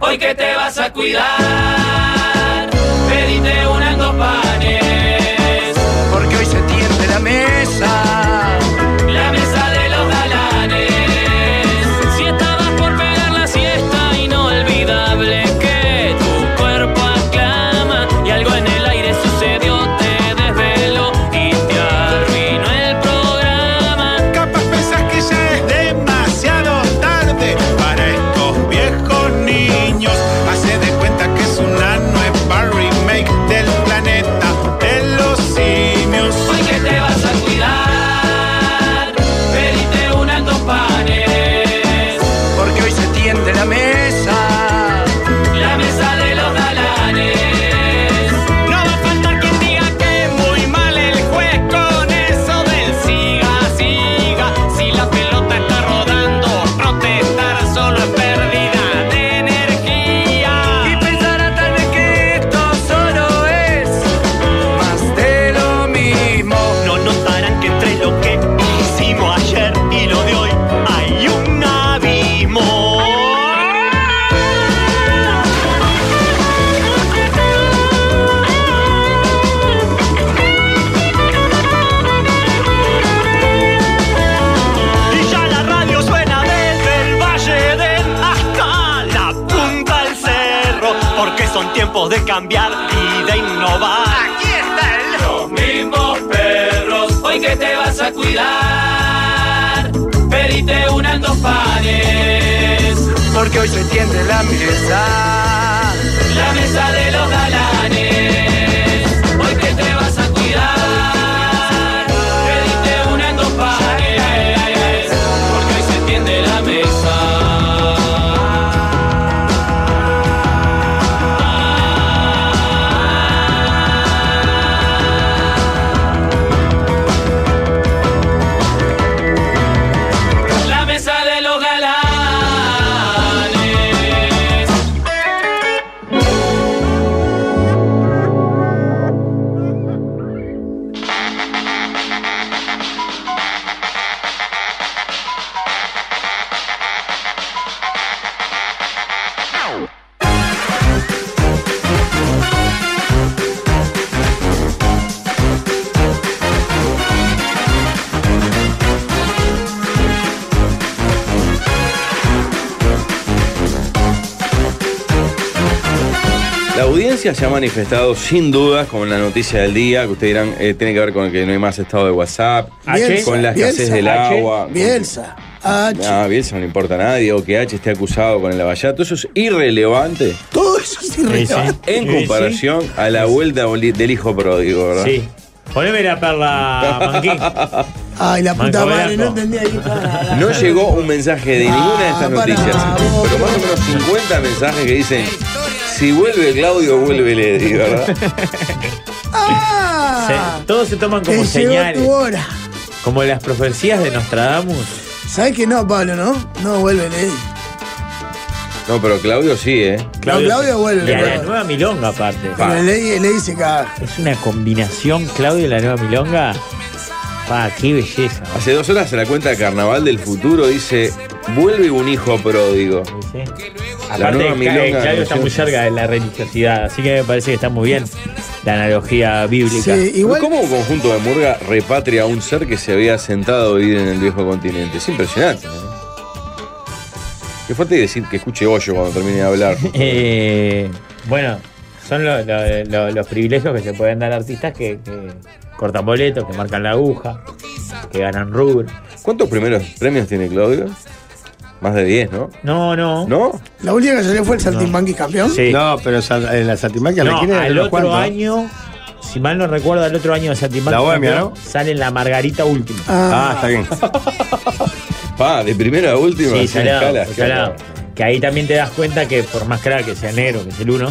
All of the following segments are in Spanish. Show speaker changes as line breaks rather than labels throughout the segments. hoy que te vas a cuidar, pedite unas dos panes,
porque hoy se tiende la mesa.
la mesa de los galanes. Si estabas por pegar la siesta, inolvidable que tu cuerpo aclama y algo en el aire sucedió, te desveló y te arruinó el programa.
Capaz pensás que ya es demasiado tarde para estos viejos niños. Hace de cuenta que es una nueva remake del planeta de los simios.
Hoy que te vas a cuidar, pedite unas dos panes,
Porque hoy se tiende la mesa.
la mesa de los galanes.
No va a faltar quien diga que muy mal el juez con eso del siga, siga. Si la pelota está rodando, protestar solo es pérdida de
Y
energía.
pensará tal vez que esto solo es más de lo mismo.
No notarán que entre lo que hicimos ayer y lo de hoy hay un abismo. Y ya la radio suena desde el Valle del hasta la punta al cerro, porque son tiempos de cambiar y de innovar.
Aquí está el
Los mismos perros, hoy que te vas a cuidar, pedite unas dos panes,
Porque hoy se tiende la mesa.
la mesa de los galanes. Hoy que te vas a cuidar, pedite unas dos panes, porque hoy se tiende la mesa. La mesa de los galanes.
La audiencia se ha manifestado sin dudas con la noticia del día, que ustedes dirán, eh, tiene que ver con que no hay más estado de WhatsApp,
H.
con la escasez
Bielsa,
del
H.
agua. con-
Bielsa, H.
Ah, Bielsa no le importa a nadie, o que H esté acusado con el avallato, eso es irrelevante
Todo eso es irrelevante.
en
Sí,
comparación a la vuelta oli- del hijo pródigo, ¿verdad?
Sí. Ah, Poneme la perla, Manquín.
Ay, la puta
Manco
madre, no
Blanco.
entendí ahí para.
No llegó un mensaje de ninguna de
Ah,
estas
pará,
noticias,
vos.
pero más o menos 50 mensajes que dicen, si vuelve Claudio, vuelve Lady, ¿verdad?
¡Ah!
Se- todos se toman
Te
como
llegó
señales.
tu hora.
Como las profecías de Nostradamus.
¿Sabes que no, Pablo, no? No vuelve Lady.
No, pero Claudio sí, ¿eh?
No, Claudio vuelve,
Y a la
Claudio.
nueva milonga, aparte.
Pero Lady, Lady se caga.
Es una combinación, Claudio y la nueva milonga. Pa, Ah, qué belleza. ¿no?
Hace dos horas la cuenta de Carnaval del Futuro dice, vuelve un hijo pródigo.
Sí.
La
Aparte,
nueva
Cla-
milonga.
Claudio está muy cerca de la religiosidad, así que me parece que está muy bien la analogía bíblica.
Sí,
Pero
igual.
¿Cómo un conjunto de murga repatria a un ser que se había sentado a vivir en el viejo continente? Es impresionante. ¿no? Qué fuerte decir que escuche hoyo cuando termine de hablar.
Eh, bueno, son lo- lo- lo- los privilegios que se pueden dar a artistas que, que cortan boletos, que marcan la aguja, que ganan rubro.
¿Cuántos primeros premios tiene Claudio? Más de 10, ¿no?
No, no.
¿No?
La última que salió fue el Saltimbanqui campeón.
Sí.
No, pero sal- en la Saltimbanqui
No,
la quiere
al
los
otro
cuantos.
año, si mal no recuerdo, al otro año de Santimán
La bohemia, ¿no?
sale la Margarita última.
Ah,
Ah,
está bien.
Pa, de primera a última.
Sí,
sin
salado, pues
escalas,
salado.
claro.
Que ahí también te das cuenta que por más crack que sea negro, que es el uno,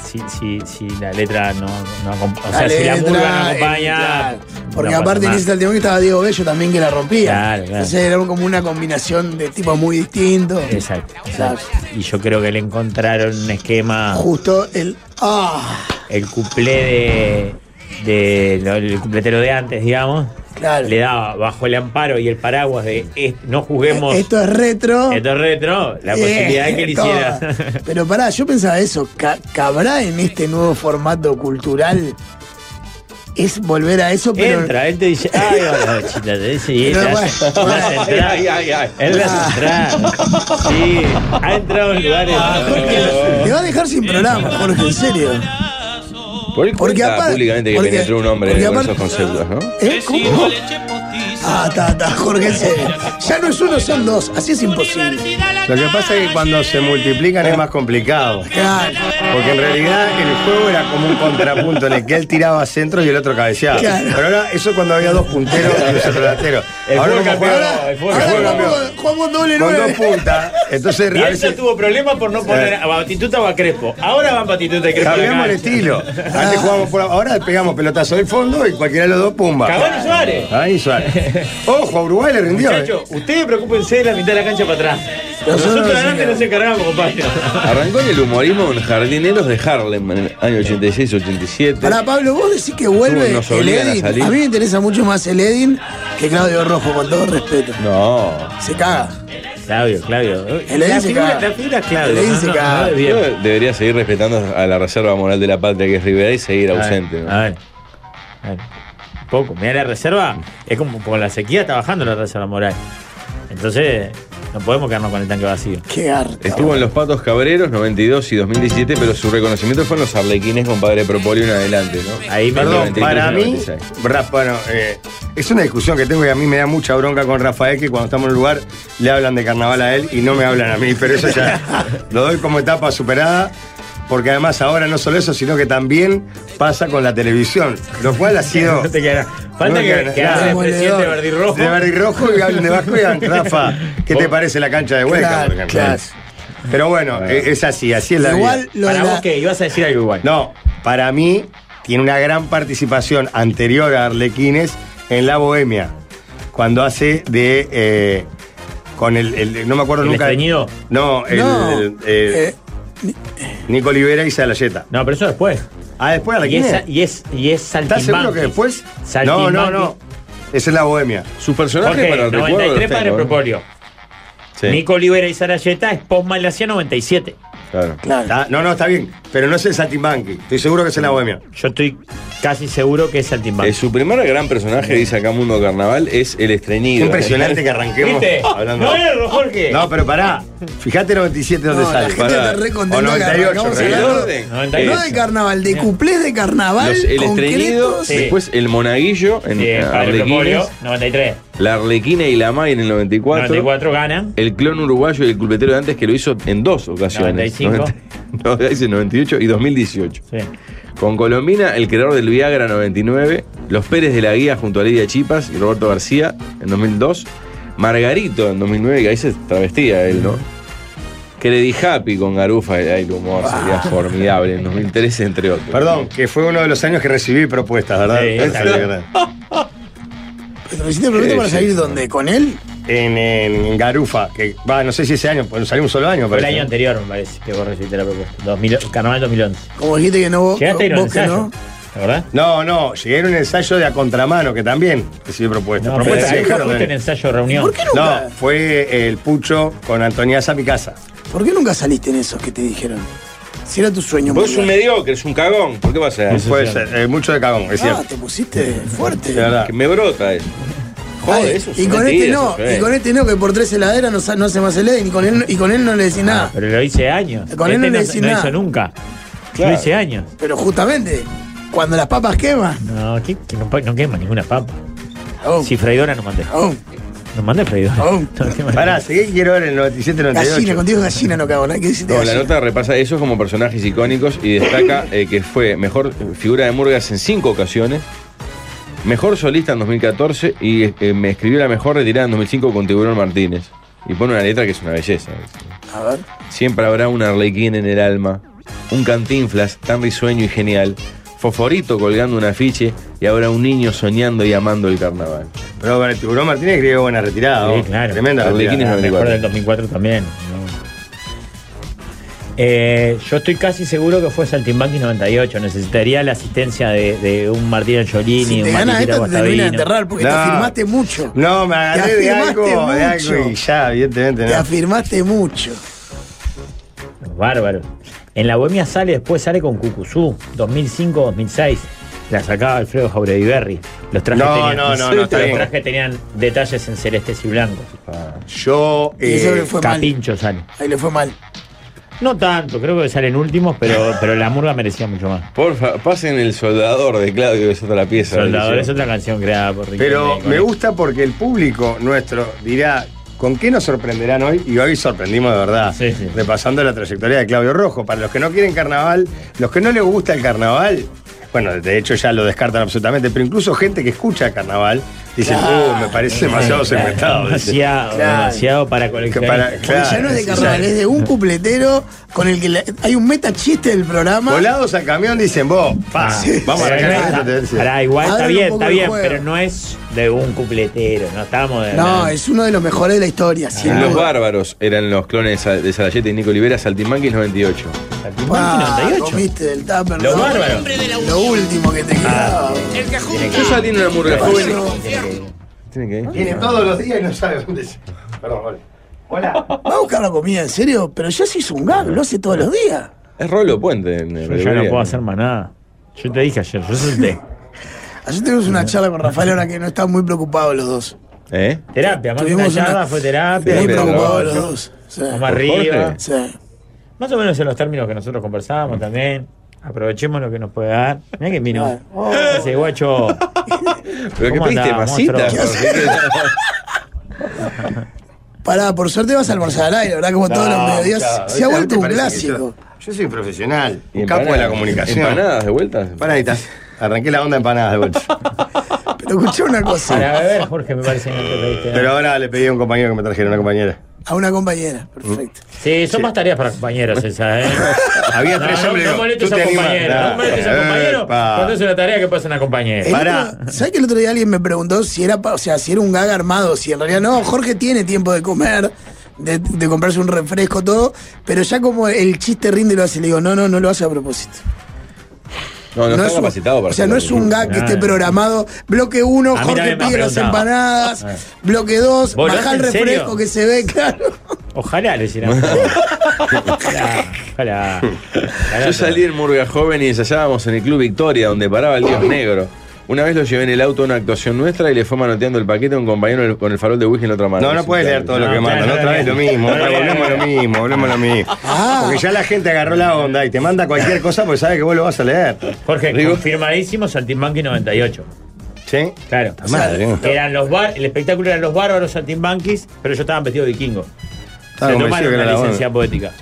si, si, si la letra no, no acom- O sea,
la
si la
letra,
murga no
eh,
acompaña.
claro. Porque
no pasa
aparte en
nada.
ese Saltimbanqui estaba Diego Bello también que la rompía.
Claro, claro.
Entonces era como una combinación de tipos muy distintos.
Exacto,
Claro.
exacto. Y yo creo que le encontraron un esquema,
Justo el. ¡Ah!
el cuplé de, de lo- el cupletero de antes, digamos,
Claro.
le daba bajo el amparo y el paraguas de "Es- no juguemos
Esto es retro.
esto es retro, la
Eh,
posibilidad de que le
todo.
hiciera.
Pero pará, yo pensaba eso. ca- ¿Cabrá en este nuevo formato cultural? Es volver a eso, pero.
Entra, él te dice, ay, hola, chita, te dice, y él
Pero
la hace-
bueno,
la hace entrar.
Ay, ay, ay.
Él la hace entrar. Sí, ha entrado en lugares.
Te va a dejar sin programa, Jorge, en serio. ¿Eh?
Por él
Porque
cuenta
aparte-
públicamente que
porque-
penetró un hombre
porque
con
aparte-
esos conceptos, ¿no?
¿Eh? ¿Cómo? Ah, está, está, Jorge, en serio. Ya no es uno, son dos. Así es imposible.
Lo que pasa es que cuando se multiplican es más complicado.
Claro,
Porque en realidad el juego era como un contrapunto en el que él tiraba centro y el otro cabeceaba.
Claro.
Pero ahora, eso es cuando había dos punteros y un centro delantero.
El
Ahora
fútbol
como
cambió,
juega-
el fútbol
el
Ahora
cambió.
fútbol cambió.
jugamos, jugamos doble
Con dos
nueve.
puntas. Entonces, a
Bielsa
veces
tuvo problemas por no poner a Batistuta o a Crespo. Ahora van Batistuta y Crespo. a la
cambiamos el
cancha. Ah.
estilo. Antes jugábamos por ahora pegamos pelotazo del fondo y cualquiera de los dos pumba.
Cavani Suárez.
Ahí Suárez. Ojo, a Uruguay le rindió. eh.
Muchachos, ustedes preocupense de la mitad de la cancha para atrás.
Nosotros
Nosotros
nos
adelante nos encargamos, compañero.
Arrancó en el humorismo en Jardineros de Harlem en el año 86, 87.
Pará, Pablo, vos decís que vuelve
Nos
el
obligan a
Edin.
salir.
A mí me interesa mucho más el Edin que Claudio Rojo, con todo respeto.
No.
Se caga.
Claudio, Claudio.
El Edin
La
se
figura,
caga.
la figura es Claudio.
El Edin
No,
se
no,
caga.
no, es bien.
Yo debería seguir respetando a la reserva moral de la patria que es Rivera y seguir
A ver,
ausente. ¿no?
A ver. A ver. Poco. Mira, la reserva es como, como la sequía está bajando la reserva moral. Entonces, no podemos quedarnos con el tanque vacío.
Qué harta.
Estuvo en los Patos Cabreros 92 y 2017, pero su reconocimiento fue en los Arlequines con Padre Propolio en adelante, ¿no?
Ahí me
Perdón,
lo-
Para mí,
96.
Rafa, bueno, eh, es una discusión que tengo y a mí me da mucha bronca con Rafael que cuando estamos en un lugar le hablan de carnaval a él y no me hablan a mí, pero eso ya lo doy como etapa superada. Porque además ahora no solo eso, sino que también pasa con la televisión, lo cual ha sido...
No te quedará.
No
Falta
me
que,
quedará.
que hagan el
Demoledor.
presidente de Verdi Rojo.
De verde y rojo y hablen de Vasco y digan, Rafa, ¿qué te parece la cancha de Hueca?
Claro,
por ejemplo?
claro.
Pero bueno, eh, es así, así es la vida.
Igual lo de
Para vos
la,
que ibas a decir algo igual.
No, para mí tiene una gran participación anterior a Arlequines en La Bohemia. Cuando hace de. eh, con el, el- No me acuerdo
¿El
nunca.
estreñido?
No, el.
No,
el, eh,
eh,
Nico Olivera y Salayeta.
No, pero eso después.
Ah, después
Y
Arlequines.
es, y es, y es
¿Estás
saltimbanqui.
seguro que después? No,
Saltimbanqui.
no, no. Esa es La Bohemia.
Su personaje
Jorge,
para el recuerdo.
93
lo
para
tengo,
el
¿eh?
Propolio.
Sí,
Nico Olivera y Sarayeta es post Malasia 97.
claro.
claro.
Está- No, no, está bien. Pero no es el Saltimbanqui. Estoy seguro que es en La Bohemia.
Yo estoy casi seguro que es Saltimbanqui.
Eh, su primer gran personaje, dice acá Mundo Carnaval, es el
Qué
estreñido.
impresionante que arranquemos
¿Viste?
hablando.
No erro, Jorge.
No, pero pará. Fíjate 97 dónde
No, la
sale.
gente
Pará.
está re contenta
O
que
98.
arrancamos
en
¿El
realidad.
orden?
98.
No de carnaval, de cuplés de
Eh,
carnaval.
Los- el estreñido,
concretos.
Sí.
después el monaguillo en eh,
Sí, para el Propolio,
Arlequines,
93.
la arlequina y la May en el 94,
94 ganan.
el clon uruguayo y el culpetero de antes que lo hizo en dos ocasiones.
95.
90 no, dice 98 y 2018.
Sí.
Eh,
Con Colombina, el creador del Viagra 99, Los Pérez de la Guía junto a Lidia Chipas y Roberto García en 2002, Margarito en 2009, que ahí se travestía él, ¿no? Credit Happy con Garufa, ahí el humor sería formidable en 2013, entre otros.
Ah. Perdón, que fue uno de los años que recibí propuestas, ¿verdad?
Sí, está
Exacto.
Pero me hiciste pregunta
Sí,
para
sí.
salir donde, con él.
en, en Garufa, que va, no sé si ese año, pues salió un solo año,
Fue el
parece.
año anterior, me parece, que vos recibiste la propuesta. 2000, carnaval 2011.
Como dijiste que no vos,
Llegaste a ir a un
vos que
ensayo,
no.
¿la verdad?
No, no, llegué en un ensayo de a contramano, que también recibí propuestas.
No, pero
propuestas que
ahí
dejaron
fuiste en
de-
ensayo reunión.
¿Por qué nunca?
eh. No, fue el Pucho con Antonia a mi casa.
¿Por qué nunca saliste en esos que te dijeron? Si era tu sueño.
Vos sos un
mundial.
mediocre, es un cagón. ¿Por qué vas a hacer?
Fue eh, mucho de cagón, es
Ah,
cierto.
te pusiste fuerte.
De verdad.
Que me brota eso. Joder,
Ay,
eso es
y
una
con este
mentira,
no,
eso es.
y con este no, que por tres heladeras no, sa- no hace más el Edin, y con él, y con él no le decís
Ah,
nada.
pero lo hice años. Este
Con él no le
no,
decís
no
nada.
hizo nunca.
Claro.
Lo hice años.
Pero justamente, cuando las papas queman.
No, que, que no, pa- no quema ninguna papa.
aún,
Si freidora no mandé.
aún.
No mandé freidora.
Oh.
No, quema
Pará, seguí quiero ver el 97,
Gallina,
98.
contigo gallina no cago, nada que decirte
No, la
gallina.
nota repasa eso como personajes icónicos y destaca eh, que fue mejor figura de Murgas en cinco ocasiones, mejor solista en 2014 y eh, me escribió la mejor retirada en 2005 con Tiburón Martínez. Y pone una letra que es una belleza.
A ver.
Siempre habrá un arlequín en el alma, un cantinflas tan risueño y genial, Foforito colgando un afiche y habrá un niño soñando y amando el carnaval.
Pero bueno, el Tiburón Martínez escribió buena retirada.
Sí,
¿no?
claro.
Tremenda
Arlequines
retirada.
nada. La mejor
94.
del 2004 también. Eh, yo estoy casi seguro que fue Saltimbanquis 98. Necesitaría la asistencia de, de un Martín Angiolini,
Si
un
te ganas
Martín
esto, te termina de
Guastavino.
enterrar porque te
No.
afirmaste mucho.
No, me agarré Ah, de
afirmaste
algo, de
mucho.
algo y ya, evidentemente
Te
no.
afirmaste mucho.
Bárbaro. En la Bohemia sale, después sale con Cucuzú, 2005-2006. La sacaba Alfredo Jauregui Berry. Los trajes,
No,
tenían,
no, no, no, está
los
bien.
trajes tenían detalles en celestes y blancos.
Yo.
Y eso
eh,
le fue mal.
Capincho sale.
Ahí le fue mal.
No tanto, creo que salen últimos, pero, pero la murga merecía mucho más.
Porfa, pasen el soldador de Claudio, que es otra pieza.
Soldador es
Buenísimo.
otra canción creada por Ricky
Pero
Bacon.
me gusta porque el público nuestro dirá, ¿con qué nos sorprenderán hoy? Y hoy sorprendimos de verdad,
Sí, sí.
repasando la trayectoria de Claudio Rojo. Para los que no quieren carnaval, los que no les gusta el carnaval, bueno, de hecho ya lo descartan absolutamente, pero incluso gente que escucha carnaval dice,
Claro.
"Uh, me parece demasiado
Claro,
segmentado. dice.
Demasiado,
Claro.
demasiado para
Que
coleccionar.
para-
Porque
claro,
ya no es de
sí,
carnaval,
sí.
es de un cupletero con el que la- hay un meta chiste del programa.
Volados al camión dicen, vos, pa,
Ah,
vamos a
Ah, Pero no
arrancar con
está-
esto, te decía.
pará, igual está
Abran un
bien,
poco
está
el
bien,
juego.
pero no es de un cupletero, no estamos de
No,
la-
es uno de los mejores de la historia, sin
Los
duda.
bárbaros eran los clones de Salayete y Nico Olivera, Saltimbanquis 98.
Ah,
98.
comiste del tupper,
Lo
¿no?
bárbaro.
Lo último que te quedaba.
Ah. Yo ya tiene una murga joven. Tiene que ir.
Viene todos los días y no sabe dónde es. Perdón, vale. Hola.
Va a buscar la comida, en serio, pero ya se hizo un gag, lo hace todos los días.
Es Rolo Puente. en
Yo ya
realidad.
no puedo hacer más nada. Yo te dije ayer, yo solté.
Ayer tuvimos una charla con Rafael ahora que no están muy preocupados los dos.
¿Eh?
Terapia, más que
Tuvimos
una
una-
charla, fue terapia.
Terapia
Muy
de
preocupados los
trabajo.
dos. Sí.
Vamos
¿Por
arriba.
Jorge?
Sí.
Más o menos en los términos que nosotros conversábamos también. Aprovechemos lo que nos puede dar. Mirá que vino.
Oh.
Ese guacho.
¿Pero qué
¿Cómo
pediste?
andaba,
¿Masita?
monstruo?
Pará, por suerte vas a almorzar al aire, ¿verdad? Como todos los mediodías. se ha vuelto un clásico.
Yo soy profesional,
Y
un capo de la
empanadas.
comunicación.
¿Empanadas de vuelta?
Empanaditas. Arranqué la onda de empanadas de vuelta.
Pero escuché una cosa.
Para beber, Jorge, me parece que no te pediste nada.
Pero ahora le pedí a un compañero que me trajera, una compañera.
A una compañera, perfecto.
Sí, son más tareas para compañeros esas, ¿eh?
Había
No,
tres
no,
hombres.
no
digo,
molestes
¿tú
a
te animas?
compañeros.
Nah.
No molestes a compañeros.
Epa.
Cuando es una tarea que pasa una
El
compañera.
Pará.
otro- ¿Sabes que el otro día alguien me preguntó si era, pa- o sea, si era un gag armado? Si en realidad no, Jorge tiene tiempo de comer, de, de comprarse un refresco, todo, pero ya como el chiste rinde lo hace, le digo, no, no, no lo hace a propósito.
No, no,
No es
está
un-
capacitado para
O sea, no es un gag que esté
Claro.
programado. Bloque 1,
Ah. A mí
Jorge
también me
pide
ha
las
preguntado.
empanadas.
Ah.
Bloque 2,
¿Vos lo
baja el
haces en serio?
refresco que se ve, claro.
Ojalá le hicieran. Ojalá. Ojalá. Ojalá.
Yo salí en Murga Joven y ensayábamos en el Club Victoria, donde paraba el Dios Negro. Una vez lo llevé en el auto a una actuación nuestra y le fue manoteando el paquete a un compañero con el farol de Wiggy en la otra mano.
No, no puedes leer todo lo
No,
que
claro,
mandan.
no,
Otra vez
no.
lo mismo.
No,
otra vez
no,
Volvemos a
no.
lo mismo. Volvemos a lo mismo.
Ah.
Porque ya la gente agarró la onda y te manda cualquier cosa porque sabe que vos lo vas a leer.
Jorge,
Rigo.
confirmadísimo Saltimbanqui 98.
¿Sí?
Claro.
La madre, ¿no?
Eran los bar, el espectáculo eran los bárbaros saltimbanquis, pero ellos estaban vestidos de vikingos.
Estaba
Se
convencido
tomaron
que era
una
la
licencia poética.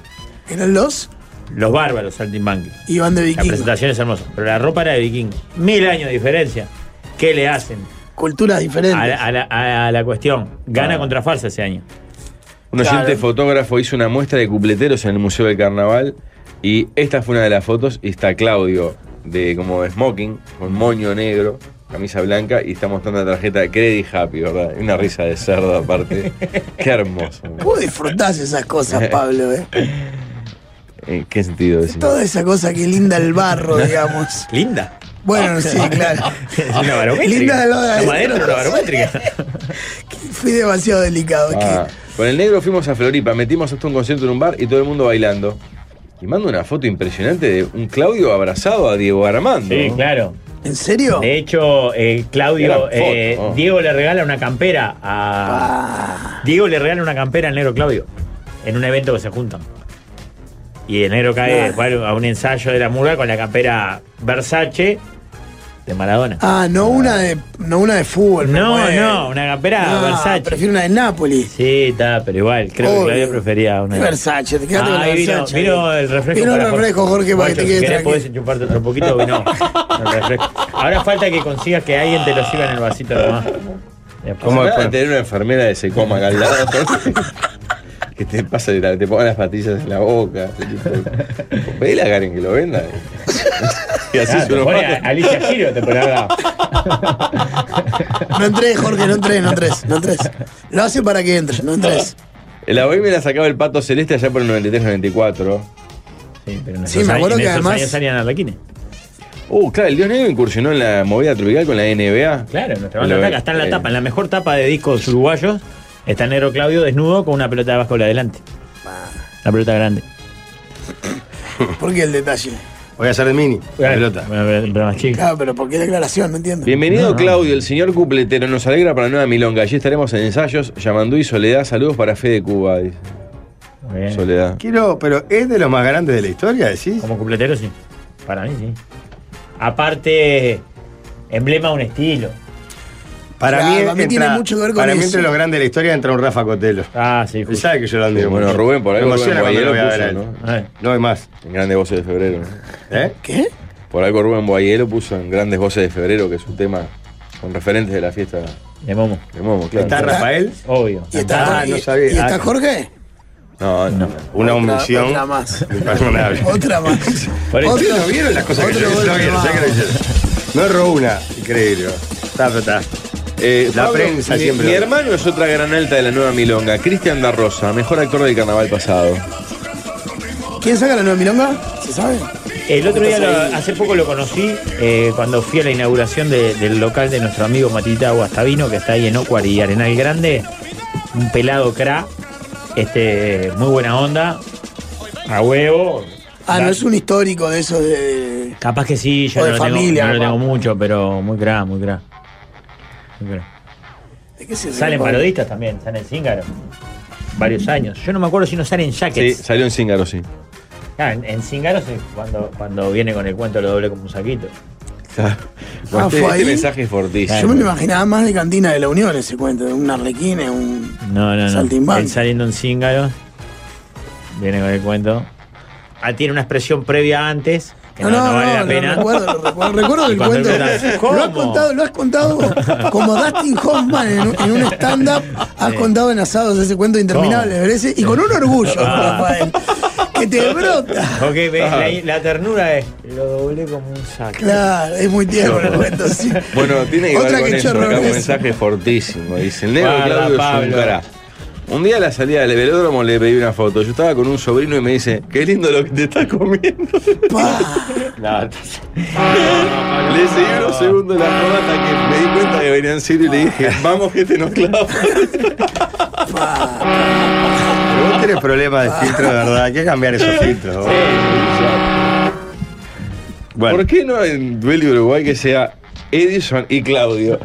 Eran los
Los bárbaros saltimbanquis.
Iván de
La
Vikingo.
presentación es hermosa, pero la ropa era de vikingo. Mil años de diferencia. ¿Qué le hacen
Culturas
a la,
diferentes.
a la- a la cuestión?
Ah.
Gana contra farsa ese año.
Un oyente
Claro.
fotógrafo hizo una muestra de cupleteros en el Museo del Carnaval y esta fue una de las fotos y está Claudio de como smoking, con moño negro, camisa blanca y está mostrando la tarjeta de Credit Happy, ¿verdad? Y Una risa de cerdo aparte. Qué hermoso.
Vos disfrutás esas cosas, Pablo, ¿eh?
¿En qué sentido decís?
Toda esa cosa que linda el barro, digamos.
Linda.
Bueno, sí, claro.
Es una barométrica.
Linda lo de-
La madera era una barométrica.
Fui demasiado delicado. es que-
Ah, con el negro fuimos a Floripa, metimos hasta un concierto en un bar y todo el mundo bailando. Y mando una foto impresionante de un Claudio abrazado a Diego Armando.
Sí, claro.
¿En serio?
De hecho, eh,
Era
Claudio,
foto,
eh,
oh.
Diego le regala una campera a.
Ah,
Diego le regala una campera al negro Claudio. En un evento que se juntan. Y el negro cae
Claro.
bueno, a un ensayo de la murga con la campera Versace de Maradona.
Ah, no una de no una de fútbol. me
no,
muero.
no, una campera
Ah,
Versache.
Prefiero una de Nápoles.
Sí, está, pero igual, creo
Obvio.
que Claudio prefería una.
De Versace, te quedaste
Ah,
con la
ahí vino,
Versace. ¿eh?
vino el refresco.
Vino el
para
refresco, Jorge, para que te
Guacho,
quedes
si querés
tranquilo.
podés enchufarte otro poquito, vino. El refresco. Ahora falta que consigas que alguien te lo sirva en el vasito nomás. Después-
¿Cómo
¿Cómo
después?
tener una enfermera de secoma al lado? que te pasa, te, te pongan las patillas en la boca. ese tipo de- Pedile a Karen que lo venda. Y así
Ah,
se
te
lo
pone
mata.
a- Alicia Giro te pone acá.
No entres, Jorge, no entres, no entres, no entres. Lo hace para que entres, no entres.
La bohemia la sacaba el pato celeste allá por el 93-94.
Sí, pero en
Sí,
esos
me
años-
acuerdo
en
que
esos
además-
años salían arlequines.
Uh, claro, el Dios Negro incursionó en la movida tropical con la NBA.
Claro, nuestra banda de ataca está en la
eh,
tapa, en la mejor tapa de discos uruguayos. Está Negro Claudio desnudo con una pelota de básquetbol adelante.
Ah.
Una pelota grande.
¿Por qué el detalle?
Voy a hacer de mini, la pelota.
Una pelota más chica.
Claro, pero ¿por qué la aclaración? No entiendo.
Bienvenido
No, no.
Claudio, el señor cupletero nos alegra para Nueva Milonga. Allí estaremos en ensayos, Yamandú y Soledad. Saludos para Fede Cuba, dice.
Muy bien.
Soledad.
Quiero, pero es de los más grandes de la historia, decís.
Como completero, sí. Para mí, sí. Aparte, emblema de un estilo.
Para
Claro,
mí,
para mí
entra-
tiene mucho que ver con
para mí
eso.
entre los grandes de la historia entra un Rafa Cotelo.
Ah, sí,
Él
justo.
sabe que yo lo admiro.
Bueno,
mucho.
Rubén, por
Me
algo Rubén
emociona cuando lo
Boyero
voy a ver a
puso,
él.
¿no?
A ver.
No hay más.
En Grandes Voces de Febrero. ¿no?
¿Eh?
¿Qué?
Por algo Rubén Boyero puso en Grandes Voces de Febrero, que es un tema con referentes de la fiesta
De Momo,
de Momo, claro.
Está Rafael,
obvio.
¿Y está,
Ah, no
y-
sabía.
¿y está
Ah.
Jorge?
No, no.
una
Otra-
omisión
Otra más.
imperdonable.
Otra más.
Por eso-
¿Ustedes no vieron las cosas que
Otro
yo hice?
golpe
No vieron,
más.
¿sabes qué lo hice? No erró una, increíble. Está, pero está.
Eh,
La prensa
mi,
siempre
Mi
lo-
hermano es otra gran alta de la nueva milonga. Cristian da Rosa, mejor actor del carnaval pasado.
¿Quién saca la nueva milonga? ¿Se sabe?
El otro día,
Estás
lo- hace poco lo conocí eh, cuando fui a la inauguración de- del local de nuestro amigo Matita Guastavino, que está ahí en Ocuar y Arenal Grande. Un pelado cra, este, muy buena onda, a huevo.
Ah,
Da-
no es un histórico de esos de.
Capaz que sí, yo
O
no,
de
lo tengo-
familia,
no lo tengo
capaz.
mucho, pero muy cra, muy cra. Muy cra.
¿De qué se ríe?
Salen parodistas también, salen cíngaros. Varios años. Yo no me acuerdo si no salen
Ah,
Sí,
jackets.
salió en Zíngaro, sí.
Ah, en, en cíngaros es cuando, cuando viene con el cuento lo doble como un saquito.
Claro.
Ah,
este,
fue
este
ahí.
mensaje es fortísimo.
Yo me lo imaginaba más de Cantina de la Unión ese cuento, de un arlequín, de un.
No, no, no.
Saltimbanqui.
Él saliendo en cíngaros. Viene con el cuento. Ah, tiene una expresión previa antes. Que no, no vale la
no,
pena.
no recuerdo, lo recuerdo, recuerdo
Y
el
Ah, cuando
cuento. Lo
preguntan,
has
¿cómo?
contado, lo has contado vos, como Dustin Hoffman en un, en un stand-up, has
Sí.
contado en asados ese cuento interminable, me parece, y con un orgullo,
Ah.
Rafael, que te brota.
Ok, ve, la, la ternura es. Lo doble como un saco.
Claro, es muy tierno el cuento, sí.
Bueno, tiene que
Otra
ver con
que
eso.
chorro
Acá un
es.
mensaje fortísimo. Dice, el negro
Guarda,
Claudio es un
Pablo.
cara. Un día a la salida del velódromo le pedí una foto. Yo estaba con un sobrino y me dice, qué lindo lo que te estás comiendo.
Pa.
No,
Le seguí unos segundos la joda hasta que me di cuenta que venían serio y le dije, vamos que te nos clava.
Pero vos tenés problemas
Ah.
de filtro, de verdad. Hay que cambiar esos filtros. vos. Bueno,
¿Por qué no en Duelo Uruguay que sea Edison y Claudio?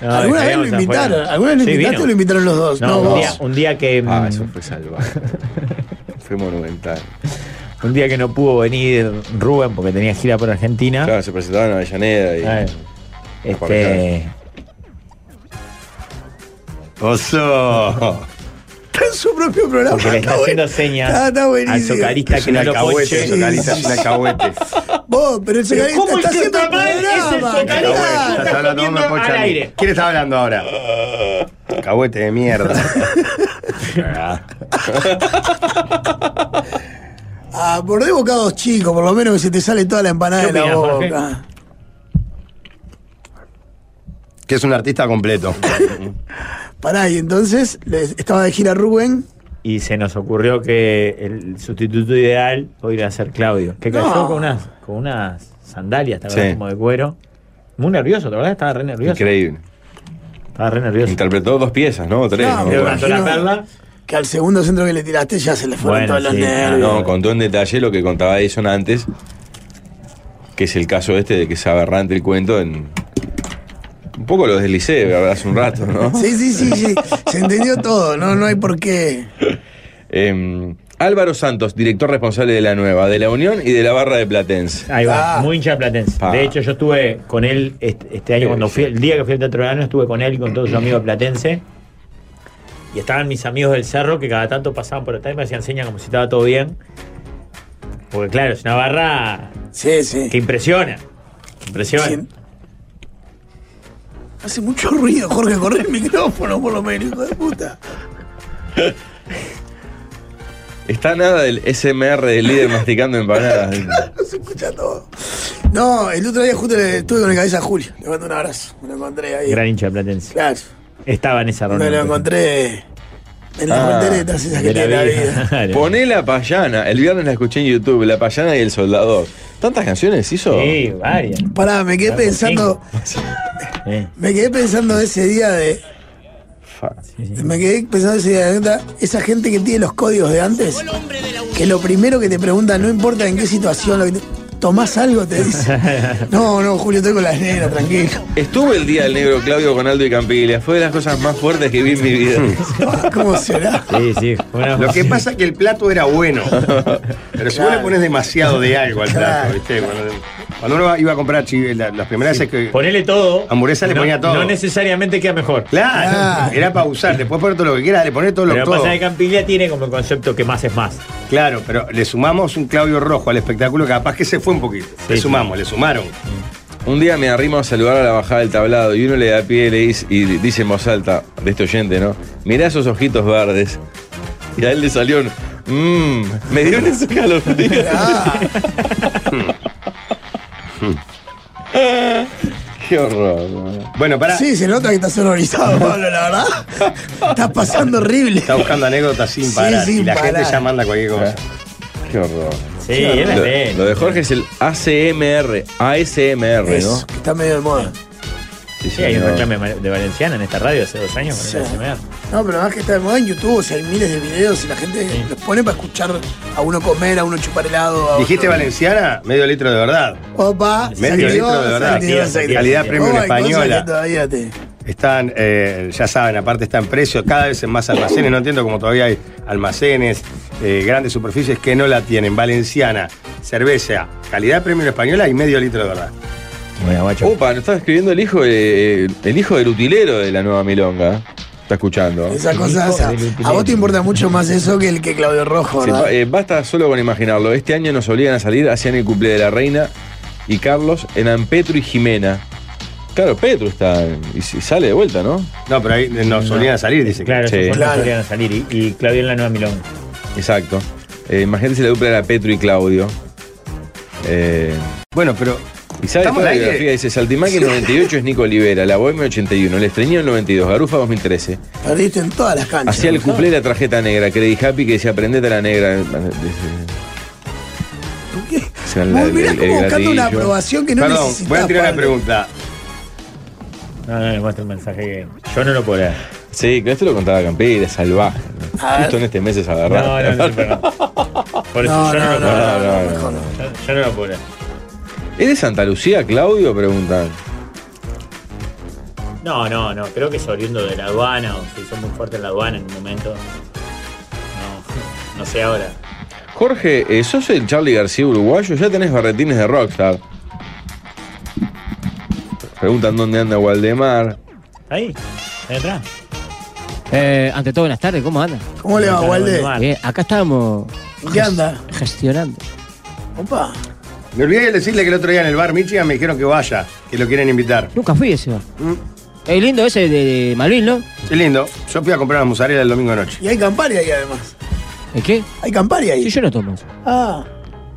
no,
Alguna vez lo
Ah, dejemos
invitaron,
afuera.
alguna vez lo
Sí,
invitaste
vino.
o lo invitaron los dos.
No,
No,
un, día,
vos.
un día que.
Ah,
mm,
eso fue salvaje. fue monumental.
Un día que no pudo venir Rubén porque tenía gira por Argentina.
Claro, se presentaban en Avellaneda y.
Ay, Este,
oso.
Está en su propio programa.
porque le
está
está haciendo
bueno.
señas
Está- está
al
buenísimo.
socarista
Es
que
un
no lo
alcahuete,
ponche.
el socalista es un alcahuete.
Vos, pero el socarista
¿cómo el
está
que
haciendo el
está mal es el
programa.
socarista?
claro.
Estás hablando vos, me
Estás
ponchan.
al aire.
¿Quién está hablando ahora? Alcahuete de mierda.
Ah, por de bocados chicos, por lo menos que se te sale toda la empanada
¿Qué
de la
opinás, Jorge?
boca.
Que es un artista completo.
Pará, y entonces le- estaba de gira Rubén.
Y se nos ocurrió que el sustituto ideal podría ser Claudio, que cayó
No.
con, unas, con unas sandalias, ¿te acordás?
Sí.
Como de cuero. Muy nervioso, la verdad, estaba re nervioso.
Increíble.
Estaba re nervioso.
Interpretó dos piezas, ¿no? O Tres.
No,
¿no?
pero-
Levantó la perla.
Ah, Que al segundo centro que le tiraste ya se le fueron
Bueno,
todos los
sí,
nervios.
ah, No, contó en detalle lo que contaba Edison antes, que es el caso este de que es aberrante el cuento en. Un poco lo deslicé, ¿verdad? Hace un rato, ¿no?
Sí, sí, sí, sí. Se entendió todo, no, no hay por qué.
Em, Álvaro Santos, director responsable de la nueva, de la Unión y de la barra de Platense.
Ahí va,
Ah.
muy hincha de platense.
Pa.
De hecho, yo estuve con él este, este año, cuando fui, el día que fui al Teatro Verano, estuve con él y con todos sus amigos de platense. Y estaban mis amigos del cerro que cada tanto pasaban por acá y me hacían señas como si estaba todo bien. Porque claro, es una barra
Sí, sí.
que impresiona. que Impresiona.
Sí. Hace mucho ruido, Jorge, corre el micrófono por lo menos, hijo de puta.
Está nada del SMR del líder masticando empanadas.
No se escucha todo. No, el otro día justo le- estuve con el cabeza a Julio. Le mando un abrazo. Me lo encontré ahí.
Gran hincha de platense.
Claro.
Estaba en esa
Me
reunión.
lo encontré En las
Ah,
volteretas esas que tiene Ah, la vida.
Poné la payana. El viernes la escuché en YouTube, la payana y el soldador. ¿Tantas canciones hizo?
Sí,
varias.
Pará, me quedé pensando.
Eh.
Me quedé pensando ese día de. Me quedé pensando ese día de neta, esa gente que tiene los códigos de antes, que lo primero que te pregunta, no importa en qué situación, lo que te- tomás algo, te dice. No, no, Julio, estoy con las negras, tranquilo.
Estuve el día del negro Claudio con Aldo y Campiglia. Fue de las cosas más fuertes que vi en mi vida.
¿Cómo será?
Sí, sí.
Lo que pasa es que el plato era bueno. Pero si vos le pones demasiado de algo al plato,
Claro.
¿viste? Cuando, cuando uno iba a comprar chi- la- las primeras veces que.
Ponele todo.
Hamburguesa le
No-
ponía todo.
No necesariamente queda mejor.
Claro, era para usar. Después poner todo lo que quieras, le pones todo lo
Pero
que
lo que pasa es que Campiglia tiene como el concepto que más es más.
Claro, pero le sumamos un Claudio Rojo al espectáculo, capaz que se fue un poquito. le sumamos, le sumaron.
Un día me arrimo a saludar a la bajada del tablado y uno le da pie y, le dice, y dice en voz alta, de este oyente, ¿no? Mirá esos ojitos verdes. Y a él le salió un. Mmm, me dio un escalofrío. Qué horror.
Bueno, pará.
Sí, se nota que estás horrorizado, Pablo, la verdad. Estás pasando horrible.
Está buscando anécdotas sin
Sí,
parar.
sin
y la
parar.
gente ya manda cualquier cosa.
Ah, Qué horror.
Sí, es la
Lo-
ley.
Lo de Jorge es el ACMR, ASMR,
Eso,
¿no?
Está medio de moda.
Sí,
hay un
señor.
reclame de Valenciana en esta radio hace dos años. con el ASMR.
No, pero más que está de moda en YouTube, o sea, hay miles de videos y la gente los pone para escuchar a uno comer, a uno chupar helado. a
Dijiste
otro-
valenciana, medio litro de verdad.
Opa, salió,
Medio litro de verdad.
salió, salió.
Calidad
Oh,
premium
hay cosas
española.
que todavía te-
Están, eh, ya saben, aparte están precios cada vez en más almacenes. No entiendo cómo todavía hay almacenes, eh, grandes superficies que no la tienen. Valenciana, cerveza, calidad premium española y medio litro de verdad.
Opa, nos está escribiendo el hijo, de- el hijo del utilero de la nueva milonga. Está escuchando.
Esa cosa, o sea, a vos te importa mucho más eso que el que Claudio Rojo,
Sí,
¿verdad?
eh, basta solo con imaginarlo. Este año nos obligan a salir, hacían el cumple de la reina y Carlos eran Petru y Jimena. Claro, Petru está y si- sale de vuelta, ¿no?
No, pero ahí nos solían a salir, dice.
Claro,
Sí.
esos son los
Claro.
que iban a salir. Y, y Claudio en la nueva Milón.
Exacto. Eh, imagínate si la dupla era Petru y Claudio. Eh,
bueno, pero.
Y sabe
estamos
toda la
al aire.
biografía, dice Saltimaki 98 es Nico Olivera, La Bohemia 81, El Estreñido 92, Garufa 2013.
Perdiste en todas las canchas.
Hacía el cumple de la tarjeta negra, Credit Happy que decía aprendete la negra. Se dan la-
Vos mirá
el- el
como buscando una
gatillo.
aprobación que no
Perdón,
necesitas,
voy a tirar una
Pablo.
pregunta.
No, no, le muestro el mensaje que. Yo no lo puedo leer.
Sí, que esto lo contaba Campera, salvaje. ¿no?
A ver.
Justo en este mes es
No,
agarrado.
no, no, se puede. Por eso
No, no,
yo no, lo puedo
no,
leer.
no, no, mejor no.
Yo- Yo no lo puedo leer.
¿Es de Santa Lucía, Claudio? Preguntan.
No, no, no. Creo que es oriundo de la aduana o se hizo muy fuerte en la aduana en un momento. No, no sé ahora.
Jorge, eh, sos el Charlie García uruguayo, ya tenés barretines de Rockstar. Preguntan dónde anda Waldemar.
Ahí, ahí atrás.
Eh, ante todo, buenas tardes, ¿cómo anda?
¿Cómo le va, Walde?
Bien, acá estamos.
¿Qué anda?
Gestionando.
Opa.
Me olvidé de decirle que el otro día en el bar Michigan me dijeron que vaya, que lo quieren invitar.
Nunca fui a ese bar. Es lindo ese de, de Malvin, ¿no?
Qué lindo. Yo fui a comprar las musarela el domingo de noche.
Y hay Campari ahí además.
¿El qué?
Mm. Hay Campari ahí.
Sí, yo no tomo eso.
Ah,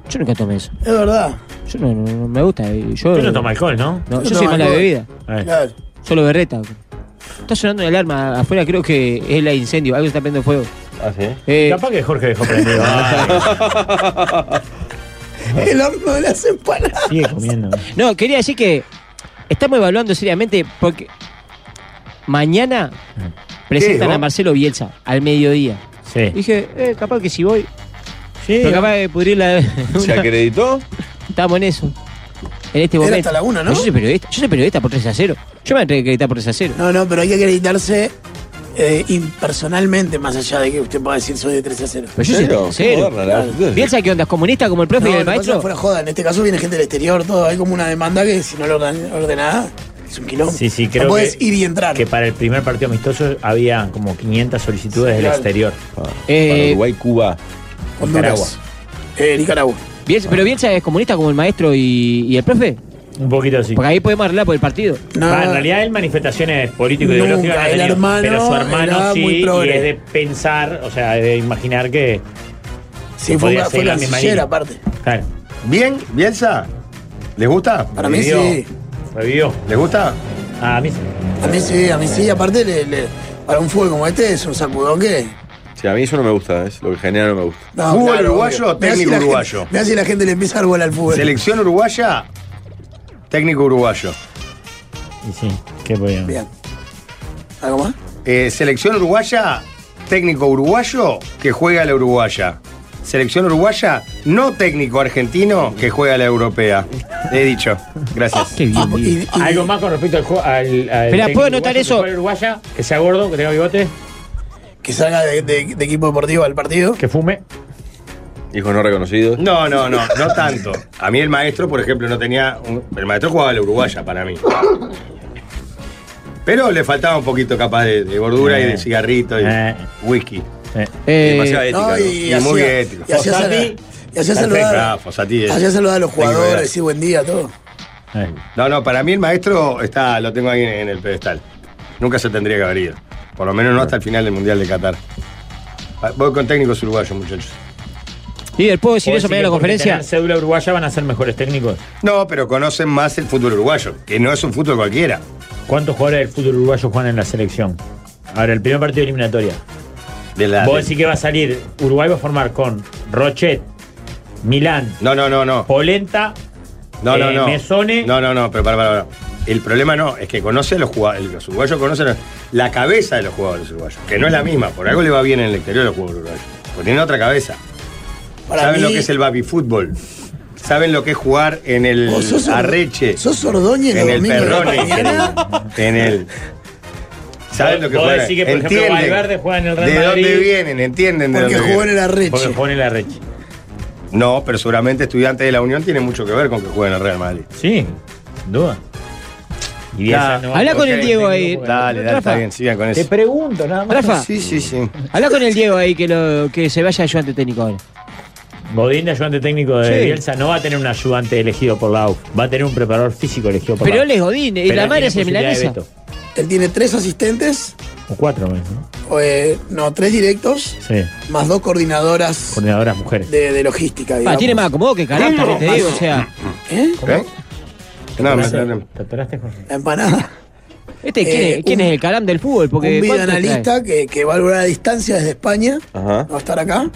Yo nunca tomé eso.
es verdad.
Yo no, no- no me gusta. eh, Yo,
Usted no toma alcohol, ¿no?
No, yo,
Yo no
soy
tomo
mala
alcohol.
bebida.
Ahí.
Claro.
Solo berreta. Está sonando una alarma afuera, creo que es la incendio. Algo está prendiendo fuego.
Ah, sí.
Eh,
Capaz que Jorge dejó prendido. Ay,
El horno de las empanadas.
sigue comiendo.
No, quería decir que estamos evaluando seriamente porque mañana presentan
vos?
a Marcelo Bielsa al mediodía.
Ah. Sí.
Dije, eh, capaz que si voy,
Sí.
pero capaz de pudrir la.
¿Se acreditó?
Estamos en eso. En este
Era
momento.
hasta la una, ¿no?
Yo soy periodista, yo soy periodista por 3 a 0. Yo me atrevo a acreditar por 3 a 0.
No, no, pero hay que acreditarse eh, impersonalmente, más allá de que usted pueda decir soy de 3 a 0.
Pero yo soy
¿En serio?
3 a 0.
Qué moderna la-
Piensa que onda, ¿Es comunista como el
No,
profe y el
lo que pasa es que
maestro.
fuera joda. En este caso viene gente del exterior, todo. Hay como una demanda que si no lo orden- ordenada, es un quilombo.
Sí, sí, creo
no puedes
que-
ir y entrar.
Que para el primer partido amistoso había como 500 solicitudes del
Claro.
exterior.
Ah, Para
Eh,
Uruguay, Cuba.
Honduras. Eh, Nicaragua.
Bielsa- pero Bielsa es comunista como el maestro y, y el profe.
Un poquito así.
Porque ahí podemos arreglar por el partido.
No,
Ah, en realidad él manifestaciones político
Nunca,
ideológicas no ha
el
tenido,
hermano
pero su hermano
era
sí
muy
y
progre.
es de pensar, o sea, de imaginar que
sí, fue,
podría
una- fue
ser la misma
canciller
línea.
aparte.
claro,
¿Bien, Bielsa? ¿Les gusta?
Para mí
Dios.
sí.
revivió.
¿Les gusta?
Ah, a mí sí.
A mí sí, a mí sí. Aparte, le- le- para un fútbol como este es un sacudón que
Sí, a mí eso no me gusta, es lo que genera no me gusta.
No,
¿Fútbol
claro,
uruguayo
obvio.
o
Me hace
técnico
la gente-
uruguayo?
Me hace la gente le empieza a dar bola al fútbol.
Selección uruguaya, técnico uruguayo.
Y sí, qué problema.
Bien. ¿Algo más?
Eh, selección uruguaya, técnico uruguayo que juega a la uruguaya. Selección uruguaya, no técnico argentino que juega a la europea. He dicho. Gracias.
Ah, Qué bien.
Y- Ah, y-
Algo más con respecto al juego. Al, al
Esperá,
técnico
¿puedo anotar
uruguayo que
eso?
juega en Uruguaya, que sea gordo, que tenga bigote,
que salga de, de- de equipo deportivo al partido.
que fume.
Hijos no reconocidos.
No, no, no, no tanto. A mí el maestro, por ejemplo, no tenía. un- el maestro jugaba a la uruguaya para mí. Pero le faltaba un poquito capaz de, de gordura y de cigarrito y
Eh.
whisky.
Eh.
Eh,
Demasiada ética.
No,
¿no?
Y muy
hacía-
ético.
Y hacía
Fossati,
sala- y hacía
Perfecto,
saludar,
ah, Fossati es-
hacía saludar a los
técnico de
jugadores,
edad.
decir buen día, todo.
Eh.
No, no, para mí el maestro está, lo tengo ahí en, en el pedestal. Nunca se tendría que haber ido. Por lo menos no hasta el final del Mundial de Qatar. Ah, Voy con técnicos uruguayos, muchachos.
líder, ¿puedo decir
¿Puedo
eso
que
mañana en la
porque
conferencia?
tener cédula uruguaya van a ser mejores técnicos.
No, pero conocen más el fútbol uruguayo, que no es un fútbol cualquiera.
¿Cuántos jugadores del fútbol uruguayo juegan en la selección? Ahora, el primer partido eliminatoria.
De la-
Vos decís que va a salir, Uruguay va a formar con Rochet, Milán,
No, no, no, no.
Polenta,
No, no,
eh,
no.
Mesone.
No, no, no, pero para, para, para. El problema no, es que conocen los jugadores, los uruguayos conocen los- la cabeza de los jugadores uruguayos, que no es la misma, por algo le va bien en el exterior a los jugadores uruguayos, porque tienen otra cabeza.
Para
Saben
mí,
lo que es el baby fútbol. Saben lo que es jugar en el
vos sos Or-
arreche,
Sos Ordóñez
en
los
el
domingos de la
perrón,
mañana.
en el. Saben lo que
Vos
juegan.
decís que, por ejemplo,
Entienden
Valverde juega en el Real
¿De dónde
Madrid.
vienen? ¿Entienden de
Porque
dónde
jugó en
vienen?
el
porque
arreche.
juegan en la Reche.
No, pero seguramente estudiantes de la Unión tiene mucho que ver con que jueguen en el Real Madrid.
Sí, sin duda. Y
Ya,
esa no-
Habla con
Ok,
el Diego ahí.
Dale, dale,
Rafa,
está bien, sigan con
Te
eso.
pregunto, nada más.
Rafa,
Sí, sí, sí.
habla con el Diego ahí que, lo, que se vaya ayudante técnico ahora.
Godín, de ayudante técnico de
Sí.
Bielsa, no va a tener un ayudante elegido por la U. Va a tener un preparador físico elegido por
Pero
la
él
U.
es Godín, ¿eh? y
Pero
la
él
madre
tiene
es el
posibilidad de
milanesa.
veto.
Él tiene tres asistentes,
O cuatro, me parece, ¿no?
o, eh, no, tres directos,
Sí,
más dos coordinadoras
coordinadoras mujeres.
de, de logística.
Ah,
digamos.
tiene más acomodo que carácter, te digo, o sea.
¿Eh?
¿Eh? No, me-
¿Te
no, no.
atoraste, Jorge?
La empanada.
Este, ¿quién,
Eh,
es, quién
un-
es el caram del fútbol? Porque
un
¿cuántos trae?
videoanalista que, que va a lograr a distancia desde España,
Ajá.
va a estar acá.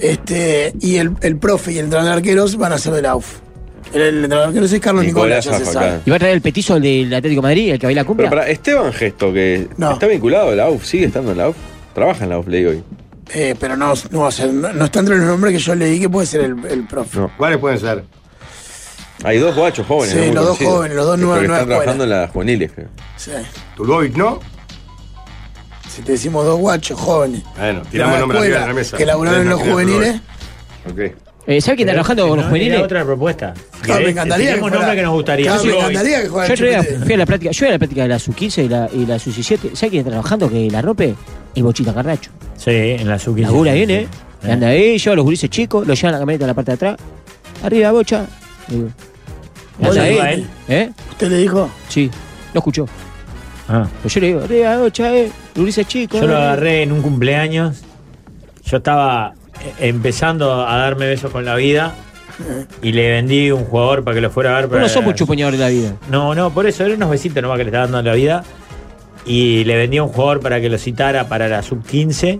Este, y el, el profe y el entrenador de arqueros van a ser de la UF. El, el entrenador de arqueros es Carlos
Nicolás
Nicolás, ya se
Zafa,
sabe.
acá.
¿Y va a traer el petizo del Atlético de Madrid, el que baila
Pero
cumbia?
para Esteban Gesto, que
No.
está vinculado a la UF, sigue estando en la UF. Trabaja en la UF, leí hoy.
Eh, pero no, no va a ser, no, no está entre los nombres que yo leí que puede ser el, el profe.
No.
¿Cuáles pueden ser?
Hay dos guachos jóvenes.
Sí,
¿no? Muy
los dos
conocidos.
jóvenes, los dos
Pero
nuevas-
que Están
nuevas
trabajando en las juveniles, creo.
Sí.
Tulovic, ¿no?
Si te decimos dos guachos jóvenes.
Bueno, tiramos
de
nombres arriba de
escuela,
la mesa.
Que laburaron en los
Ustedes no tienen
juveniles.
Tulovic. Ok.
Eh, ¿Sabe quién está
este
trabajando con los
No,
juveniles?
era otra propuesta.
Claro,
Este,
me encantaría que
Tenemos
fuera-
nombre que nos gustaría.
Claro, me
Yo-
encantaría que
Yo
jugara
otro día
Chupete.
fui a la práctica, yo iba a la práctica de la sub-15 y la, y la sub-17. ¿Sabe quién está trabajando que la rompe? El Bochita Carracho.
Sí, en la Zuki.
Labura bien, ¿eh? Y Anda ahí, lleva a los gurises chicos, los lleva a la camioneta de la parte de atrás. Arriba, bocha. Digo,
¿Vos
anda
le
ahí.
dijo a él?
¿Eh?
¿Usted le dijo?
Sí, lo escuchó.
Ah.
Pero yo le digo, arriba, bocha, eh. Los gurises chicos.
Yo lo
eh".
agarré en un cumpleaños. Yo estaba eh, empezando a darme besos con la vida. Y le vendí un jugador para que lo fuera a ver.
Vos
para-
no somos chupoñadores de la vida.
No, no, por eso, eran unos besitos nomás que le estaba dando en la vida. Y le vendí a un jugador para que lo citara para la sub 15.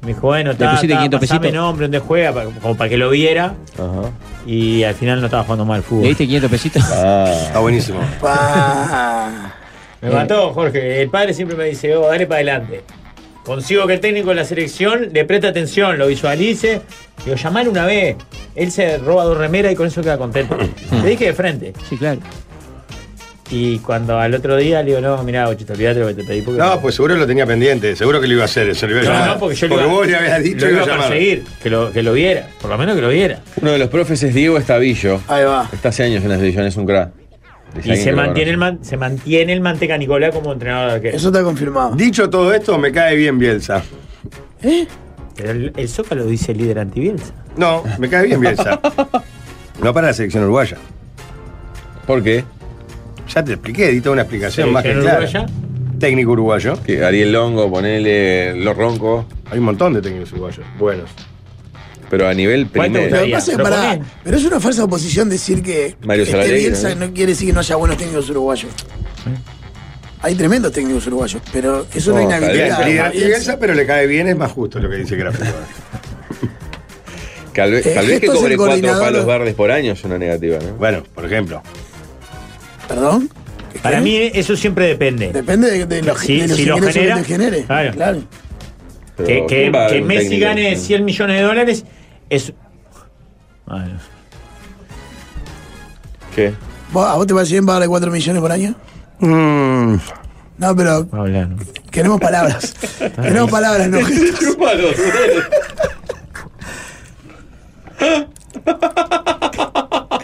Me dijo, bueno, está,
pusiste
está,
500
pasame
pesitos?
nombre, dónde juega, pa- como para que lo viera.
Ajá.
Y al final no estaba jugando mal al fútbol.
¿Le diste 500 pesitos?
Ah.
Está buenísimo.
Pa.
Me mató, Jorge. El padre siempre me dice, oh, dale para adelante. Consigo que el técnico de la selección le preste atención, lo visualice. Digo, llamar una vez. Él se roba dos remeras y con eso queda contento. Le dije de frente.
Sí, claro.
Y cuando al otro día le digo, no, mirá, bochito, olvidate lo que te pedí. Porque
No, pues seguro lo tenía pendiente, seguro que lo iba a hacer, eso lo iba a
No,
llamar.
no, porque yo le iba-
vos le habías
lo
dicho que
iba
lo
a
llamaba.
conseguir, que lo, que lo viera, por lo menos que lo viera.
Uno de los profes es Diego Estavillo.
Ahí va.
Está hace años en la selección, es un crack. Dice
Y
alguien
se
que lo
mantiene, el
conoce.
man- se mantiene el manteca Nicolás como entrenador de arquero.
Eso está confirmado.
Dicho todo esto, me cae bien Bielsa.
¿Eh? Pero el, el Zócalo dice líder antibielsa.
No, me cae bien Bielsa. No para la selección uruguaya.
¿Por qué?
Ya te expliqué, edita una explicación más que
Selección
clara.
uruguaya.
Técnico uruguayo.
Que Ariel Longo, ponele Los Ronco.
Hay un montón de técnicos uruguayos. Buenos.
Pero a nivel
¿Cuál te
primero.
Lo
gustaría?
que pasa es que
Pero
pará,
ponen.
pero es una falsa oposición decir que
Mario
este
Saladegui,
Bielsa
¿no?
¿no? quiere decir que no haya buenos técnicos uruguayos. Hay tremendos técnicos uruguayos, pero
Oh,
eso no,
No, está bien.
inhabilita.
Liderati y Bielsa, pero le cae bien, es más justo lo que dice el gráfico.
Tal vez,
Eh,
tal vez que
Gesto es el
cobre cuatro
coordinador.
palos verdes por año es una negativa, ¿no?
Bueno, por ejemplo.
¿Perdón?
Para
¿Qué?
mí eso siempre depende.
Depende de, de los,
Si-
de los
si lo
ingresos
genera,
que te genere.
claro.
Pero
Que, que-
¿quién va a
que
ver un
Messi
técnico?
gane 100 millones de dólares es... Bueno,
¿Qué?
¿Vos- ¿A vos te parece bien pagarle 4 millones por año? No, pero
no hablar, ¿no?
queremos palabras. queremos palabras, no. gestos.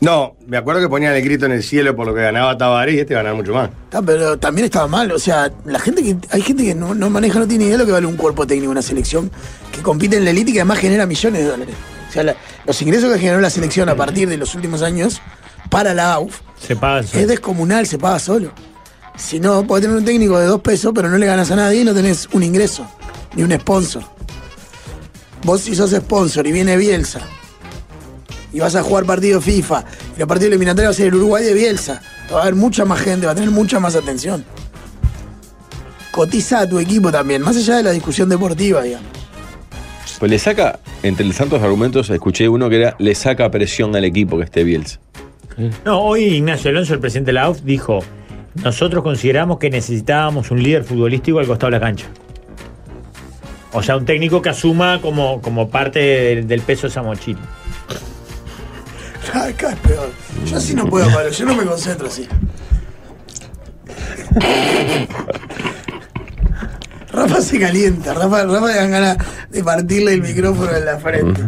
No, me acuerdo que ponían el grito en el cielo por lo que ganaba Tabaré y este ganaba mucho más.
Está, pero también estaba mal. O sea, la gente que hay gente que no, no maneja, no tiene idea de lo que vale un cuerpo técnico, una selección que compite en la elite y que además genera millones de dólares. O sea, la- los ingresos que generó la selección a partir de los últimos años para la AUF
Se pagan
es descomunal, se paga solo. Si no, podés tener un técnico de dos pesos, pero no le ganas a nadie y no tenés un ingreso, ni un sponsor. Vos si sos sponsor y viene Bielsa, y vas a jugar partido FIFA, y los partidos eliminatorios va a ser el Uruguay de Bielsa, va a haber mucha más gente, va a tener mucha más atención. Cotiza a tu equipo también, más allá de la discusión deportiva, digamos.
Pues le saca, entre los tantos argumentos, escuché uno que era, le saca presión al equipo que esté Bielsa.
No, hoy Ignacio Alonso, el presidente de la AUF, dijo: Nosotros consideramos que necesitábamos un líder futbolístico al costado de la cancha. O sea, un técnico que asuma como, como parte del, del peso esa mochila.
Acá es peor. Yo así no puedo, Pablo, yo no me concentro así. Rafa se calienta, Rafa, Rafa le dan ganas de partirle el micrófono en la frente.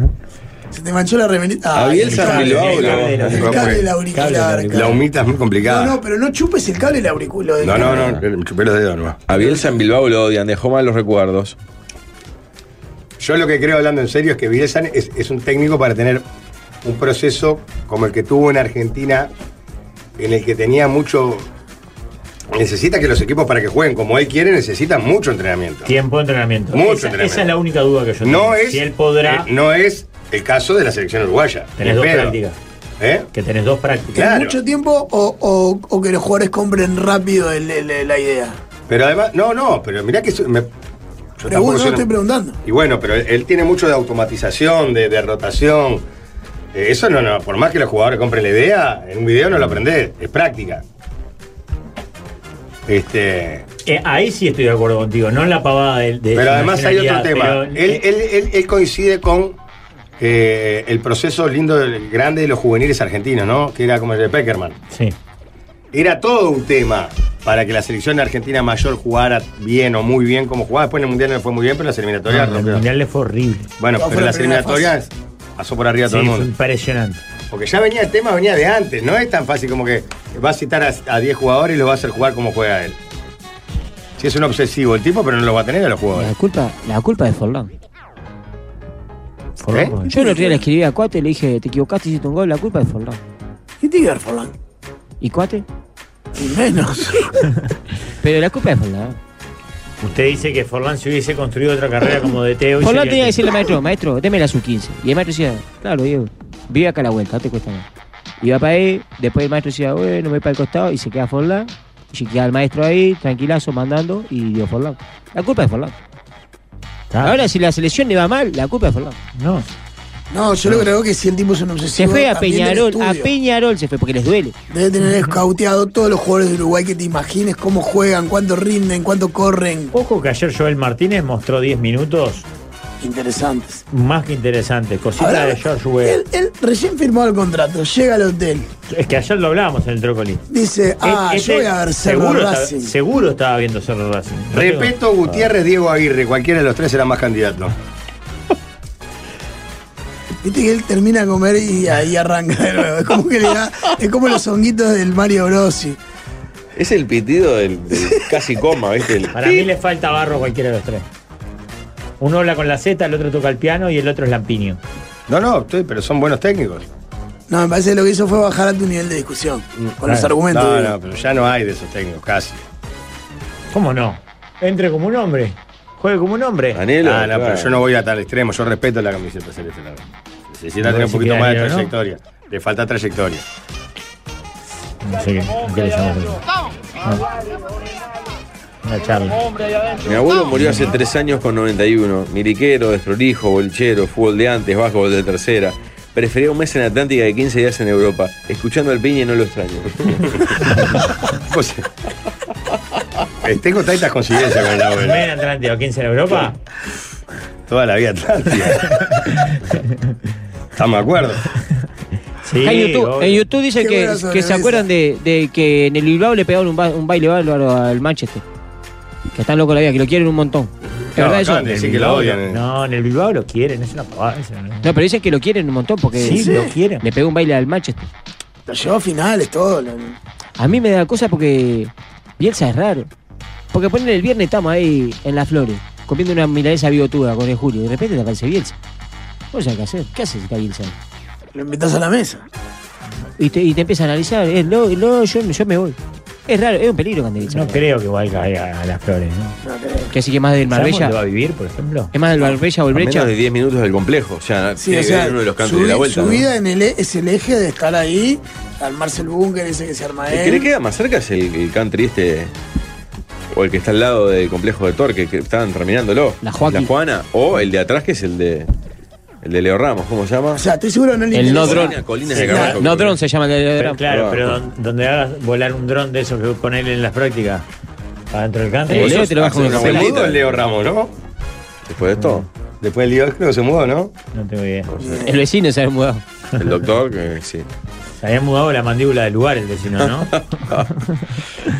Se te manchó la
Ah,
remerita.
A
Ay,
Bielsa
el cable,
Bilbao,
el cable,
¿no?
el
Rafa,
cable, el
el
auricular.
cable, el
La
claro.
humita es muy
No,
complicada.
no, pero no chupes el cable y el auricular.
No, no, no, me chupé los dedos nomás.
A Bielsa en Bilbao lo odian, dejó mal los recuerdos.
Yo lo que creo, hablando en serio, es que Bielsa es, es un técnico para tener un proceso como el que tuvo en Argentina, en el que tenía mucho. Necesita que los equipos para que jueguen como él quiere necesitan mucho entrenamiento.
Tiempo de entrenamiento.
Mucho
esa,
entrenamiento.
esa es la única duda que yo tengo.
No es,
si él podrá,
eh, no es el caso de la selección uruguaya.
tenés
Ni
dos
pedo.
prácticas.
¿Eh?
Que tenés dos prácticas.
Claro.
¿Mucho tiempo o, o- o que los jugadores compren rápido el- el- la idea?
Pero además, no, no, pero mirá que. su- me- yo
Pero
tampoco
vos no
soy una-
estoy preguntando.
Y bueno, pero él, él tiene mucho de automatización, de, de rotación. Eh, eso no, no, por más que los jugadores compren la idea, en un video no lo aprendés, es práctica. Este.
Eh, ahí sí estoy de acuerdo contigo, no en la pavada del. de
Pero
la
además hay otro tema.
nacionalidad,
Él,
pero- eh,
él- él- él coincide con eh, el proceso lindo, del- grande de los juveniles argentinos, ¿no? Que era como el de Peckerman.
Sí.
Era todo un tema para que la selección de Argentina mayor jugara bien o muy bien como jugaba. Después en el Mundial no le fue muy bien, pero las eliminatorias
el
rompió.
mundial le fue horrible.
Bueno,
¿Cuál
pero
fue la
las
primera
eliminatorias pasó por arriba
Sí,
todo
fue
el mundo.
impresionante.
Porque ya venía el tema, venía de antes. No es tan fácil como que vas a citar a, a 10 jugadores y los va a hacer jugar como juega él. Si es un obsesivo el tipo, pero no los va a tener a los
La
jugadores.
culpa, la culpa de Forlán.
Fue
¿Eh?
horrible.
Yo el otro día le escribí a Cuate y le dije, te equivocaste, hiciste un gol, la culpa de Forlán.
¿Qué tiene que ver Forlán?
¿Y Cuate?
Ni menos.
Pero la culpa es de Forlán.
Usted dice que Forlán se hubiese construido otra carrera como de Teo. y
Forlán
Eh, sería-
tenía que decirle al maestro, maestro, deme la sub-15. Y el maestro decía, claro, Diego, vive acá a la vuelta, no te cuesta nada. Iba para ahí, después el maestro decía, bueno, me voy para el costado y se queda Forlán. Y queda el maestro ahí, tranquilazo, mandando, y dio Forlán. La culpa es de Forlán.
Ah,
Ahora, si la selección le va mal, la culpa es de Forlán.
No.
No, yo lo creo que si el tipo es un
Se
obsesivo.
fue a
también del
Peñarol, a
estudio.
Peñarol se fue, porque les duele.
Debe tener escauteado todos los jugadores de Uruguay que te imagines cómo juegan, cuánto rinden, cuánto corren.
Ojo que ayer Joel Martínez mostró 10 minutos
Interesantes.
más que interesantes. Cosita
Ahora,
de George Weah.
él, él recién firmó el contrato, llega al hotel,
Es que ayer lo hablábamos en el Trócoli.
dice, ah,
E-
yo
este-
voy a ver Cerro
seguro, está-
Racing.
seguro estaba viendo Cerro Racing. No tengo- Ah.
Repeto, Gutiérrez, Diego Aguirre, cualquiera de los tres era más candidato.
Viste que él termina a comer y ahí arranca de nuevo. Es como que le da, es como los honguitos del Mario Brosi.
Es el pitido del, del casi coma, ¿viste? El-
Para mí le falta barro a cualquiera de los tres. Uno habla con la Z, el otro toca el piano y el otro es Lampiño.
No, no, estoy, pero son buenos técnicos.
No, me parece que lo que hizo fue bajar a tu nivel de discusión. Con los
claro.
argumentos.
No,
digo.
no, pero ya no hay de esos técnicos, casi.
¿Cómo no? Entre como un hombre. Juegue como un hombre.
Anhelo,
Ah, no,
claro.
pero yo no voy a tal extremo, yo respeto la camiseta celeste. la verdad. Necesita tener un
si
poquito
queda
más de
dinero, ¿no?
trayectoria. Le falta trayectoria.
No sé qué, no quiero llamar. Una charla.
Mi abuelo murió hace tres años con 91. Miliquero, desprolijo, bolchero, fútbol de antes, básquetbol de tercera. Prefería un mes en Atlántica y 15 días en Europa. Escuchando al piñe no lo extraño.
Eh, Tengo tantas coincidencias con el abuelo.
¿Ven Atlántico 15 en Europa?
Toda la vida Atlántica. Estamos de acuerdo.
Sí,
Acá en, YouTube,
obvio.
en YouTube dice
Qué
que,
buena
que se
sobremesa.
acuerdan de, de que en el Bilbao le pegaron un, ba- un baile bárbaro al Manchester. Que están locos la vida, que lo quieren un montón. ¿Es
No,
verdad eso?
acaban de decir que lo odian. eh.
No, en el Bilbao lo quieren, es una pavada. eso, ¿no?
No, pero dicen que lo quieren un montón porque
Sí,
sí,
lo quieren.
le pegó un baile al Manchester.
Lo llevó a finales, todo. lo-
A mí me da cosa porque Bielsa es raro. Porque ponen el viernes estamos ahí en las flores, comiendo una milanesa bigotuda con el Julio. De repente te aparece Bielsa. No sabes qué hacer. ¿Qué haces si está Bielsa? ahí?
Lo invitás a la mesa.
Y te, y te empieza a analizar. eh, no, no yo, yo me voy. Es raro, es un peligro cuando Bielsa.
No creo que igual caiga a las flores. ¿no?
No creo.
Que así que más del
¿Sabemos dónde va a
Marbella.
vivir, por ejemplo?
Es más del Marbella o el
A
Brecha.
menos de 10 minutos del complejo. O sea,
Sí,
tiene
o
que
sea,
ver uno de los cantos
su,
de la vuelta.
su
¿no?
vida en el, e- es el eje de estar ahí, armarse el búnker ese que se arma
El
él.
que le queda más cerca es el, el country este. O el que está al lado del complejo de Torque, que estaban terminándolo.
La Joaquín.
Juana. O el de atrás, que es el de. El de Leo Ramos, ¿cómo se llama?
O sea, estoy seguro que no le
El no
interesa.
drone.
Colinas de
Sí,
Carrasco.
No, dron se llama el de
Pero, claro,
Ah.
pero don- donde hagas volar un dron de esos que ponerle en las prácticas, adentro del country.
Eh, Leo te lo baja
hace
con
una
el
Se
Pelita.
celular.
mudó el Leo Ramos, ¿no?
Después de esto,
Después del lío, creo que se mudó, ¿no?
No tengo idea.
El vecino se ha mudado.
el doctor, que sí.
Se había mudado la mandíbula del lugar el vecino, ¿no?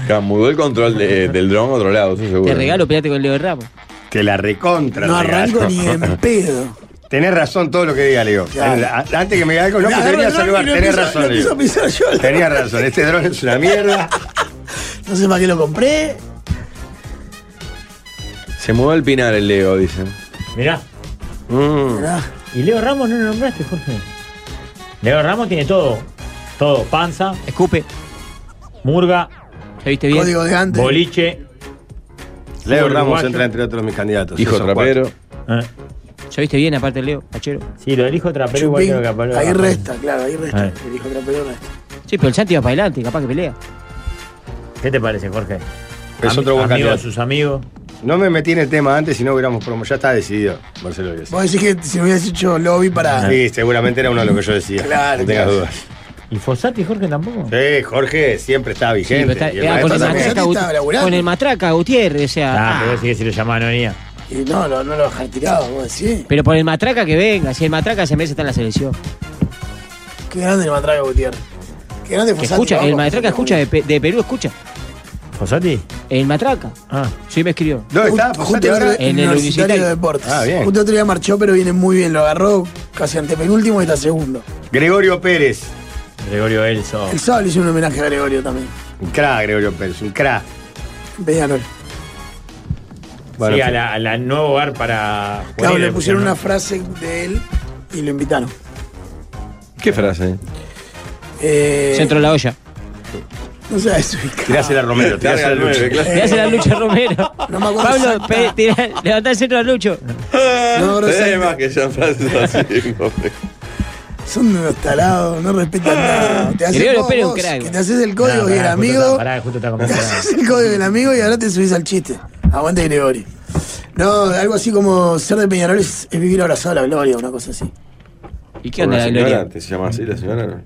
Claro, mudó el control de- del dron a otro lado, eso seguro.
Te regalo, peleate con Leo Ramos.
Que la recontra.
No
te
arranco
ganó.
ni en pedo.
Tenés razón todo lo que diga, Leo.
Claro.
Tenés- a- Antes que me diga algo, no,
Me
que te
agarro
venía a
el dron
saludar.
y lo
Tenés
empiezo-
razón,
lo empiezo
Leo.
a pisar yo.
Tenías razón. Este dron es una mierda.
No sé para qué lo compré.
Se mudó al Pinar el Leo, dicen. Mm.
Mirá.
Mirá,
Y Leo Ramos no lo nombraste, Jorge. Leo Ramos tiene todo. Todo. Panza,
Escupe.
murga,
¿Lo viste bien?
código de antes.
boliche.
Leo
Uruguayo.
Ramos entra entre otros mis candidatos.
Hijo
Esos cuatro.
trapero.
Eh,
¿Lo viste bien aparte Leo? Pachero.
Sí, lo del hijo trapero igual
Chupín.
creo que aparte-
Ahí resta, claro, ahí resta.
Ahí.
El hijo trapero resta.
Sí, pero el Santi va para adelante, capaz que pelea.
¿Qué te parece, Jorge?
Es
Ami-
otro
amigo
buen
de
candidato.
sus amigos.
No me metí en el tema antes, si no hubiéramos promo. Ya está decidido, Marcelo Díaz.
Vos decís que si hubieras hecho lobby para.
Sí, seguramente era uno de los que yo decía.
Claro,
No tengas
claro.
dudas.
¿Y Fossati, Jorge, tampoco?
Sí, Jorge siempre está
Sí, pero
vigente.
está-
y el
ah, con,
maestro
el
también.
también.
matraca,
Santi
Gut-
estaba laburando.
con el matraca Gutiérrez, o sea.
Ah,
ah,
pero sí que si lo llamaban no venía.
Y no, no, no lo dejar tirado, vos decís. "Eh,
pero por el matraca que venga, si el matraca se merece estar en la selección.
Qué grande el matraca Gutiérrez. Qué grande fue
Que
Santi,
escucha,
vamos,
el matraca escucha, de, Pe- de Perú escucha.
¿Fossati?
El matraca.
Ah.
Sí me escribió.
¿Dónde está?
Justo, justo
Pasate ahora.
otro-
En el
Universitario
Universitario.
de Deportes.
Ah, bien.
Justo otro día marchó, pero viene muy bien. Lo agarró casi antepenúltimo y está segundo.
Gregorio Pérez.
Gregorio
Oh.
Elso.
El sábado le hizo un homenaje a Gregorio también.
Un cra, Gregorio Pérez, un cra.
Peñarol.
Bueno,
sí, a la, a la nuevo hogar para juveniles,
Claro, le pusieron
¿no?
una frase de él y lo invitaron.
¿Qué frase?
Eh,
Centro de la olla.
No sé, es ubicado.
Tirásela a Romero, tirásela a
Larga el
Lucho.
nueve, claro.
Le hace la lucha a Romero.
No me acuerdo
Pablo,
exacta.
pe- tira- levantá el centro a Lucho.
No, no
Te
sé.
debe Ah. más que sean frases así, hombre.
Son unos tarados, no
Ah.
respetan nada. Te haces
Gregorio
vos,
Pérez es un
vos,
crack,
que
güey.
te haces el
No,
código y
pará,
el
justo está-
amigo.
pará, justo está
Te
comenzando.
haces el código del amigo y ahora te subís al chiste. Aguante, Gregorio. No, algo así como ser de Peñarol es, es vivir abrazado a la gloria, una cosa así.
¿Y qué onda
Una
la
señora,
gloria?
¿Te se llama así la señora?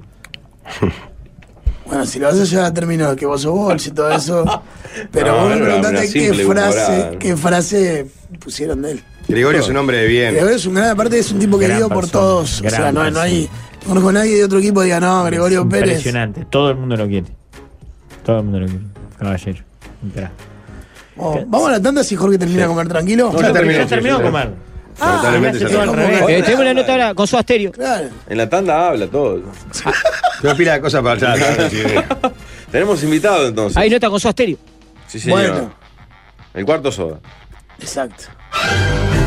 Bueno, si lo haces ya terminó, que vos sos bols y todo eso. Pero
No,
vos
no,
me
una
preguntaste qué
simple
frase,
humorada, ¿no?
qué frase pusieron de él.
Gregorio es un hombre de bien.
Gregorio es un gran, aparte es un tipo
Gran
querido por
persona,
todos. O
gran
sea, no, no
persona.
hay. No conozco a nadie de otro equipo que diga, no, Gregorio Pérez.
Impresionante. Todo el mundo lo quiere. Todo el mundo lo quiere. Caballero. Un crack.
Oh, Vamos a la tanda si Jorge termina de comer tranquilo. Ah.
Ya
No,
terminó,
ya
sí,
terminó
sí,
de comer.
Ah,
se
Lamentablemente ya
hace todo al
terminó.
revés.
Eh, tenemos una nota ahora con su asterio.
Claro.
En la tanda habla todo.
Tengo pila de cosas para atrás. sí.
Tenemos invitado entonces.
Hay nota con su asterio.
Sí, señor.
Bueno.
El cuarto soda.
Exacto.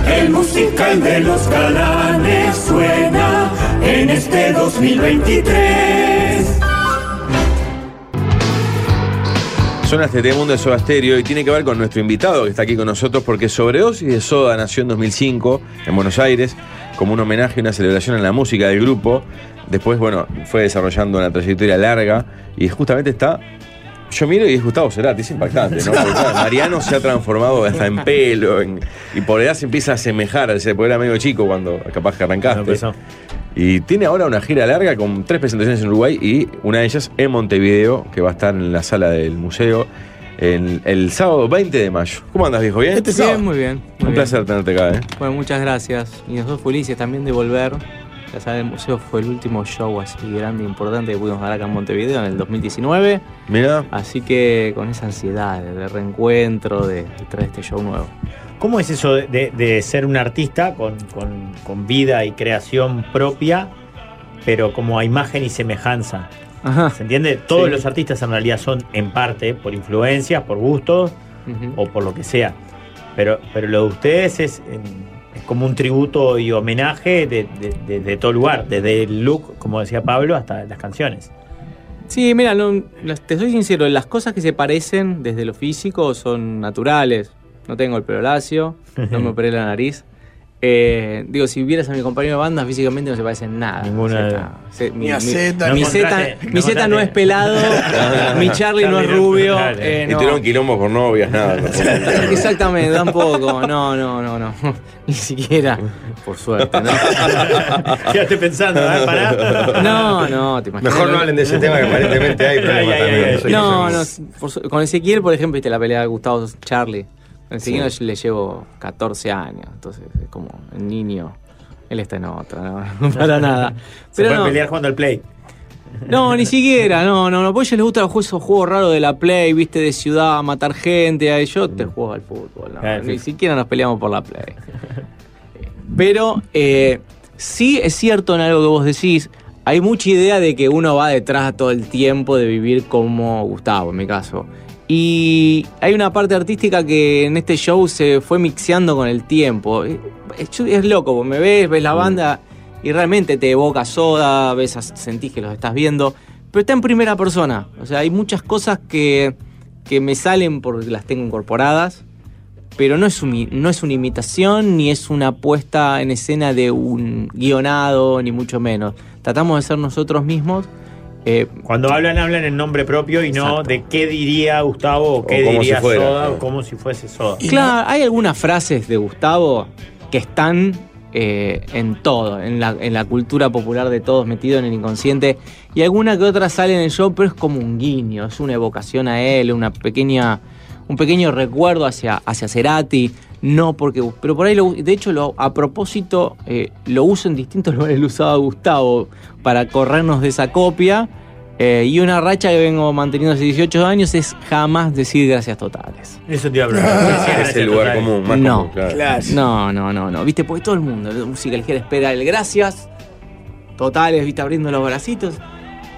El musical de los galanes suena en este 2023.
Suena este tema mundo de Soda Stereo y tiene que ver con nuestro invitado que está aquí con nosotros porque Sobredosis de Soda nació en 2005 en Buenos Aires como un homenaje y una celebración en la música del grupo. Después, bueno, fue desarrollando una trayectoria larga y justamente está Yo miro y es Gustavo Cerati, es impactante, ¿no? Porque, claro, Mariano se ha transformado hasta en pelo, en- y por edad se empieza a asemejar, al ser- porque era medio chico cuando capaz que arrancaste. y tiene ahora una gira larga con tres presentaciones en Uruguay y una de ellas en Montevideo, que va a estar en la sala del museo el, el sábado 20 de mayo. ¿Cómo andas, viejo? ¿Bien?
Este sábado. Bien, muy bien, muy
Un
bien.
placer tenerte acá, ¿eh?
Bueno, muchas gracias. Y nosotros felices también de volver. Ya saben, el museo fue el último show así grande e importante que pudimos dar acá en Montevideo en el 2019.
Mira.
Así que con esa ansiedad de de reencuentro, de, de traer este show nuevo.
¿Cómo es eso de, de- de ser un artista con, con- con vida y creación propia, pero como a imagen y semejanza? ¿Se entiende? Todos
Sí.
los artistas en realidad son en parte por influencias, por gustos o por lo que sea. Pero, pero lo de ustedes es, en- es como un tributo y homenaje de, de- de- de todo lugar, desde el look, como decía Pablo, hasta las canciones.
Sí, mira, no- las- te soy sincero, las cosas que se parecen desde lo físico son naturales. No tengo el pelo lacio, no me operé la nariz. Eh, digo, si vieras a mi compañero de banda, físicamente no se parecen nada.
Ninguna
O
de-
sea, está- se-
Ni a Zeta,
mi
ni-
Zeta,
No
mi Zeta no es pelado, mi Charlie no es rubio. eh,
Y
no.
tuvieron quilombo por novias, nada. tampoco.
Exactamente, tampoco. No, no, no, no. Ni siquiera. Por suerte, ¿no?
Quedaste pensando, ¿eh? Pará.
No, no, te imaginas.
Mejor no hablen de ese tema que aparentemente hay problemas también.
No, no, por su- con Ezequiel, por ejemplo, viste la pelea de Gustavo Charlie. Con Ezequiel yo le llevo 14 años, entonces es como un niño. Él está en otra, no, no para nada.
Se
Pero
pueden
no,
pelear jugando al play.
no, ni siquiera, no, no, no. Porque a ellos les gustan los juegos- esos juegos raros de la Play, viste, de ciudad, matar gente. ahí yo te juego al fútbol, no,
Claro,
ni
sí.
siquiera nos peleamos por la Play. Pero eh, sí es cierto en algo que vos decís. Hay mucha idea de que uno va detrás todo el tiempo de vivir como Gustavo, en mi caso. Y hay una parte artística que en este show se fue mixeando con el tiempo. Eh, Es, es loco, vos me ves, ves
Mm.
la banda y realmente te evoca soda, ves, a- sentís que los estás viendo. Pero está en primera persona. O sea, hay muchas cosas que, que me salen porque las tengo incorporadas pero no es, un- no es una imitación ni es una puesta en escena de un guionado, ni mucho menos. Tratamos de ser nosotros mismos. eh,
Cuando hablan, hablan en nombre propio y no
Exacto.
de qué diría Gustavo o qué
como
diría
si fuera,
Soda
claro.
o como si fuese Soda.
claro, hay algunas frases de Gustavo que están eh, en todo, en la, en la cultura popular de todos, metido en el inconsciente, y alguna que otra sale en el show, pero es como un guiño, es una evocación a él, una pequeña, un pequeño recuerdo hacia, hacia Cerati. No, porque. Pero por ahí, lo- de hecho, lo, a propósito, eh, lo uso en distintos lugares, lo usaba Gustavo para corrernos de esa copia. eh, y una racha que vengo manteniendo hace 18 años es jamás decir gracias totales.
Eso te iba a preguntar.
Ah, es el lugar
Total.
común, más
No.
común, claro.
No, no, no, no. Viste, porque todo el mundo, la música ligera espera el gracias. Totales, viste, abriendo los bracitos.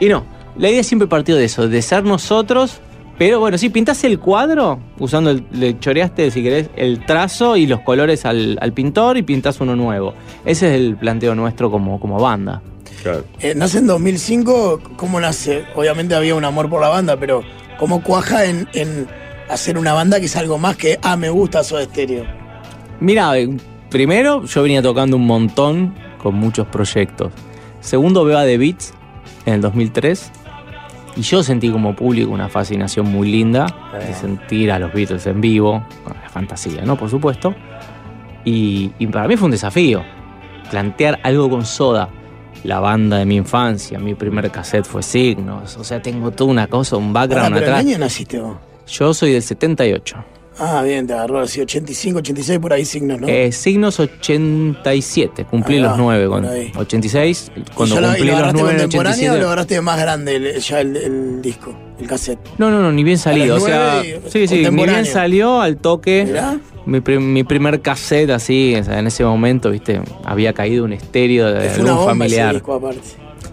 Y no, la idea siempre partió de eso, de ser nosotros. Pero bueno, si pintaste el cuadro, usando el, le choreaste, si querés, el trazo y los colores al, al pintor y pintás uno nuevo. Ese es el planteo nuestro como, como banda.
claro.
Eh, nace en 2005, ¿cómo nace? Obviamente había un amor por la banda, pero ¿cómo cuaja en, en hacer una banda que es algo más que, ah, me gusta Soda Stereo?
Mira, eh, primero yo venía tocando un montón con muchos proyectos. Segundo veo a The Beats en el 2003 y yo sentí como público una fascinación muy linda de sentir a los Beatles en vivo, con la fantasía, ¿no? Por supuesto. Y, y para mí fue un desafío plantear algo con Soda. La banda de mi infancia, mi primer cassette fue Signos, o sea, tengo toda una cosa, un
Pará,
background
Ah, pero ¿en
atrás.
qué año naciste vos?
Yo soy del 78.
Ah, bien, te agarró así, 85, 86, por ahí signos, ¿no?
Eh, signos 87, cumplí
Ahí va,
los 9
por
con
ahí.
86, cuando
¿Y ya lo- y
cumplí
lo,
los
agarraste
9 en
contemporáneo
87.
o lo agarraste más grande el- ya el, el disco, el cassette?
No, no, no, ni bien salido, o
los
sea,
nueve
sí,
y-
sí, ni bien
contemporáneo.
salió al toque.
Mirá.
Mi, pri- mi primer cassette así, o sea, en ese momento, viste, había caído un estéreo de
Fue una
algún
bomba ese
familiar.
disco aparte.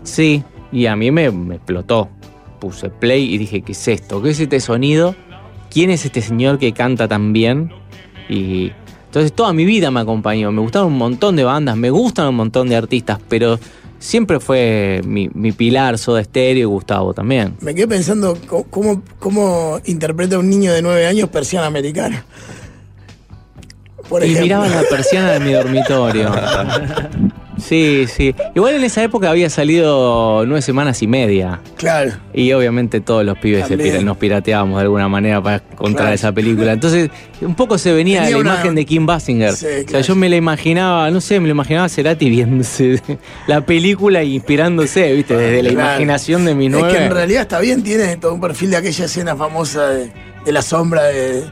Sí, y a mí me, me explotó. Puse play y dije, ¿qué es esto? ¿Qué es este sonido? ¿Quién es este señor que canta tan bien? Y entonces toda mi vida me acompañó. Me gustaron un montón de bandas, me gustan un montón de artistas, pero siempre fue mi, mi pilar, Soda Stereo y Gustavo también.
Me quedé pensando co- cómo, cómo interpreta un niño de 9 años persiana americana. Por
y
ejemplo.
miraba la persiana de mi dormitorio. Sí, sí. Igual en esa época había salido nueve semanas y media.
Claro.
Y obviamente todos los pibes se
También.
pira- nos pirateábamos de alguna manera para encontrar
Claro.
esa película. Entonces, un poco se venía
Tenía
la
una-
imagen de Kim Basinger.
Sí,
O sea,
claro.
yo me la imaginaba, no sé, me lo imaginaba a Cerati viéndose la película e inspirándose, ¿viste? Desde la
Claro.
imaginación de mi
Es
nueve.
que en realidad está bien, tiene todo un perfil de aquella escena famosa de, de la sombra de.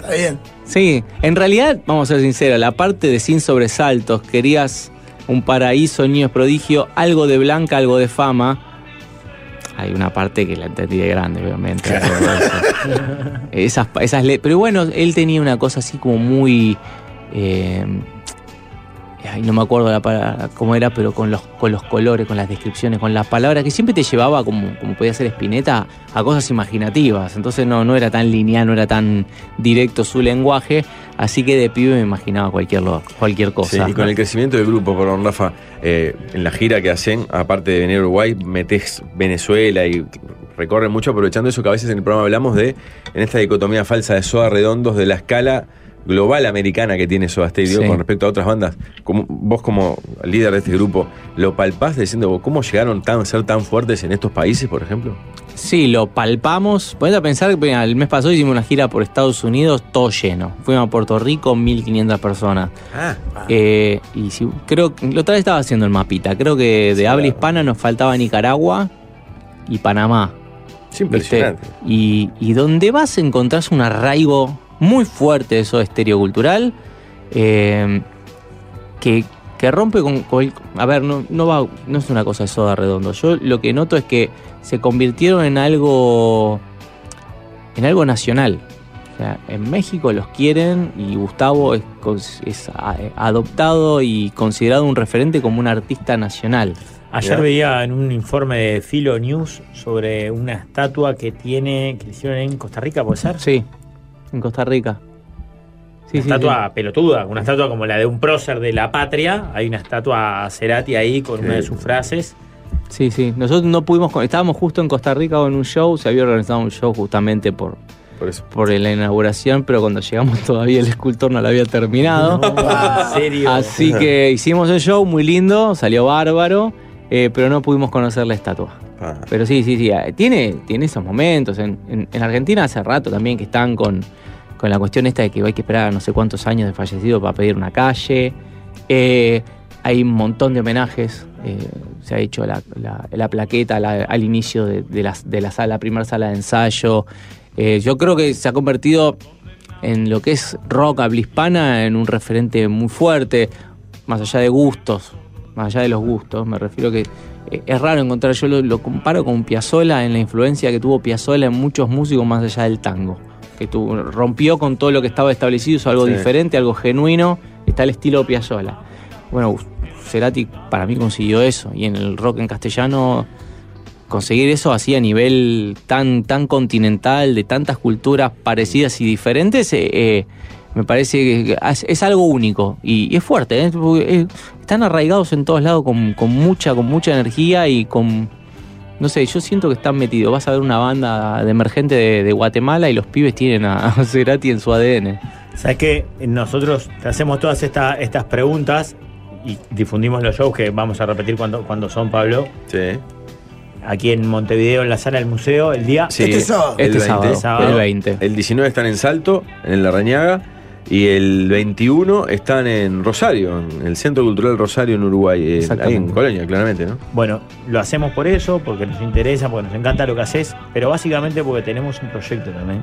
Está bien.
Sí, en realidad, vamos a ser sinceros, la parte de sin sobresaltos, querías un paraíso, niños prodigio, algo de blanca, algo de fama. Hay una parte que la entendí de grande, obviamente. esas, esas le- Pero bueno, él tenía una cosa así como muy. eh, ay, no me acuerdo la palabra- cómo era, pero con los, con los colores, con las descripciones, con las palabras, que siempre te llevaba, como, como podía ser Spinetta, a cosas imaginativas. Entonces no, no era tan lineal, no era tan directo su lenguaje. Así que de pibe me imaginaba cualquier, lo- cualquier
Sí,
cosa.
y con el crecimiento del grupo, perdón, Rafa, eh, en la gira que hacen, aparte de venir a Uruguay, metes Venezuela y recorren mucho, aprovechando eso que a veces en el programa hablamos de, en esta dicotomía falsa de Soda Redondos, de la escala global americana que tiene Soda Stereo
Sí.
con respecto a otras bandas. Como, vos como líder de este grupo, ¿lo palpás diciendo vos, cómo llegaron tan, a ser tan fuertes en estos países, por ejemplo?
Sí, lo palpamos. Ponete a pensar que mira, el mes pasado hicimos una gira por Estados Unidos, todo lleno. Fuimos a Puerto Rico, 1.500 personas.
Ah,
Eh, y si- creo que- la otra vez estaba haciendo el mapita. Creo que de habla hispana nos faltaba Nicaragua y Panamá.
es
¿viste?
impresionante.
Y, y donde vas encontrás un arraigo muy fuerte de eso estereocultural eh, que, que rompe con, con- A ver, no, no, va, no es una cosa de soda redondo. Yo lo que noto es que se convirtieron en algo. en algo nacional. O sea, en México los quieren y Gustavo es, cons- es a- adoptado y considerado un referente como un artista nacional.
Ayer veía en un informe de Filo News sobre una estatua que tiene que le hicieron en Costa Rica, ¿puede ser?
Sí, en Costa Rica. Sí,
una
sí,
estatua pelotuda, una estatua como la de un prócer de la patria. Hay una estatua a Cerati ahí con una de sus frases.
Sí, sí. Nosotros no pudimos. con- Estábamos justo en Costa Rica en un show. Se había organizado un show justamente por,
Por eso.
por la inauguración, pero cuando llegamos todavía el escultor no lo había terminado.
No, en serio.
Así que hicimos el show muy lindo, salió bárbaro, eh, pero no pudimos conocer la estatua.
Ah.
Pero sí, sí, sí. eh, Tiene, tiene esos momentos. En, en- en Argentina hace rato también que están con, con la cuestión esta de que hay que esperar no sé cuántos años de fallecido para pedir una calle. Eh, hay un montón de homenajes. eh, se ha hecho la, la- la plaqueta la- al inicio de, de la, de la sala, primera sala de ensayo. Eh, yo creo que se ha convertido en lo que es rock habla hispana en un referente muy fuerte, más allá de gustos, más allá de los gustos. Me refiero que eh, es raro encontrar, yo lo, lo comparo con Piazzolla en la influencia que tuvo Piazzolla en muchos músicos más allá del tango, que tuvo- rompió con todo lo que estaba establecido, hizo algo
Sí.
diferente, algo genuino, está el estilo Piazzolla. Bueno, Cerati para mí consiguió eso, y en el rock en castellano conseguir eso así a nivel tan, tan continental, de tantas culturas parecidas y diferentes, eh, eh, me parece que es, es algo único y, y es fuerte. ¿eh? Porque, eh, están arraigados en todos lados con, con mucha, con mucha energía y con... No sé, yo siento que están metidos. Vas a ver una banda de emergente de, de Guatemala y los pibes tienen a, a Cerati en su ADN.
¿Sabes qué? Nosotros te hacemos todas esta- estas preguntas y difundimos los shows que vamos a repetir cuando, cuando son, Pablo.
Sí.
Aquí en Montevideo, en la sala del museo, el día.
Sí,
Este sábado.
el
Este sábado,
20.
Sábado.
el 20.
El 19 están en Salto, en La Rañaga, y el 21 están en Rosario, en el Centro Cultural Rosario, en Uruguay, en, ahí en
Exactamente.
Colonia, claramente, ¿no?
Bueno, lo hacemos por eso, porque nos interesa, porque nos encanta lo que haces, pero básicamente porque tenemos un proyecto también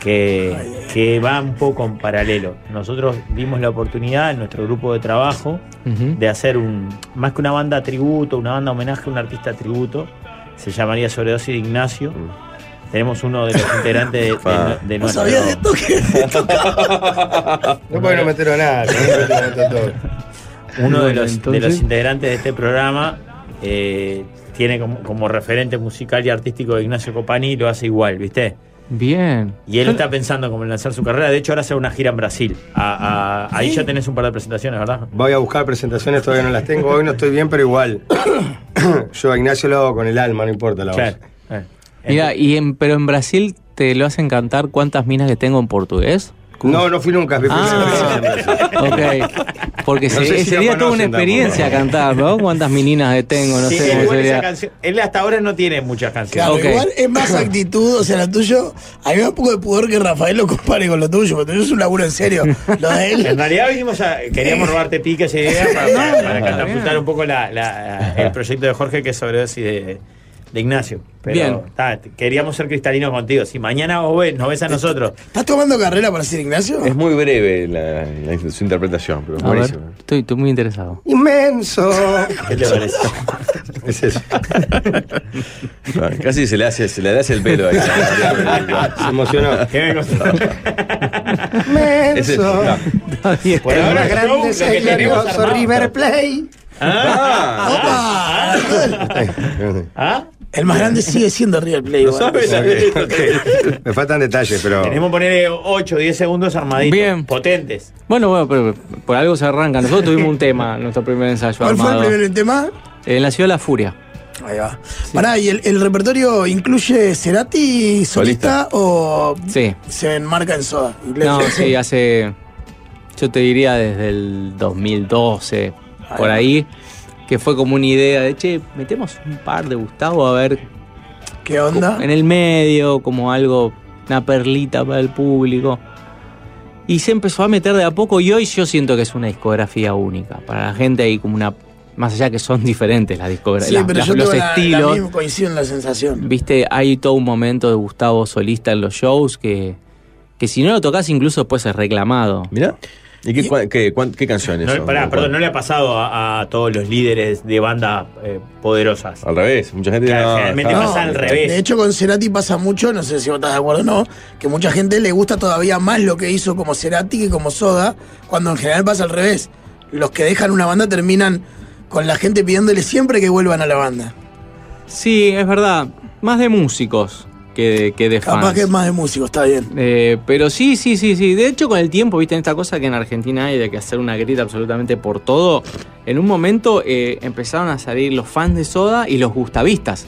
que, que va un poco en paralelo. Nosotros dimos la oportunidad en nuestro grupo de trabajo
¿Mm?
Ujú.
de hacer un más que una banda tributo, una banda homenaje a un artista tributo. Se llamaría Sobredosis de Ignacio. Tenemos uno de los integrantes de, de- de
No
nuestro.
sabía de esto que.
No puedo no meterlo nada. no puedo no meter todo.
uno de
Bueno,
los, de
entonces.
los integrantes de este programa eh, tiene como, como referente musical y artístico de Ignacio Copani y lo hace igual, ¿viste?
Bien.
Y él está pensando como en lanzar su carrera. De hecho, ahora hace una gira en Brasil. A- a- ahí ya tenés un par de presentaciones, ¿verdad?
Voy a buscar presentaciones, todavía no las tengo. Hoy no estoy bien, pero igual. Yo a Ignacio lo hago con el alma, no importa la voz.
Claro. Eh.
Mira, y en, pero en Brasil te lo hacen cantar cuántas minas que tengo en portugués.
No, no fui nunca. fui
Ah, ok. Porque
No
se-
sé si la
sería toda una
conocen tampoco.
experiencia cantar, ¿no? ¿Cuántas meninas detengo? No
Sí,
sé cómo
igual esa
sería.
canción- él hasta ahora no tiene muchas canciones.
Claro,
Ok.
igual es más actitud, o sea, lo tuyo. A mí me da un poco de pudor que Rafael lo compare con lo tuyo, porque tuyo es un laburo en serio. Lo de
En
él.
realidad vinimos a, queríamos robarte pique esa idea para, para- para catapultar un poco la- la- el proyecto de Jorge que es sobredosis de, de Ignacio. Pero
Bien.
ta, te- queríamos ser cristalinos contigo. Si mañana vos ves, nos ves a nosotros.
¿Estás tomando carrera para ser Ignacio?
Es muy breve la, la- su interpretación, pero es
A ver,
buenísimo.
estoy, estoy muy interesado.
Inmenso.
¿Qué te parece?
Es eso.
Ah, Casi se le hace, se le hace el pelo ahí.
Se emocionó.
¿Qué me costó?
Ese-
Inmenso.
no.
Está bien.
Por ahora
Ahora
el
grande
show, lo que
es el
tenemos
hermoso
armado.
River Play.
Ah,
¡Opa!
ah,
El más grande sigue siendo River Play. igual.
Ok, ok. Me faltan detalles, pero.
Tenemos que poner 8 o 10 segundos armaditos.
Bien.
Potentes.
Bueno, bueno, pero por algo se arranca. Nosotros tuvimos un tema, en nuestro primer ensayo
¿Cuál fue el
armado.
primer tema?
En la ciudad de la furia.
Ahí va. Pará, ¿y el, el repertorio incluye Cerati solista, o
Sí.
se enmarca en soda? Inglés.
No, sí, hace. Yo te diría desde el 2012, por ahí, que fue como una idea de che, metemos un par de Gustavo a ver
¿Qué onda?
en el medio, como algo, una perlita para el público. Y se empezó a meter de a poco y hoy yo siento que es una discografía única. Para la gente hay como una... Más allá que son diferentes las discografías,
Sí,
las-
pero
las-
yo
los
tengo la- la
estilos.
misma- coincido en la sensación.
Viste, hay todo un momento de Gustavo solista en los shows que, que si no lo tocas incluso después es reclamado.
Mirá. ¿Y qué, cua- qué, cuán- qué canciones
No,
son?
pará, perdón, no le ha pasado a, a todos los líderes de bandas eh, poderosas.
Al revés, mucha gente.
Claro,
no,
generalmente
está-
pasa al revés.
De hecho, con Cerati pasa mucho, no sé si vos estás de acuerdo o no, que mucha gente le gusta todavía más lo que hizo como Cerati que como Soda, cuando en general pasa al revés. Los que dejan una banda terminan con la gente pidiéndole siempre que vuelvan a la banda.
Sí, es verdad. Más de músicos que de, que de
Capaz
fans.
que es más de músico, está bien.
Eh, pero sí, sí, sí, sí. De hecho, con el tiempo, viste, en esta cosa que en Argentina hay de que hacer una grita absolutamente por todo, en un momento eh, empezaron a salir los fans de Soda y los gustavistas.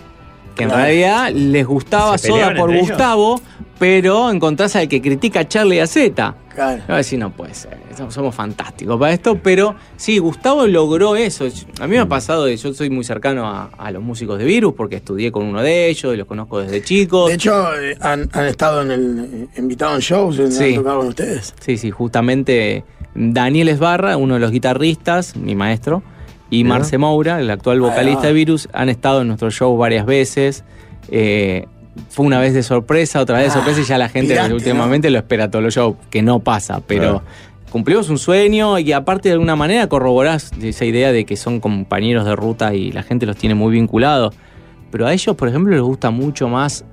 Que en
Claro.
realidad les gustaba
¿Se peleaban
Soda por
entre ellos?
Gustavo, pero encontrás al que critica a Charlie y a Zeta.
Claro.
Yo voy a decir, no puede ser, somos, somos fantásticos para esto, pero sí, Gustavo logró eso. A mí me
Mm.
ha pasado, de- yo soy muy cercano a, a los músicos de Virus porque estudié con uno de ellos y los conozco desde chicos.
De hecho, eh, han, han estado en el eh, invitado en shows, en-
Sí.
han tocado con ustedes.
Sí, sí, justamente Daniel Esbarra, uno de los guitarristas, mi maestro, y Marce Moura, el actual vocalista
va.
de Virus, han estado en nuestro show varias veces. Eh, fue una vez de sorpresa, otra vez de
Ah,
sorpresa, y ya la gente
pirate,
últimamente lo espera todos los shows, que no pasa, pero cumplimos un sueño y aparte de alguna manera corroborás esa idea de que son compañeros de ruta y la gente los tiene muy vinculados. Pero a ellos, por ejemplo, les gusta mucho más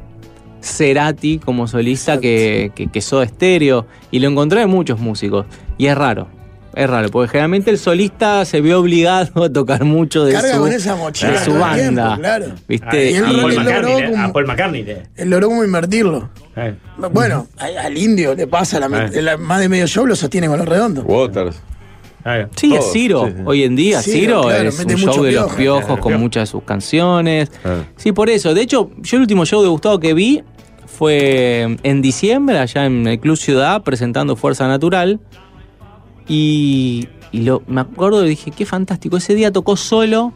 Cerati como solista que, que, que Soda Stereo. Y lo encontré en muchos músicos. Y es raro. Es raro, porque generalmente el solista se vio obligado a tocar mucho de
Carga
su,
con esa mochila
de su
todo el
banda.
tiempo, claro.
¿Viste?
y
a,
él
Y-
lo-
Paul
él logró
McCartney, ¿eh?
como-
a Paul McCartney. ¿eh?
Él logró como invertirlo. Bueno, a- al indio le pasa, la,
Ah.
la- más de medio show lo sostiene con los redondos.
Waters.
Eh.
Claro.
Sí, es
Todos,
Ciro.
sí, sí.
Hoy en día,
Ciro,
Ciro,
claro,
es un
mete mucho
show de los
piojo.
piojos
Claro,
con
piojo.
muchas de sus canciones.
Ah.
Sí, por eso. De hecho, yo el último show de Gustavo que vi fue en diciembre, allá en el Club Ciudad, presentando Fuerza Natural. Y, y lo, me acuerdo y dije, qué fantástico. Ese día tocó solo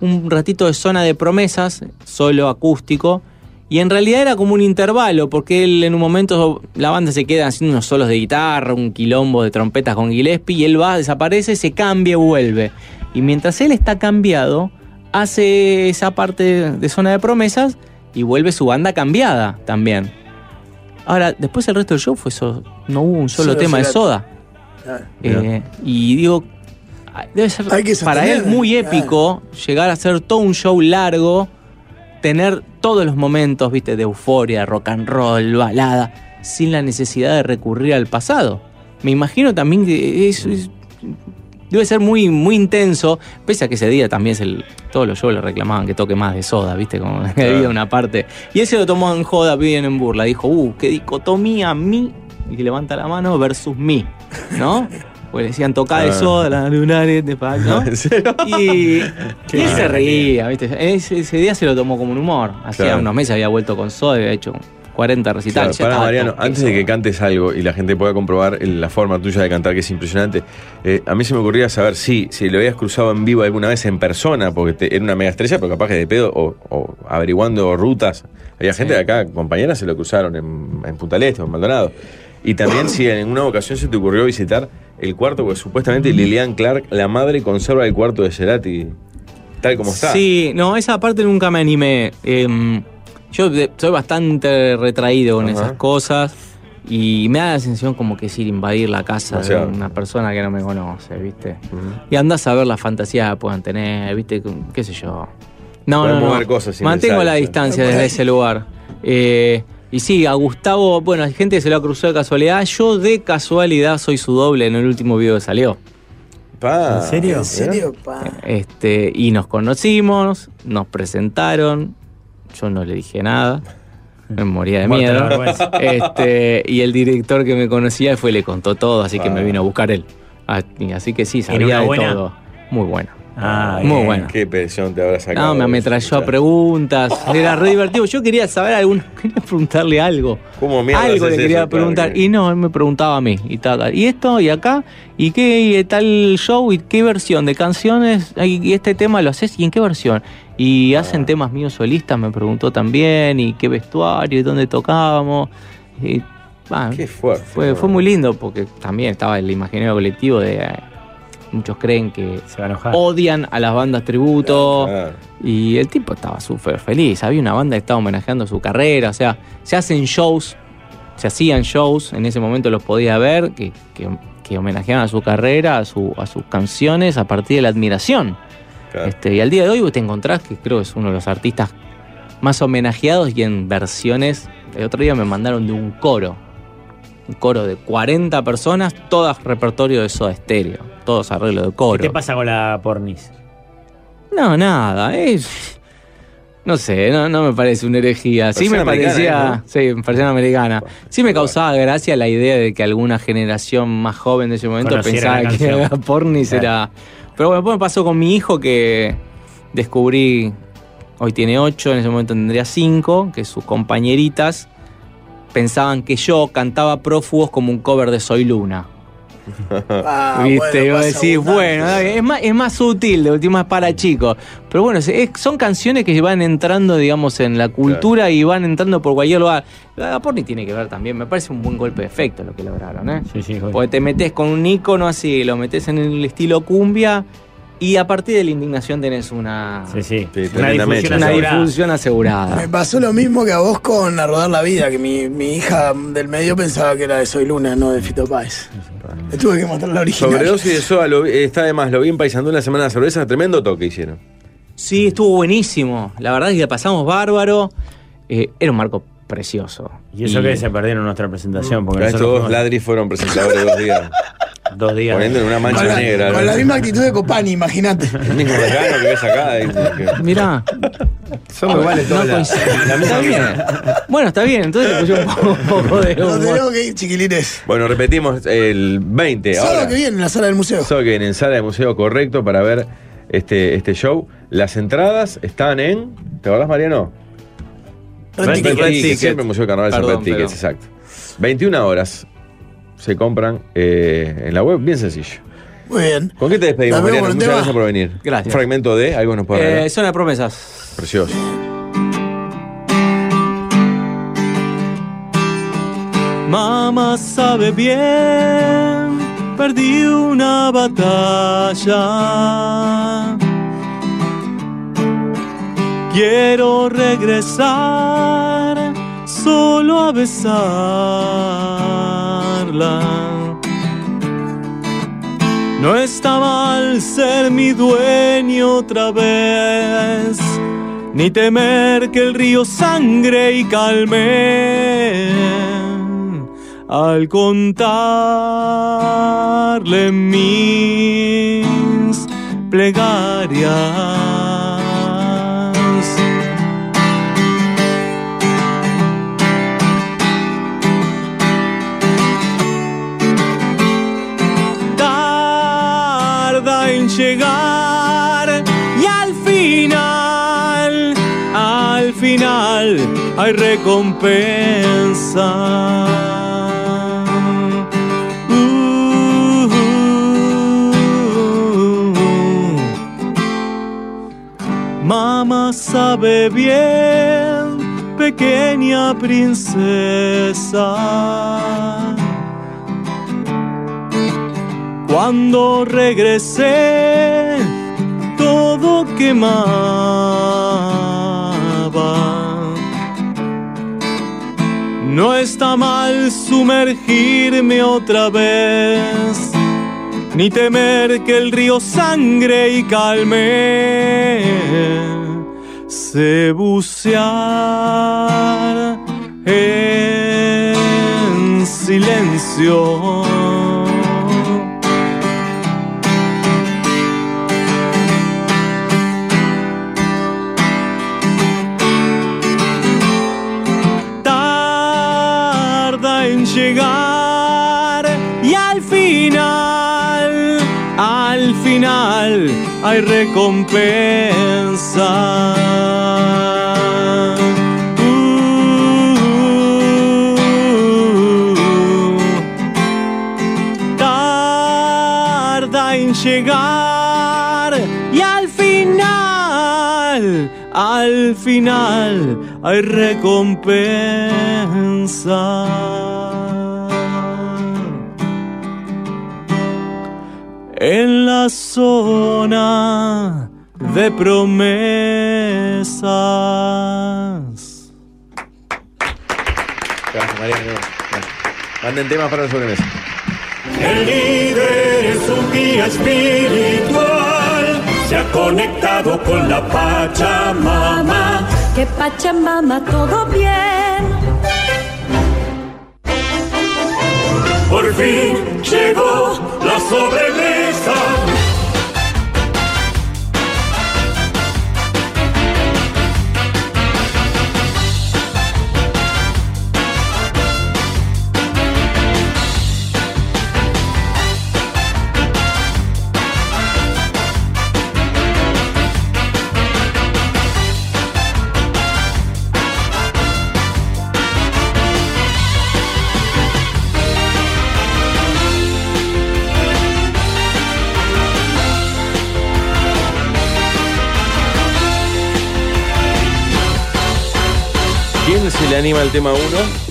un ratito de zona de promesas, solo acústico. Y en realidad era como un intervalo, porque él en un momento la banda se queda haciendo unos solos de guitarra, un quilombo de trompetas con Gillespie, y él va, desaparece, se cambia y vuelve. Y mientras él está cambiado, hace esa parte de zona de promesas y vuelve su banda cambiada también. Ahora, después el resto del show fue eso, no hubo un solo
Solo
tema de
Cerati.
soda.
Claro.
Eh, y digo, debe ser
Hay que
para él
sostener,
muy
claro.
épico llegar a hacer todo un show largo, tener todos los momentos, viste, de euforia, rock and roll, balada, sin la necesidad de recurrir al pasado. Me imagino también que es- es- debe ser muy, muy intenso, pese a que ese día también es el, todos los shows le reclamaban que toque más de soda, viste, como había una parte. Y él se lo tomó en joda, bien en burla, dijo, uh, qué dicotomía, mí, y levanta la mano, versus mí, ¿no? Pues le decían, toca de
Ah.
soda, la lunares de pal, ¿no?
¿En serio?
Y, y él se
maravilla.
reía, ¿viste? Ese, ese día se lo tomó como un humor. Hacía
Claro.
unos meses había vuelto con Soda, había hecho 40
Claro,
recitales. ya
para
estaba
Mariano,
todo
antes
eso.
de que cantes algo y la gente pueda comprobar el- la forma tuya de cantar, que es impresionante, eh, a mí se me ocurría saber si, si lo habías cruzado en vivo alguna vez en persona, porque te- era una mega estrella, pero capaz que de pedo, o, o averiguando rutas. Había gente de acá, compañeras, se lo cruzaron en, en Punta del Este o en Maldonado. Y también si en una ocasión se te ocurrió visitar el cuarto, porque supuestamente Lilian Clark, la madre, conserva el cuarto de Cerati, tal como está.
Sí, no, esa parte nunca me animé. Em, yo de- soy bastante retraído con
Ajá.
esas cosas y me da la sensación como que es ir a invadir la casa
Demasiado.
de una persona que no me conoce, ¿viste? Y andás a ver las fantasías que puedan tener, ¿viste? ¿Qué sé yo? No,
Pueden
no, no.
mover cosas sin
Mantengo
pensar,
la
sí.
distancia desde ese lugar. Eh, y sí, a Gustavo, bueno, hay gente que se lo ha cruzado de casualidad. Yo de casualidad soy su doble en el último video que salió.
Pa,
¿En serio?
Ah, ¿En serio, pa?
Este, y nos conocimos, nos presentaron, yo no le dije nada, me moría de
Muerto la
miedo.
vergüenza.
Este, y el director que me conocía fue y le contó todo, así que me vino a buscar él. Ah, y Así que sí,
una
sabía de
buena?
todo. Muy bueno.
Ah,
Muy
bien.
bueno.
Qué presión te habrá sacado.
No, me ametralló a preguntas, era re divertido. Yo quería saber alguna, quería preguntarle algo.
¿Cómo mierda
Algo le
haces
quería
eso? Claro,
preguntar.
que-
Y no, él me preguntaba a mí. Y, tal, tal. y esto, y acá, y qué y eh, tal show, y qué versión de canciones, y, y este tema lo haces, y en qué versión. Y
Ah.
hacen temas míos solistas, me preguntó también, y qué vestuario, y dónde tocábamos. Y, bah,
Qué fuerte.
fue,
¿no?
fue muy lindo porque también estaba el imaginario colectivo de. eh, muchos creen que
Se va a enojar.
odian a las bandas tributo.
Claro.
Y el tipo estaba súper feliz. Había una banda que estaba homenajeando su carrera. O sea, se hacen shows, se hacían shows. En ese momento los podía ver, que, que, que homenajeaban a su carrera, a, su- a sus canciones, a partir de la admiración.
Claro.
Este, y al día de hoy vos te encontrás que creo que es uno de los artistas más homenajeados y en versiones. El otro día me mandaron de un coro. Un coro de 40 personas, todas repertorio de Soda Stereo. Todos arreglos de coro.
¿Qué pasa con la pornis?
No, nada, es. No sé, no, no me parece una herejía. Sí me
Versión americana,
parecía. Sí, versión americana. Sí me
Claro.
causaba gracia la idea de que alguna generación más joven de ese momento
Conociera la
pensaba que
canción. Ah.
la pornis
Claro.
era. Pero bueno, después me pasó con mi hijo que descubrí. Hoy tiene 8, en ese momento tendría 5, que sus compañeritas pensaban que yo cantaba prófugos como un cover de Soy Luna.
Ah,
¿Viste?
bueno,
Vos
pasa
decís,
abundante.
bueno, está bien. es más, es más sutil, de última es para chicos. Pero bueno, es- es- son canciones que van entrando, digamos, en la cultura y van entrando por cualquier lugar. La porni tiene que ver también, me parece un buen golpe de efecto lo que lograron, ¿eh?
Sí, sí,
Porque te metes con un icono así, lo metes en el estilo cumbia y a partir de la indignación tenés una,
Sí, sí.
Sí,
una
tremenda
difusión
mecha.
una
asegurada.
difusión
Me
asegurada.
pasó lo mismo que a vos con A Rodar la Vida, que mi, mi hija del medio pensaba que era de Soy Luna, no de Fito Páez. Le tuve que mostrar la original.
Sobredosis de soda lo vi- está de más, lo vi en Paisandú en la semana de cerveza, tremendo toque hicieron.
Sí, estuvo buenísimo. La verdad es que la pasamos bárbaro. Eh, era un marco precioso.
Y eso que se perdieron nuestra presentación, porque
Acá Estos
nosotros
dos
fuimos
ladris fueron presentadores dos días,
dos días.
poniendo en una mancha
con la,
negra.
con
¿no?
la misma actitud de Copani, imagínate.
El mismo regalo que ves acá. ahí, que-
Mirá,
Somos iguales todos. la- la
Está
misma
bien. Bueno, está bien, entonces le puse un poco, un poco de
Los
humor.
tenemos que ir, chiquilines.
Bueno, repetimos el 20 ahora.
Sábado que viene en la sala del museo.
Sábado que viene en sala de museo correcto para ver este, este show. Las entradas están en. ¿Te acordás, Mariano?
Red
Red
Red
Ticket.
Ticket.
Ticket, Siempre el Museo de Carnaval es
Perdón,
Red Tickets,
pero-
exacto. 21 horas se compran eh, en la web, bien sencillo.
Muy bien.
¿Con qué te despedimos,
Nos vemos
Mariano?
con el
Muchas
tema.
gracias por venir.
Gracias.
Un fragmento de algo nos puede regalar.
Eh, son las promesas.
Precioso.
Mamá sabe bien, perdí una batalla. Quiero regresar solo a besarla. No está mal ser mi dueño otra vez, ni temer que el río sangre y calme. Al contarle mis plegarias. tarda en llegar y al final, al final.
final hay recompensa. Uh, Mamá sabe bien, pequeña princesa. Cuando regresé, todo quemaba. No está mal sumergirme otra vez, ni temer que el río sangre y calme. Se bucear en silencio. tarda en llegar y al final, al final hay recompensa. Uh, tarda en llegar y al final, al final hay recompensa. En la zona de promesas.
Gracias, Mariano. Gracias. Manden temas para la sobremesa.
El líder es un guía espiritual, se ha conectado con la Pachamama.
Que Pachamama todo bien.
Por fin llegó la sobremesa.
¿Quién se le anima al tema 1?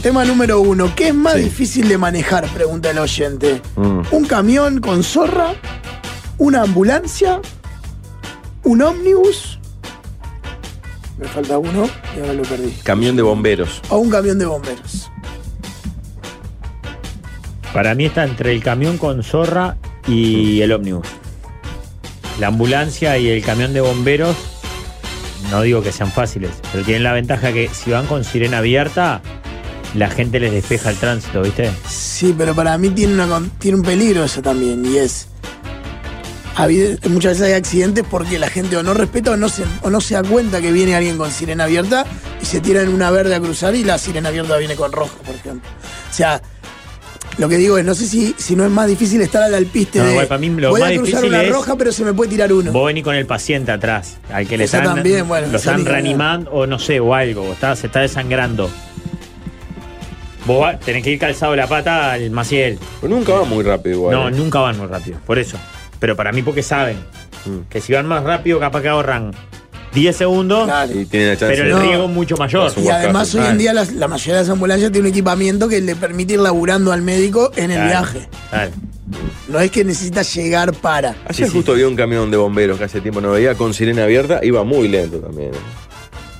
Tema número uno. ¿Qué es más difícil de manejar? Pregunta el oyente.
Mm.
¿Un camión con zorra? ¿Una ambulancia? ¿Un ómnibus? Me falta uno y ahora lo perdí.
Camión de bomberos.
¿O un camión de bomberos?
Para mí está entre el camión con zorra y el ómnibus. La ambulancia y el camión de bomberos, no digo que sean fáciles, pero tienen la ventaja que si van con sirena abierta, la gente les despeja el tránsito, ¿viste?
Sí, pero para mí tiene, una con- tiene un peligro eso también, y es. ha habido- muchas veces hay accidentes porque la gente o no respeta o no, se, o no se da cuenta que viene alguien con sirena abierta y se tiran una verde a cruzar y la sirena abierta viene con rojo, por ejemplo. O sea, lo que digo es, no sé si, si no es más difícil estar al alpiste este
No,
de.
igual para mí lo
voy
más
a cruzar
difícil
una
es-
roja, pero se me puede tirar uno.
Vos venís con el paciente atrás, al que le
Eso
están,
también, bueno, eso
lo están
ni hablar.
reanimando o no sé, o algo, o está, se está desangrando. Vos va- tenés que ir calzado la pata al maciel.
Pero nunca va muy rápido igual. eh.
No, nunca van muy rápido, por eso. Pero para mí porque saben
Mm.
que si van más rápido capaz que ahorran 10 segundos,
Y tiene la chance
pero el
de-
riesgo es mucho mayor.
Es un
Y
guacazo,
además hoy
claro.
en día las- la, mayoría de las ambulancias tiene un equipamiento que le permite ir laburando al médico en el
Claro.
viaje.
Claro.
No es que necesita llegar para.
Ayer
Sí, sí.
justo había un camión de bomberos que hace tiempo no veía, con sirena abierta, iba muy lento también. ¿eh?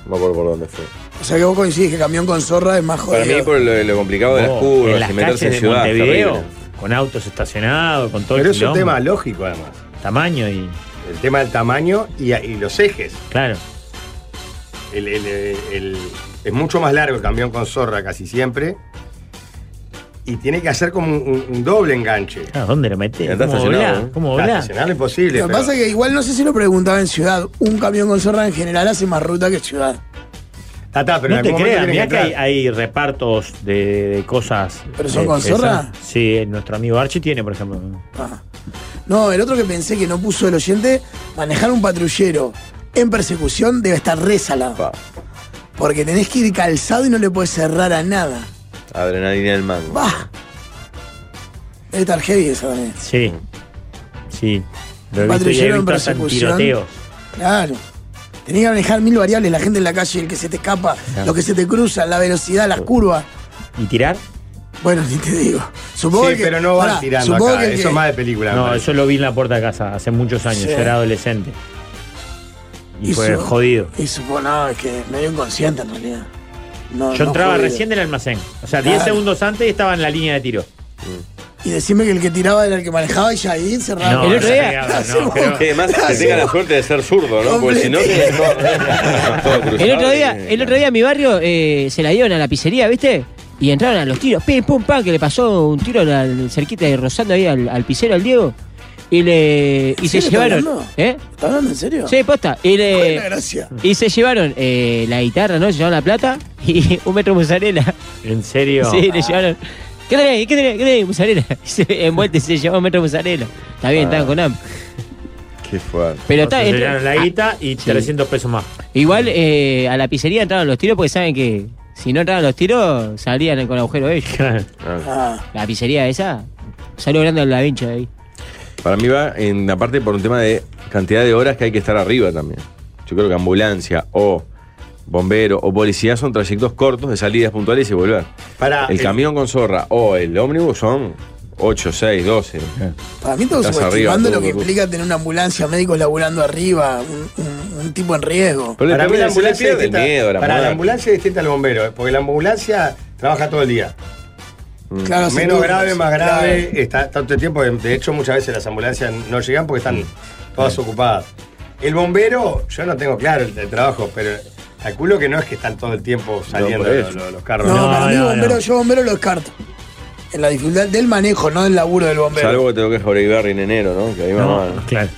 No me acuerdo por dónde fue.
O sea que vos coincidís que camión con zorra es más
Para
jodido.
mí, por lo, lo complicado de las
Vos,
curvas,
Oh, en las
y meterse en
calles de
ciudad. es
Montevideo,
terrible.
con autos estacionados, con todo
Pero
el
es un
quilombo,
tema lógico, además.
tamaño y
El tema del tamaño y, y los ejes.
claro.
El- el- el- es mucho más largo el camión con zorra casi siempre. Y tiene que hacer como un, un- un doble enganche.
Claro, Ah, ¿Dónde lo metés?
Está
¿Cómo
estacionado,
volá?
¿eh?
¿Cómo
Claro,
volá?
estacionarlo es imposible.
Lo que
pero-
pasa es que igual no sé si lo preguntaba en ciudad. Un camión con zorra en general hace más ruta que ciudad.
Tá, tá, Ah, pero en
no te
algún momento
creas,
tiene
mirá que hay,
entrar.
hay repartos de, de cosas.
¿Pero son
eh,
con
esas.
zorra?
Sí, nuestro amigo Archie tiene, por ejemplo.
Ah. No, el otro que pensé que no puso el oyente, manejar un patrullero en persecución debe estar re salado.
Pa.
Porque tenés que ir calzado y no le puedes cerrar a nada.
Adrenalina del mango.
¡Bah! Debe estar heavy esa también.
Sí.
Mm.
Sí. Lo he visto, y he
Patrullero en
visto hasta en
persecución.
tiroteos.
Claro. Tenés que manejar mil variables, la gente en la calle, el que se te escapa,
Claro.
lo que se te cruza, la velocidad, las curvas.
¿Y tirar?
Bueno, ni te digo. Supongo
sí,
que-
pero no van
pará,
tirando
supongo
acá.
que el
Eso
que-
es más de película. me
No,
parece.
eso lo vi en la puerta de casa hace muchos años.
Sí.
Yo era adolescente. Y,
Y
fue
su-
jodido.
Y supongo, no, es que medio inconsciente en realidad. No,
Yo
no Ah.
entraba
jodido.
recién del almacén. O sea, 10
Claro.
segundos antes estaba en la línea de tiro.
Y decime que el que tiraba era el que manejaba y ya ahí cerraba.
No,
el otro
se
día-
pegaba,
Hace
no,
poco.
pero-
Que además que tenga la suerte de ser zurdo, ¿no? Porque si no, que no. todo cruzado
El otro día,
y-
el otro día en mi barrio eh, se la dieron a la pizzería, ¿viste? Y entraron a los tiros, pim, pum, pam, que le pasó un tiro al, cerquita de Rosando ahí al, al pizzero, al Diego. Y le. Y
¿En
se
serio
llevaron.
estás hablando?
¿Eh?
¿Estás hablando en serio?
Sí, posta. Y
Joder, la
le.
gracia.
Y se llevaron eh, la guitarra, ¿no? Se llevaron la plata y un metro de mozzarella.
En serio.
Sí, le llevaron. ¿Qué tenés? ¿Qué tenés? ¿Qué tenés? Mozzarella. Y se envuelta y se llevó un metro de mozzarella. Está bien,
Ah.
estaban con hambre.
Qué fuerte.
Pero
Entonces
está.
se llevaron la
ah,
guita y 300 pesos más.
Igual eh, a la pizzería entraron los tiros porque saben que si no entraban los tiros salían con agujero ellos.
Ah,
La pizzería esa, salió grande a la vincha ahí.
Para mí va, en aparte, por un tema de cantidad de horas que hay que estar arriba también. Yo creo que ambulancia o bombero o policía son trayectos cortos de salidas puntuales y volver.
Para
el camión con zorra o el ómnibus son 8, 6, 12.
para mí estamos
Estás arriba,
subestimando
todo,
lo que
todo.
implica tener una ambulancia, médicos laburando arriba, un, un- un tipo en riesgo.
Pero
Para
también
mí
la
la ambulancia
ambulancia
es
del
distinta,
miedo, a la
para la
muerte.
ambulancia es distinta al bombero, eh, porque la ambulancia trabaja todo el día.
Mm.
Claro, sin
Menos
dudas.
grave, más grave, está tanto tiempo. de- De hecho, muchas veces las ambulancias no llegan porque están
Mm.
todas ocupadas. El bombero, yo no tengo claro el, el trabajo, pero calculo que no es que están todo el tiempo saliendo
por
lo-
eso.
lo- los carros.
No,
No,
para mí
no,
bombero,
no.
yo bombero lo descarto. En la dificultad del manejo, no del laburo del bombero.
Salvo que te toque Jauregui en enero, ¿no? Que ahí va
No,
mal.
claro.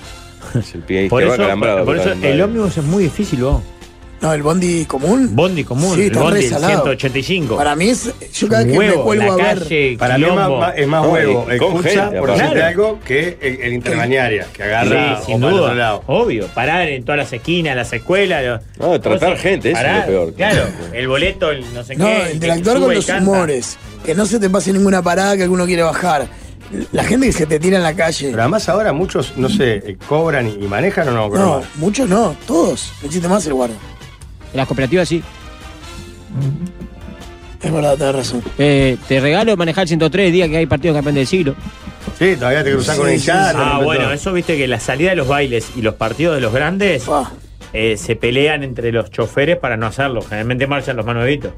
Es el pie
Por
izquierdo
eso,
acalambrado,
por eso
totalmente.
el ómnibus es muy difícil, vos.
No, el bondi común.
Bondi común,
Sí,
el
está
bondi
re
el
salado.
185.
Para mí es. Yo cada vez que me
Huevo,
cuelgo
la
a ver.
calle,
Para mí es más,
quilombo.
más- es más
No,
huevo,
y con
escucha,
gente,
por
aparte.
decirte
Claro.
algo, que el, el intermaniaria, que agarra
Sí,
o
sin
para el otro
duda.
lado.
Obvio, parar en todas las esquinas, las escuelas. los-
No, tratar
cosas.
gente, eso es
Parar,
lo peor.
Claro, el boleto, el no sé
No,
qué.
interactuar
que
con
sube y
los
canta.
humores. Que no se te pase ninguna parada que alguno quiere bajar. La gente que se te tira en la calle.
Pero además ahora muchos, no sé, eh, cobran y y manejan o
No,
no cobran.
muchos no, todos. No existe más el guarda.
En las cooperativas sí.
Es verdad, tenés razón.
Eh, te regalo manejar 103 días que hay partido campeón del siglo.
Sí, todavía te cruzás con
Sí,
el
sí, sí.
chat.
Ah, bueno, eso viste que la salida de los bailes y los partidos de los grandes
Fua.
eh, se pelean entre los choferes para no hacerlo. Generalmente marchan los manuevitos.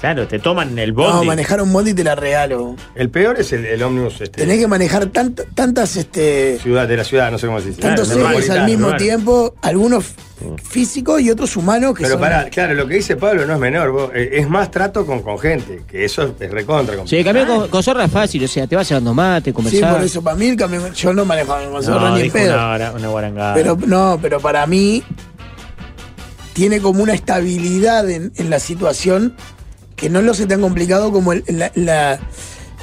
Claro, te toman el bondi.
No, manejar un bondi te la regalo.
El peor es el, el ómnibus este,
Tenés que manejar tant- tantas, este,
ciudad, de la ciudad, no sé cómo se dice.
Claro,
tantos ejes
metropolitano,
al mismo
claro. Mm.
tiempo, algunos f- físicos y otros humanos que
Pero
son.
pará, claro, lo que dice Pablo no es menor, vos, eh, es más trato con, con gente, que eso es- es recontra.
Si el campeón con, con zorra es fácil, o sea, te vas llevando mate,
Sí,
conversar.
por eso para mí el camión, yo no manejo el
No,
Mazorro ni en
dijo
pedo.
una, guara- una guarangada.
Pero no, pero para mí tiene como una estabilidad en, en la situación que no lo hace tan complicado como el, la- la-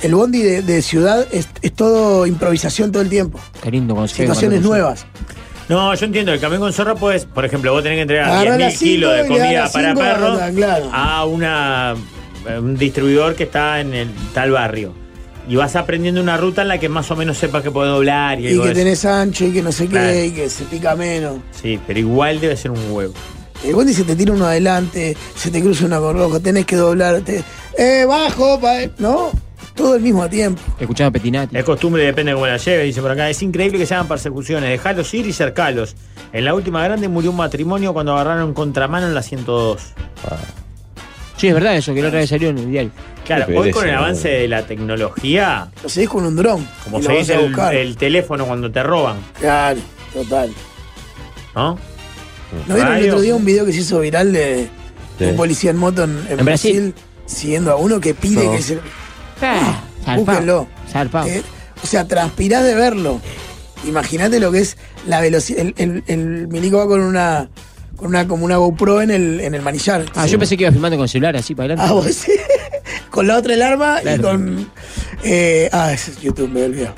el bondi de, de ciudad es, es todo improvisación todo el tiempo.
Qué lindo consejo,
Situaciones
Marco.
nuevas.
No, yo entiendo, el camión con zorra puedes, por ejemplo, vos tenés que entregar
Agarrá las
10.000 kilos de
cinco y le
comida
das
para
cinco
perros
a la- claro.
a una, a un distribuidor que está en el tal barrio. Y vas aprendiendo una ruta en la que más o menos sepas que puede doblar y,
Y
algo
que
de eso.
tenés ancho y que no sé qué
Claro.
y que se pica menos.
Sí, pero igual debe ser un huevo.
El bondi se te tira uno adelante, se te cruza una con rojo, tenés que doblarte. ¡Eh, bajo! pa- ¿No? Todo el mismo tiempo.
Escuchaba a Petinati.
La costumbre depende de cómo la lleves, dicen por acá. Es increíble que se hagan persecuciones, dejalos ir y cercalos. En la última grande murió un matrimonio cuando agarraron contramano en la 102.
Ah,
Sí, es verdad eso, que la otra vez salió en el diario.
Claro,
Qué
hoy
pereza,
con el
¿no?
avance de la tecnología,
Lo seguís con un dron.
como
y lo
se
vas
dice
a
el,
buscar.
el teléfono cuando te roban,
Claro, total.
¿no?
¿No vieron el
Radio.
otro día un video que se hizo viral de, de un policía en moto en, en
En Brasil.
Brasil, siguiendo a uno que pide que se.
Ah,
Búsquenlo.
Zarpado. Zarpado.
que- o sea, transpirás de verlo. Imaginate lo que es la velocidad. El, el- el milico va con una. con una como una GoPro en el, en el manillar.
Ah, yo pensé que iba filmando con celular así para
Ah,
adelante.
vos sí. con la otra el arma y con. eh, ah, es YouTube, me olvidó.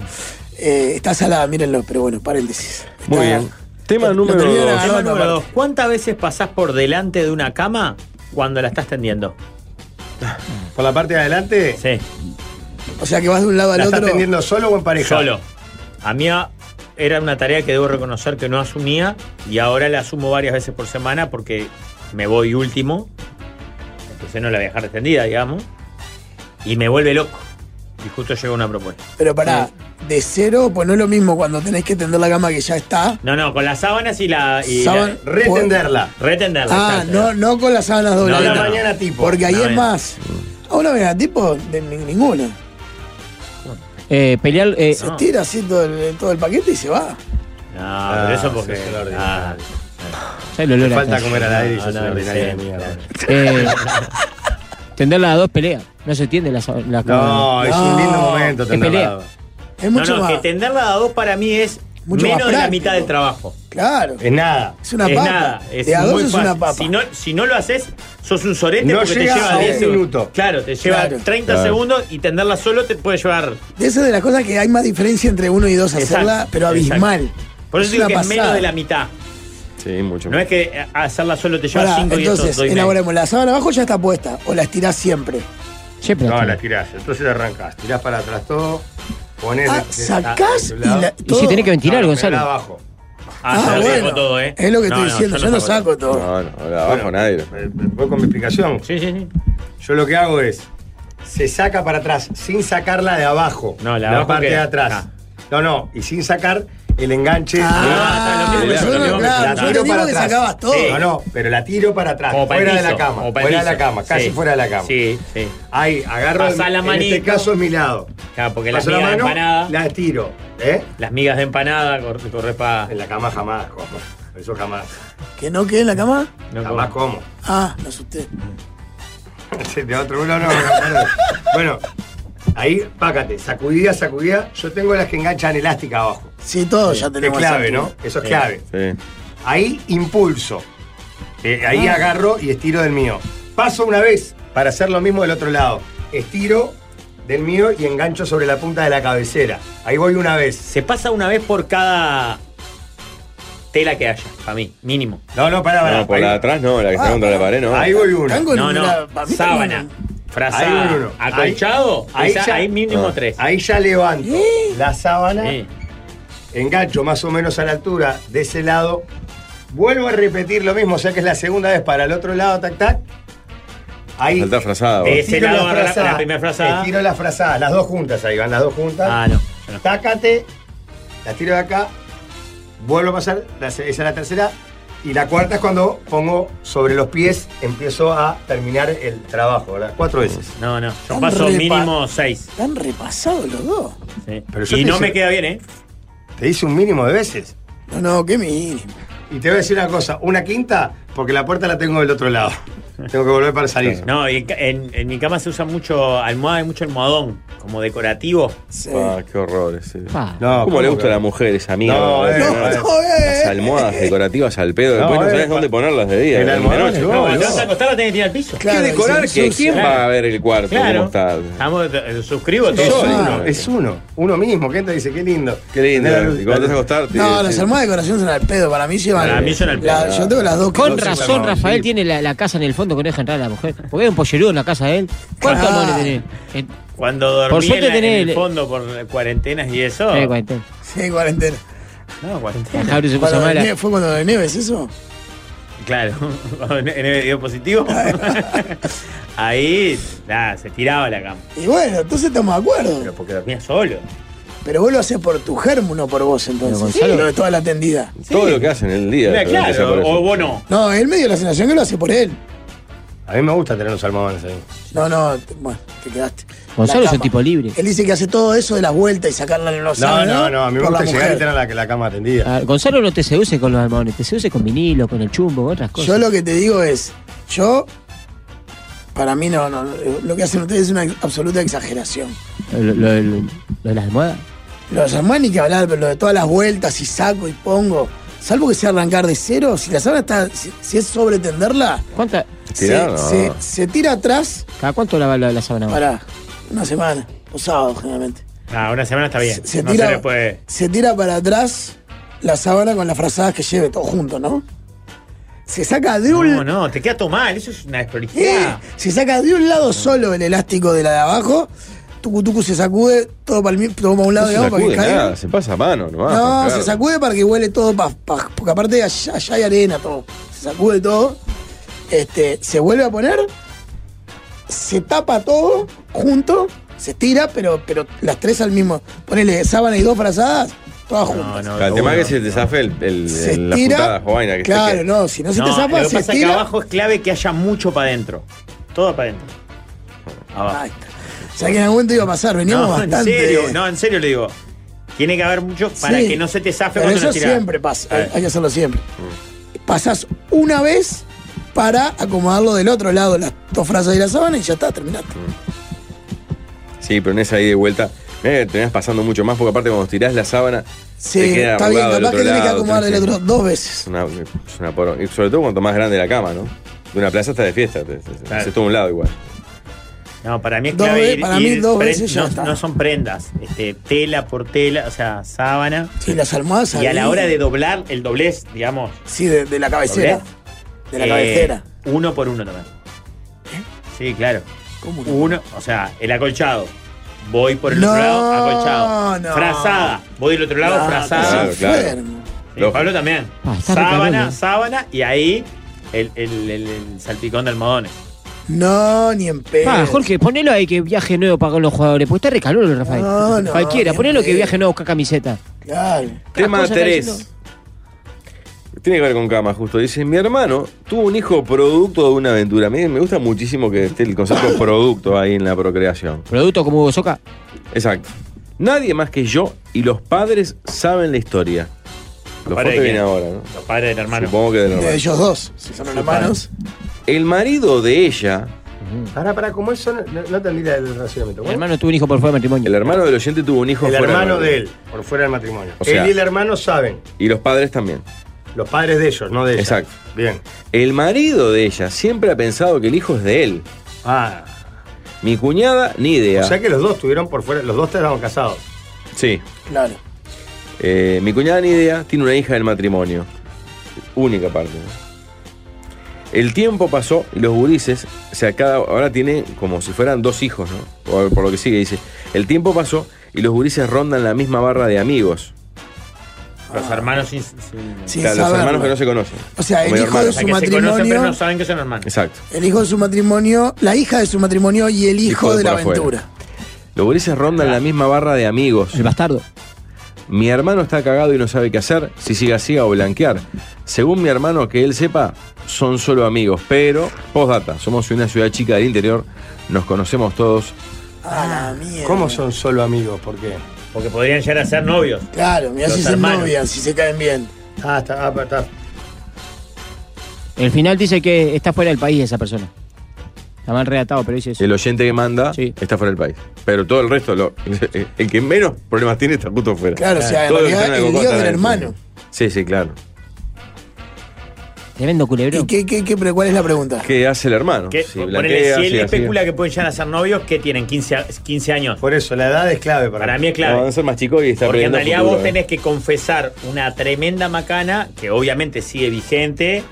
Eh, está salada, mírenlo, pero bueno, paréntesis.
Muy
Está-
bien. Tema número
Tema
dos.
número dos. ¿Cuántas veces pasás por delante de una cama cuando la estás tendiendo?
¿Por la parte de adelante?
Sí.
O sea que vas de un lado al
¿La estás
otro.
tendiendo
solo o en pareja?
Solo. A mí a- era una tarea que debo reconocer que no asumía y ahora la asumo varias veces por semana porque me voy último. Entonces no la voy a dejar extendida, digamos. Y me vuelve loco. Y justo llegó una propuesta.
Pero pará, de cero, pues no es lo mismo cuando tenés que tender la cama que ya está.
No, no, con las sábanas y la. Y
Sábana-
la-
Retenderla.
Retenderla.
ah,
exacto.
no, no con las sábanas dobles.
No, no, no. Mañana tipo.
Porque ahí
No,
es
bien.
más. A una mañana tipo, de ni- ninguna.
Eh, pelear. eh,
Se tira así todo el, todo el paquete y se va.
No, pero eso porque. ah,
¿sabes el olor a
Falta
casa?
comer al aire y yo
No,
soy
no,
ordinario de
sí.
mierda.
Eh, tender las dos peleas. No se tiende las las
No, es un lindo
No.
momento
Es
tener
pelea.
la-
Mm. Es
No,
mucho
no,
más.
que tenderla a dos para mí es
Mucho más
menos de la
práctico.
mitad del trabajo.
Claro.
Es nada.
Es una
es
papa.
nada, es
de a dos
muy
es
fácil.
una papa.
Si no, si no lo haces, sos un sorete
No
porque te
llega a
lleva
un
10 segundos.
minuto.
Claro, te lleva
Claro.
30
Claro.
segundos y tenderla solo te puede llevar.
De esas de las cosas que hay más diferencia entre uno y dos
Exacto,
hacerla, pero abismal.
Por eso
Es
digo
una
que es menos
pasada.
de la mitad.
Sí, mucho.
No es que eh, hacerla solo te lleva
Pará,
5 y
entonces,
esto, doy medio.
elaboremos. La sábana abajo ya está puesta. O la estirás siempre.
Siempre las
No, la
tiene.
tirás. Entonces arrancás. Tirás para atrás todo. Ponés.
Ah, sacás y la.
Y si tenés que ventilar,
Tirar,
Gonzalo.
abajo.
Ah,
Ah,
yo lo saco
bueno,
todo, ¿eh?
Es lo que
No,
estoy
no,
diciendo, yo no saco todo.
No, no, ahora abajo
Bueno,
nadie.
eh, Voy con mi explicación.
Sí, sí, sí.
Yo lo que hago es, se saca para atrás, sin sacarla de abajo.
No, la abajo
parte
queda.
de atrás.
Ah.
No, no, y sin sacar el enganche.
Ah,
Ah, está lo mismo,
yo
lo
no,
mismo que
claro,
la
la
yo
tiro
te digo
para
que
atrás.
sacabas todo.
No, no, pero la tiro para atrás,
Como para el
fuera de la
piso,
cama,
como para el
fuera de la
piso.
cama, casi
Sí.
fuera de la cama.
Sí, sí.
Ahí, agarro,
Pasá la
en
manito.
este caso es mi lado.
Claro, porque las
Paso la
migas de
mano,
empanada.
la tiro, ¿eh?
Las migas de empanada corre, corre para.
En la cama jamás, como. Eso jamás.
¿Que no quede en la cama?
jamás como.
Ah, me asusté.
Sí, de otro uno no, no, no. Bueno, ahí, pácate, sacudida, sacudida. Yo tengo las que enganchan elástica abajo.
Sí, todo ya
Es
tenemos.
clave,
esa
¿no?
altura.
Eso es clave.
Sí.
Ahí impulso. Eh, ahí
Ah.
agarro y estiro del mío. Paso una vez para hacer lo mismo del otro lado. Estiro del mío y engancho sobre la punta de la cabecera. Ahí voy una vez.
Se pasa una vez por cada tela que haya, para mí, mínimo.
No, no, pará, pará.
No, por la de
ahí,
atrás no, la que
Ah,
está contra la pared no.
ahí voy una.
Tango
No, no,
mira, pa' mí
sábana,
tango
frazada,
Ahí, Bruno.
acolchado,
Ahí, ahí
esa-
ya-
ahí mínimo
Ah.
tres.
Ahí ya levanto la sábana,
Sí.
engancho más o menos a la altura de ese lado. Vuelvo a repetir lo mismo, o sea que es la segunda vez para el otro lado, tac, tac. Ahí.
Saltá frazada. vos.
De ese
estiro
lado
la
agarra la-
frazada, Eh,
la primera frazada.
Estiro la frazada, las dos juntas, ahí van las dos juntas.
Ah, no. no.
Tácate, la tiro de acá, vuelvo a pasar, la- esa es la tercera. Y la cuarta es cuando pongo sobre los pies, empiezo a terminar el trabajo, ¿verdad? Cuatro veces.
No, no. Yo
Tan
paso
repa-
mínimo seis.
Están repasados los dos.
sí.
Pero yo
y
te
no
hice-
me queda bien, ¿eh?
Te hice un mínimo de veces.
No, no, qué mínimo.
Y te voy a decir una cosa, una quinta, porque la puerta la tengo del otro lado. Tengo que volver para salir.
No, y en, ca- en- en mi cama se usa mucho almohada y mucho almohadón, como decorativo.
Sí.
Ah, qué horror ese.
Pa.
No,
¿Cómo le gusta a la
que-
mujer esa mierda?
No, eh,
Ah. no, no, eh.
Las almohadas decorativas al pedo.
No,
Después no
eh,
sabes
pa-
dónde ponerlas de día.
El
de
almohadón,
noche.
no,
No,
Cuando te
no.
vas a acostar lo tenés que tirar al piso.
¿Qué
Claro,
decorar?
se
que
ensucia.
¿Quién va a ver el cuarto?
Claro.
¿Cómo está?
Estamos, eh, suscribo
Es
todo.
uno, es uno. Uno mismo. Gente dice, qué lindo.
Qué lindo.
La-
Y cuando te vas a acostar, te-
No,
te-
las almohadas de decoración son al pedo. Para mí llevan.
Para mí son al pedo.
la- yo tengo las dos que
Con
no sé
razón,
cuál-
Rafael tiene la, la casa en el fondo que no deja entrar a la mujer. Porque hay un pollerudo en la casa de él. ¿Cuántos
Claro.
amores tenés?
Ah.
Eh, En-
Cuando dormí
Por suerte
en, la- en
tenés
el
el-
fondo por cuarentenas y eso.
eh, cuarentena.
Sí, cuarentena.
no,
La
cuarentena.
Jabri se puso
Cuando de
mala.
Nieves- ¿Fue cuando de Nieves eso?
Claro, en el dio positivo. Ahí, nada, se tiraba la cama.
Y bueno, entonces estamos de acuerdo.
Porque dormía solo.
Pero vos lo haces por tu germo, no por vos, entonces. Sí,
Gonzalo-
lo de toda la tendida.
Todo
Sí.
lo que hacen en el día.
Mira,
pero empieza por
claro,
eso.
o vos no.
No, él me dio la sensación que lo hace por él.
A mí me gusta tener los almohadones ahí.
No, no, t- bueno, te quedaste.
Gonzalo
La
es un
cama.
tipo libre.
Él dice que hace todo eso de las vueltas y sacarla en los
No,
sábados,
no, no. A mí me
por la
gusta llegar y
mujer.
tener la, la cama tendida.
Ah, Gonzalo no te seduce con los almohadones, te seduce con vinilo, con el chumbo, con otras cosas.
Yo lo que te digo es, yo, para mí no, no, lo que hacen ustedes es una absoluta exageración.
Lo, lo- lo- lo de las almohadas.
Los hermanos ni que hablar, pero lo de todas las vueltas y saco y pongo, salvo que sea arrancar de cero, si la sábana está, si, si es sobre tenderla,
¿Cuánta,
se,
Tirar, no.
se- se tira atrás
¿Cada cuánto lava la, la sábana? vos?
para una semana, o sábado generalmente.
Ah, una semana está bien.
Se, se
no
tira,
se le puede.
se tira para atrás la sábana con las frazadas que lleve, todo junto, ¿no? Se saca de un.
No, no, te queda todo mal, eso es una
¿Eh?
Ah.
desprolijidad.
Se saca de un lado solo el elástico de la de abajo, tucu tucu se sacude, todo para el todo pa'
No
un lado
se
y abajo para
sacude
que caiga.
nada, se pasa a mano nomás.
No,
claro.
se sacude para que huele todo, pa- pa- porque aparte allá, allá hay arena, todo. Se sacude todo, este, se vuelve a poner, se tapa todo junto, se estira, pero, pero las tres al mismo. Ponele sábana y dos frazadas, todas juntas.
Claro, el tema es que se te zafe el, el-
Se
el- la
estira,
puntada jovaina que
claro,
esté-
no, si no se te zapa, se
lo que pasa es que
estira.
abajo es clave que haya mucho para adentro. Todo para adentro. Abajo.
O sea que en algún momento iba a pasar, veníamos
no,
bastante.
en serio, no, en serio le digo. Tiene que haber mucho para
Sí,
que no se te zafe
Pero
cuando
eso
lo tirás.
siempre pasa,
A ver.
hay que hacerlo siempre.
Mm.
Pasás una vez para acomodarlo del otro lado, las dos frases de la sábana y ya está, terminaste.
Sí, pero en esa ida y vuelta mirá que terminás pasando mucho más porque aparte cuando tirás la sábana
Sí,
te queda
está bien,
arrugado del
capaz que
otro
tenés que
lado,
acomodar del
tenés que-
otro dos veces.
Es una, es una poro- Y sobre todo cuanto más grande la cama, ¿no? De una plaza hasta de fiesta. te- te-
Claro.
Se toma un lado igual.
No, para mí es
Dos
clave
ve-
ir-
para mí
ir
dos
pre-
veces ya
no,
está.
no son prendas, este, tela por tela, o sea, sábana.
Sí, las almohadas.
Y a la
ahí.
hora de doblar, el doblez, digamos.
Sí, de, de la cabecera.
doblez,
De la
eh,
cabecera. ¿Eh?
Uno por uno también. Sí, claro.
¿Cómo no?
Uno, o sea, el acolchado. Voy por el
No,
otro lado, acolchado.
no.
Frazada. Voy del otro lado,
Ah,
frazada.
Claro,
estás
claro.
enfermo.
Sí,
Lógico.
Pablo también.
Ah, está
sábana,
recabrón, ¿eh?
sábana y ahí el, el- el- el salpicón de almohadones.
No, ni en pedo.
Ah, Jorge, ponelo ahí que viaje nuevo para los jugadores. Pues está re calor el Rafael.
No, no,
Cualquiera,
bien,
ponelo que
bien.
viaje nuevo a buscar camiseta.
Claro.
Tema
cosa está
3.
diciendo?
Tiene que ver con cama, justo. Dice, mi hermano tuvo un hijo producto de una aventura. Me, me gusta muchísimo que esté el concepto producto ahí en la procreación.
Producto como Hugo Soca.
Exacto. Nadie más que yo y los padres saben la historia. Los
padres
padres
de
vienen
quién?
ahora, ¿no?
Los padres del hermano.
Supongo que de la
De
hermana.
ellos dos, si son hermanos.
El marido de ella, Mm.
Pará, pará, ¿cómo es? Son- No, no entendí la- el racionamiento.
Mi
¿Cómo?
hermano tuvo un hijo por fuera de matrimonio.
el hermano del oyente tuvo un hijo
El
fuera
hermano
matrimonio.
de él, por fuera del matrimonio.
O sea-
él y el hermano saben,
Y los padres también.
los padres de ellos, no de ella.
Exacto.
Bien.
El marido de ella siempre ha pensado que el hijo es de él.
Ah,
Mi cuñada, ni idea.
o sea que los dos estuvieron por fuera, los dos estaban casados.
Sí.
Claro.
Eh, mi cuñada, ni idea, tiene una hija del matrimonio. Única parte. El tiempo pasó y los gurises, o sea, cada, ahora tienen como si fueran dos hijos, ¿no? O por lo que sigue, dice. El tiempo pasó y los gurises rondan la misma barra de amigos.
Los hermanos sin. sin-
Ah. Sin
O sea, los
saberlo.
hermanos que no se conocen.
O sea, el
medio
hijo de
o sea,
su
que se conocen, pero
matrimonio-
no saben que son hermanos.
Exacto.
El hijo de su matrimonio, la hija de su matrimonio y el hijo,
Hijo de
de, la
por afuera.
aventura.
Los gurises rondan la misma barra de amigos.
El bastardo.
Mi hermano está cagado y no sabe qué hacer, si sigue así o blanquear. Según mi hermano, que él sepa, son solo amigos, pero, postdata, somos una ciudad chica del interior, nos conocemos todos.
A
Ah,
la mierda.
¿Cómo son solo amigos? ¿Por qué?
Porque podrían llegar a ser novios.
Claro, mirá
Los
si se
hermanos.
novian, si se caen bien.
Ah, está, ah, está.
El final dice que está fuera del país esa persona. Está mal redactado, pero dice eso.
El oyente que manda
Sí.
está fuera del país. Pero todo el resto, lo- el que menos problemas tiene está puto fuera.
Claro, o sea, en
Todo que
realidad,
está en
el
Bogotá
lío
está
del
en-
hermano.
Sí, sí, claro.
Tremendo
¿Y
culebrón.
qué, qué, qué- pero cuál es la pregunta?
¿Qué hace el hermano?
Que,
Si
ponele,
blanquea,
si él
si hace-
especula que pueden llegar a ser novios, que tienen 15, a- 15 años.
Por eso, la edad es clave para,
Para mí es
No, van
clave.
a ser más chico y está
Porque en
perdiendo
realidad
futuro,
vos
¿eh?
tenés que confesar una tremenda macana que obviamente sigue vigente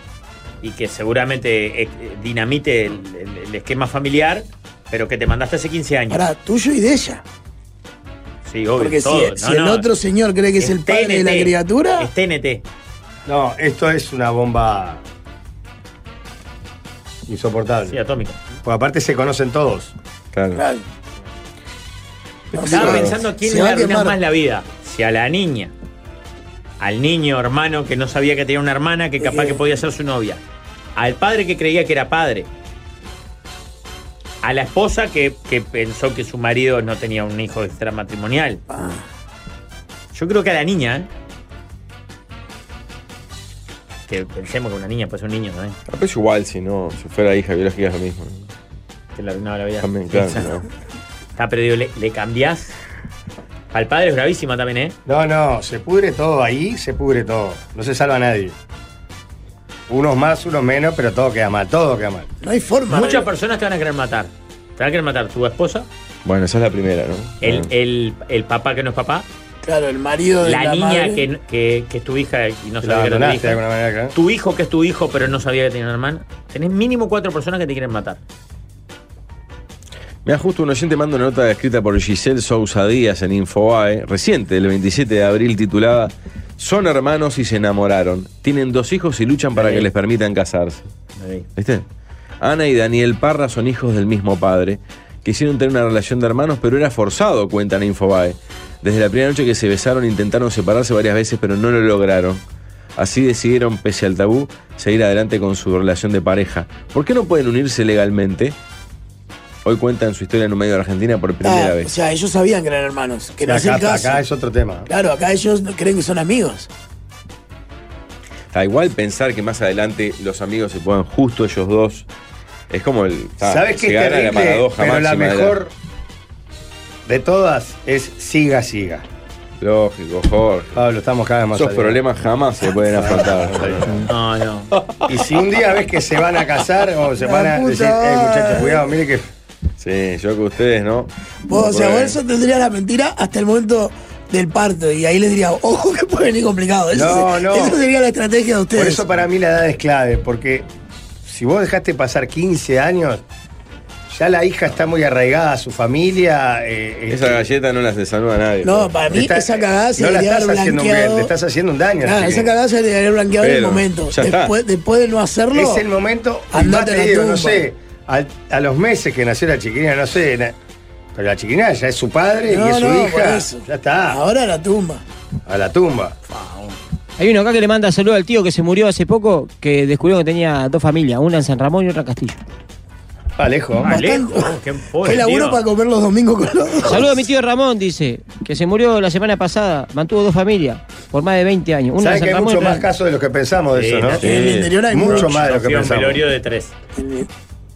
y que seguramente eh, eh, dinamite el, el- el esquema familiar, pero que te mandaste hace 15 años.
Pará, tuyo y de ella.
sí, obvio,
Porque si,
todo. No,
si el
no,
otro señor cree que es, el padre de la
TNT,
criatura,
Este Es TNT.
No, esto es una bomba insoportable.
Sí, atómico.
Porque aparte se conocen todos.
Claro.
claro. No,
Estaba
se va-
pensando quién
se
le
va a
arruina
quemar.
más la vida. Si a la niña, al niño hermano que no sabía que tenía una hermana que capaz que podía ser su novia, al padre que creía que era padre, a la esposa que, que pensó que su marido no tenía un hijo extramatrimonial. Yo creo que a la niña, ¿eh? que pensemos que una niña puede ser un niño también,
Tal vez ¿eh? igual, si no, si fuera hija biológica es lo mismo. ¿no?
que le arruinaba la vida.
También, claro.
Está,
¿no?
pero digo, le, le cambiás. Al padre es gravísima también, ¿eh?
No, no, se pudre todo ahí, se pudre todo. No se salva nadie. Unos más, unos menos, pero todo queda mal, todo queda mal.
No hay forma.
Muchas personas te van a querer matar. Te van a querer matar tu esposa,
Bueno, esa es la primera, ¿no?
el, el- el papá que no es papá,
Claro, el marido de
la,
la,
niña
madre.
que, que, que es tu hija y no sabía que era
La
tu
abandonaste
hija.
de alguna manera, claro.
Tu hijo que es tu hijo, pero no sabía que tenía una hermana. Tenés mínimo cuatro personas que te quieren matar.
Mira, justo un oyente manda una nota escrita por Giselle Sousa Díaz en Infobae, reciente, del 27 de abril, titulada Son hermanos y se enamoraron. Tienen dos hijos y luchan para que les permitan casarse. ¿Viste? Ana y Daniel Parra son hijos del mismo padre. Quisieron tener una relación de hermanos, pero era forzado, cuentan en Infobae. Desde la primera noche que se besaron intentaron separarse varias veces, pero no lo lograron. Así decidieron, pese al tabú, seguir adelante con su relación de pareja. ¿Por qué no pueden unirse legalmente? Hoy cuentan su historia en un medio de Argentina por primera
Ah, o
vez.
sea, ellos sabían que eran hermanos. Que no es el
acá,
caso.
acá es otro tema.
Claro, acá ellos no- creen que son amigos.
Da igual pensar que más adelante los amigos se puedan justo ellos dos. Es como el. ta,
¿Sabes
se
qué es
gana
terrible?
la paradoja
pero la
máxima de
mejor de todas es siga, siga.
Lógico, Jorge.
Pablo, estamos cada vez más
Esos
arriba.
problemas jamás se pueden afrontar.
No, no.
Y si un día ves que se van a casar o se
La
van a
puta
decir, eh, muchachos,
madre".
cuidado, mire que.
Sí, yo que ustedes, ¿no?
Vos, o sea,
Porque-
vos eso tendría la mentira hasta el momento del parto. Y ahí les diría, ojo que puede venir complicado. Eso,
No,
se-
no.
eso sería la estrategia de ustedes.
Por eso para mí la edad es clave, porque si vos dejaste pasar 15 años, ya la hija está muy arraigada a su familia. eh, eh,
Esa galleta no las desaluda a nadie.
no, para mí
está-
esa cagada se
no la
debería
estás
haber
haciendo un bien,
blanqueado.
le estás haciendo un daño.
Claro,
así
esa
que-
cagada se debería haber blanqueado en el
Pero,
momento.
ya está.
Después, después de no hacerlo.
Es el momento. y
Andate
más te
a la
digo, no
tumba.
sé, al- a los meses que nació la chiquilina, no sé. na- pero la chiquilina ya es su padre
No,
y es
no,
su
por
hija.
eso.
Ya está.
Ahora la tumba.
A la tumba.
Hay uno acá que le manda saludos al tío que se murió hace poco, que descubrió que tenía dos familias, una en San Ramón y otra en Castillo.
Alejo.
Alejo, Oh, qué pobre,
Fue laburo
tío.
para comer los domingos con los dos.
Saludos a mi tío Ramón, dice, que se murió la semana pasada, mantuvo dos familias por más de 20 años. Una en
Saben
San
que hay
Ramón y
mucho
otra-
más casos de los que pensamos de
Sí,
eso, ¿no?
sí.
En el interior hay
Mucho
mucho.
más de lo que
Fui a un
pensamos.
velorio de tres.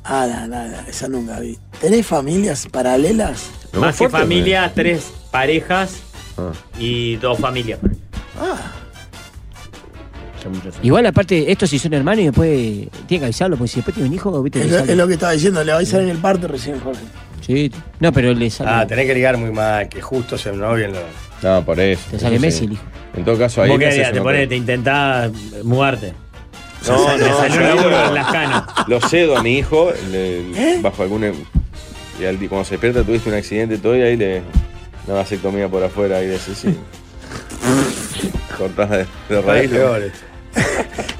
Ah, nada, nada, esa nunca vi. ¿Tenés familias paralelas?
Lo
Más que
fuerte,
familia, tres parejas
Ah.
y dos familias.
Igual aparte, estos si son hermanos y después tiene que avisarlo, porque si después tiene un hijo, viste,
Es
le
lo,
sale.
es lo que estaba diciendo, le va a avisar en el parto recién, Jorge.
Sí, no, pero le sale,
Ah, tenés que ligar muy mal, que justo se novien los.
No, por eso.
te sale
eso
Messi
sí.
el hijo.
En todo caso, ahí.
¿Vos
te
qué
haces
harías? Te
una-
pones, te intentás mudarte.
No,
Te
no,
salió
yo
el laburo
digo-
con las canas.
Lo cedo a mi hijo,
¿Eh?
le- bajo algún. e-, Y al- cuando se despierta tuviste un accidente y todo, y ahí le. Una vasectomía por afuera, ahí le decís, sí. Cortás de, de raíz. ¿no?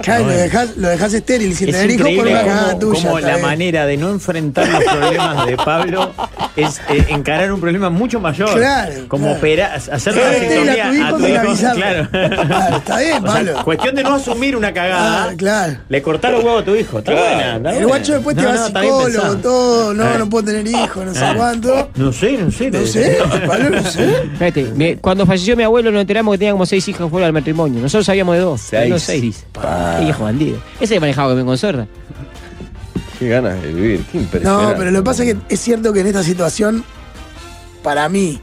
Claro, lo, dejás, lo dejás estéril sin
Es
tener hijos por
increíble
una
cómo,
cagada tuya.
cómo
está
la
bien.
manera de no enfrentar los problemas de Pablo es eh, encarar un problema mucho mayor.
Claro,
como
claro.
operar, hacer
Claro, este,
la
estéril a tu hijo
vasectomía a tu
sin
hijo.
avisarle. Claro,
Claro.
está bien,
O sea,
Pablo.
cuestión de no asumir una cagada.
Ah, claro.
Le cortar los huevos a tu hijo. Está
Claro.
buena, está
El
buena.
guacho después te
Ah, No,
va
no,
a
está bien
psicólogo,
pensado.
todo, no,
Eh.
no puedo tener hijos, no sé
Ah.
cuánto.
No sé, no sé.
No sé, Pablo, no sé.
Fíjate, mi- cuando falleció mi abuelo nos enteramos que tenía como seis hijas fuera del matrimonio. Nosotros sabíamos de dos.
Seis.
Seis. No, seis, dice.
Ah.
Qué hijo bandido. Ese que manejaba que me consorda.
Qué ganas de vivir, qué impresionante.
No, pero lo que pasa es que es cierto que en esta situación, para mí,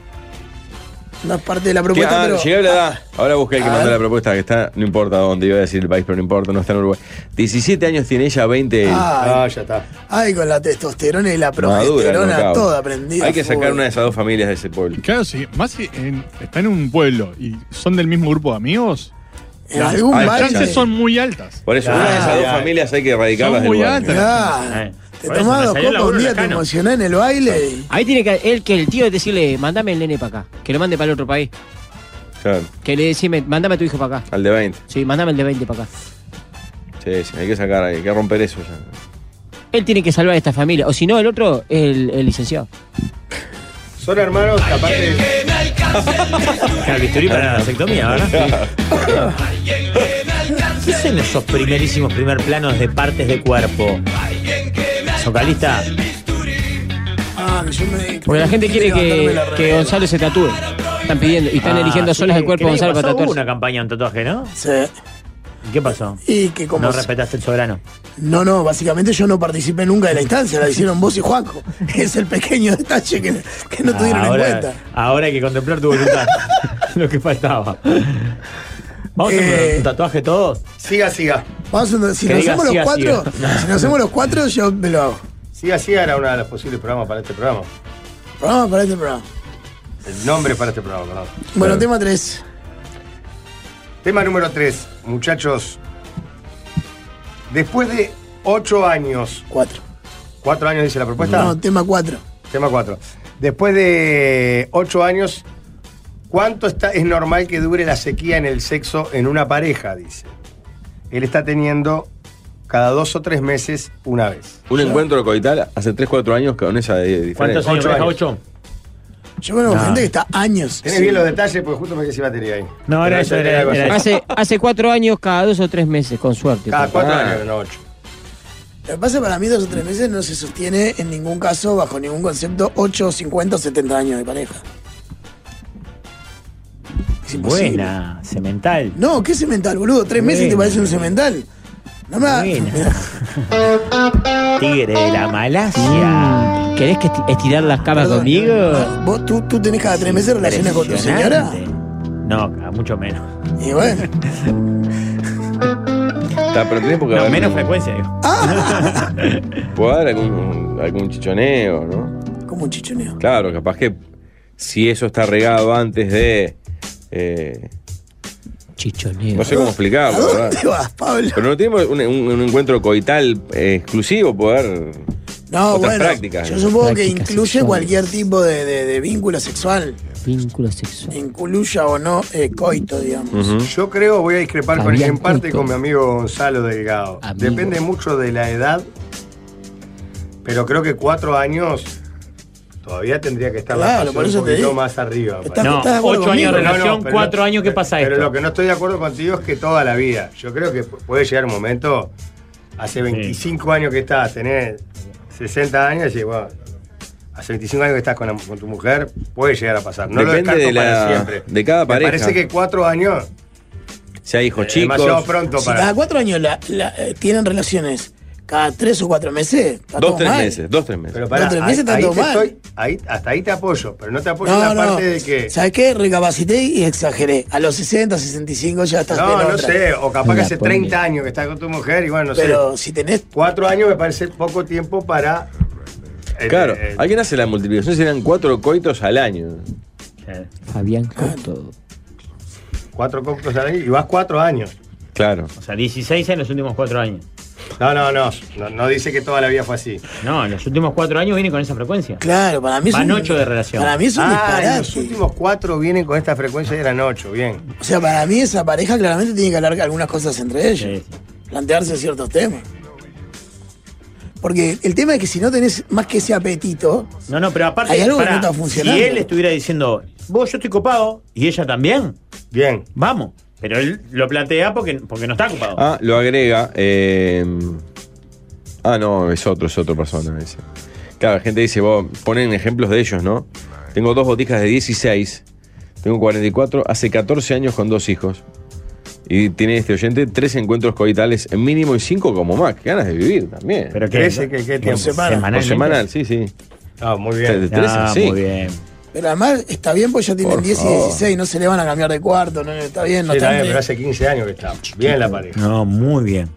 no es parte de la
Que,
propuesta,
ah,
pero.
llegué a la edad. Ahora busqué el que
A
mandó
ver.
la propuesta, que está, no importa dónde, iba a decir el país, pero no importa, no está en Uruguay. 17 años tiene ella, 20 él.
Ah, ya está.
Ay, con la testosterona y la
Madura, el
progesterona,
knockout.
toda prendida.
Hay que
full.
sacar una de esas dos familias de ese pueblo.
Claro, sí. Más si en- está en un pueblo y son del mismo grupo de amigos,
En algún
Ay,
las
baile.
chances son muy altas.
Por eso,
Ah,
una de esas dos
ya.
familias hay que erradicarlas
Son
del
muy
lugar.
altas.
Claro.
Eh,
Te
por eso
tomás
me
dos copas
salió el
un
laburo
día, te
lejano.
emocionás en el baile. y-
Ahí tiene que él que el tío decirle, mandame el nene para acá, que lo mande para el otro país.
Claro,
Que le decime, mandame a tu hijo para acá.
al de 20.
Sí, mandame el de 20 para acá.
Sí, sí, hay que sacar, hay que romper eso ya.
Él tiene que salvar a esta familia. O si no, el otro, el, el licenciado.
Son hermanos, aparte.
Claro, bisturí para la vasectomía, ¿verdad? ¿Qué son esos primerísimos primer planos de partes de cuerpo? Socalista,
Ah, que yo me.
Porque la gente quiere
levantarme
que,
la
que
remera.
Gonzalo se tatúe. Están pidiendo y están
Ah,
eligiendo
sí,
solas el cuerpo de
creo que
Gonzalo para
pasó, hubo
tatuarse.
una campaña, un tatuaje, ¿no?
Sí.
¿Y qué pasó?
Y que como.
No respetaste el soberano.
No, no, básicamente yo no participé nunca de la instancia, la hicieron vos y Juanjo. Es el pequeño detalle que, que no tuvieron
ahora,
en cuenta.
ahora hay que contemplar tu voluntad. lo que faltaba. ¿Vamos
Eh,
a un tatuaje todos?
Siga, siga.
Vamos a- si
Que
nos
diga
hacemos
sí,
los
así,
cuatro, si nos hacemos los cuatro, yo me lo hago.
Siga, siga era uno de los posibles programas para este programa.
Programa para este programa.
Nombres para este programa, perdón.
Bueno, tema 3.
Tema número 3, muchachos. Después de 8 años.
4.
4 años dice la propuesta.
No, tema 4.
Tema 4. Después de 8 años, ¿cuánto está, es normal que dure la sequía en el sexo en una pareja? Dice. Él está teniendo cada dos o tres meses una vez.
Un encuentro coital hace 3, 4 años con esa de diferencia.
¿Cuántos años maneja?
¿Ocho?
Yo conozco
No.
gente que está años.
Tenés bien los detalles porque justo me quedé sin batería ahí.
No,
era eso, era- era eso.
Hace, hace cuatro años, cada dos o tres meses, con suerte.
Cada
Porque-
cuatro años, no ocho.
Lo que pasa es que para mí dos o tres meses no se sostiene en ningún caso, bajo ningún concepto, 8, 50 o 70 años de pareja. imposible.
Buena, cemental.
No, ¿qué cemental, boludo? ¿Tres meses te
Bueno.
parece un cemental? No me hagas-
Tigre de
Ah.
la Malasia.
Mm. ¿Querés que esti- estirar las camas
Perdón,
conmigo?
¿Vos tú, tú tenés cada tres meses relaciones con tu señora?
No, ca- mucho menos.
Y bueno.
Está, pero tenés porque
No,
haber-
menos frecuencia, digo.
Ah.
Puede haber algún, algún chichoneo, ¿no?
Como un chichoneo.
Claro, capaz que si eso está regado antes de. eh,
Chichoneo.
no sé cómo explicarlo, ¿verdad? Pero no tenemos un, un- un encuentro coital eh, exclusivo, poder.
No,
otras
bueno.
prácticas.
yo supongo que
Prácticas
incluye
sexuales.
cualquier tipo de, de- de vínculo sexual,
Vínculo sexual.
incluya o no eh, coito, digamos.
Yo creo, voy a discrepar con,
Fabián
en parte
Couto.
con mi amigo Gonzalo Delgado.
Amigo.
Depende mucho de la edad, pero creo que cuatro años todavía tendría que estar
Claro,
la pasión
por eso
un
te
poquito
digo.
más arriba. me
Estás-
parece.
No,
estás de acuerdo
ocho años de
conmigo?
relación,
No, pero
cuatro
no-
años, ¿qué pasa
Pero
esto?
lo que no estoy de acuerdo contigo es que toda la vida. Yo creo que pu- puede llegar un momento, hace 25 años que estás, tenés 60 años, y decís, bueno, hace 25 años que estás con, la- con tu mujer, puede llegar a pasar. No
Depende
lo descarto
de la-
para siempre.
de cada
Me
pareja.
parece que cuatro años
Si hay hijos
eh,
chicos.
demasiado pronto
Si
para.
cada cuatro años la- la- eh, tienen relaciones, cada tres o cuatro meses, está
Dos,
todo
tres
mal.
meses, dos, tres meses.
Pero pará,
No, tres
ahí-
meses está
ahí
todo
te
mal.
estoy- ahí- hasta ahí te apoyo, pero no te apoyo
No,
en la
no.
parte de que.
¿Sabes qué? Recapacité y exageré. A los 60, 65 ya estás
No,
en
no
otra.
sé, o capaz que
La
hace
pone.
30 años que estás con tu mujer y bueno, no
Pero
sé.
si tenés.
Cuatro años me parece poco tiempo para. eh,
Claro,
eh,
alguien hace la multiplicación, serían cuatro coitos al año.
Fabián Couto.
cuatro cómputos ahí y vas cuatro años.
Claro.
O sea, 16 en los últimos cuatro años.
No, no, no, no. no dice que toda la vida fue así.
No, en los últimos cuatro años viene con esa frecuencia.
Claro, para mí es
Van
un-
ocho de relación.
Para mí es un
Ah, en
disparate.
los últimos cuatro vienen con esta frecuencia y eran ocho, bien.
O sea, para mí esa pareja claramente tiene que hablar algunas cosas entre ellos.
Sí, sí.
plantearse ciertos temas. Porque el tema es que si no tenés más que ese apetito,
No, no, pero aparte,
Hay algo que
pará,
no está funcionando.
si él estuviera diciendo, vos yo estoy copado y ella también,
Bien.
vamos. Pero él lo plantea porque, porque no está copado.
Ah, lo agrega. eh, ah, no, es otro, es otra persona. ese. Claro, la gente dice, vos, ponen ejemplos de ellos, ¿no? Tengo dos botijas de 16, tengo 44, hace 14 años con dos hijos. Y tiene este oyente tres encuentros coitales en mínimo y cinco como más. Qué ganas de vivir también.
pero que
Crece que qué tiempo.
Por semanal, sí, sí.
Ah, muy bien.
Te- te- interesa, sí.
muy bien.
pero además está bien porque ya tienen
Por
10 y
favor.
16, no se le van a cambiar de cuarto, no está bien, no
Sí,
está
también,
bien.
pero hace 15 años que está. Bien la pareja.
No, muy bien.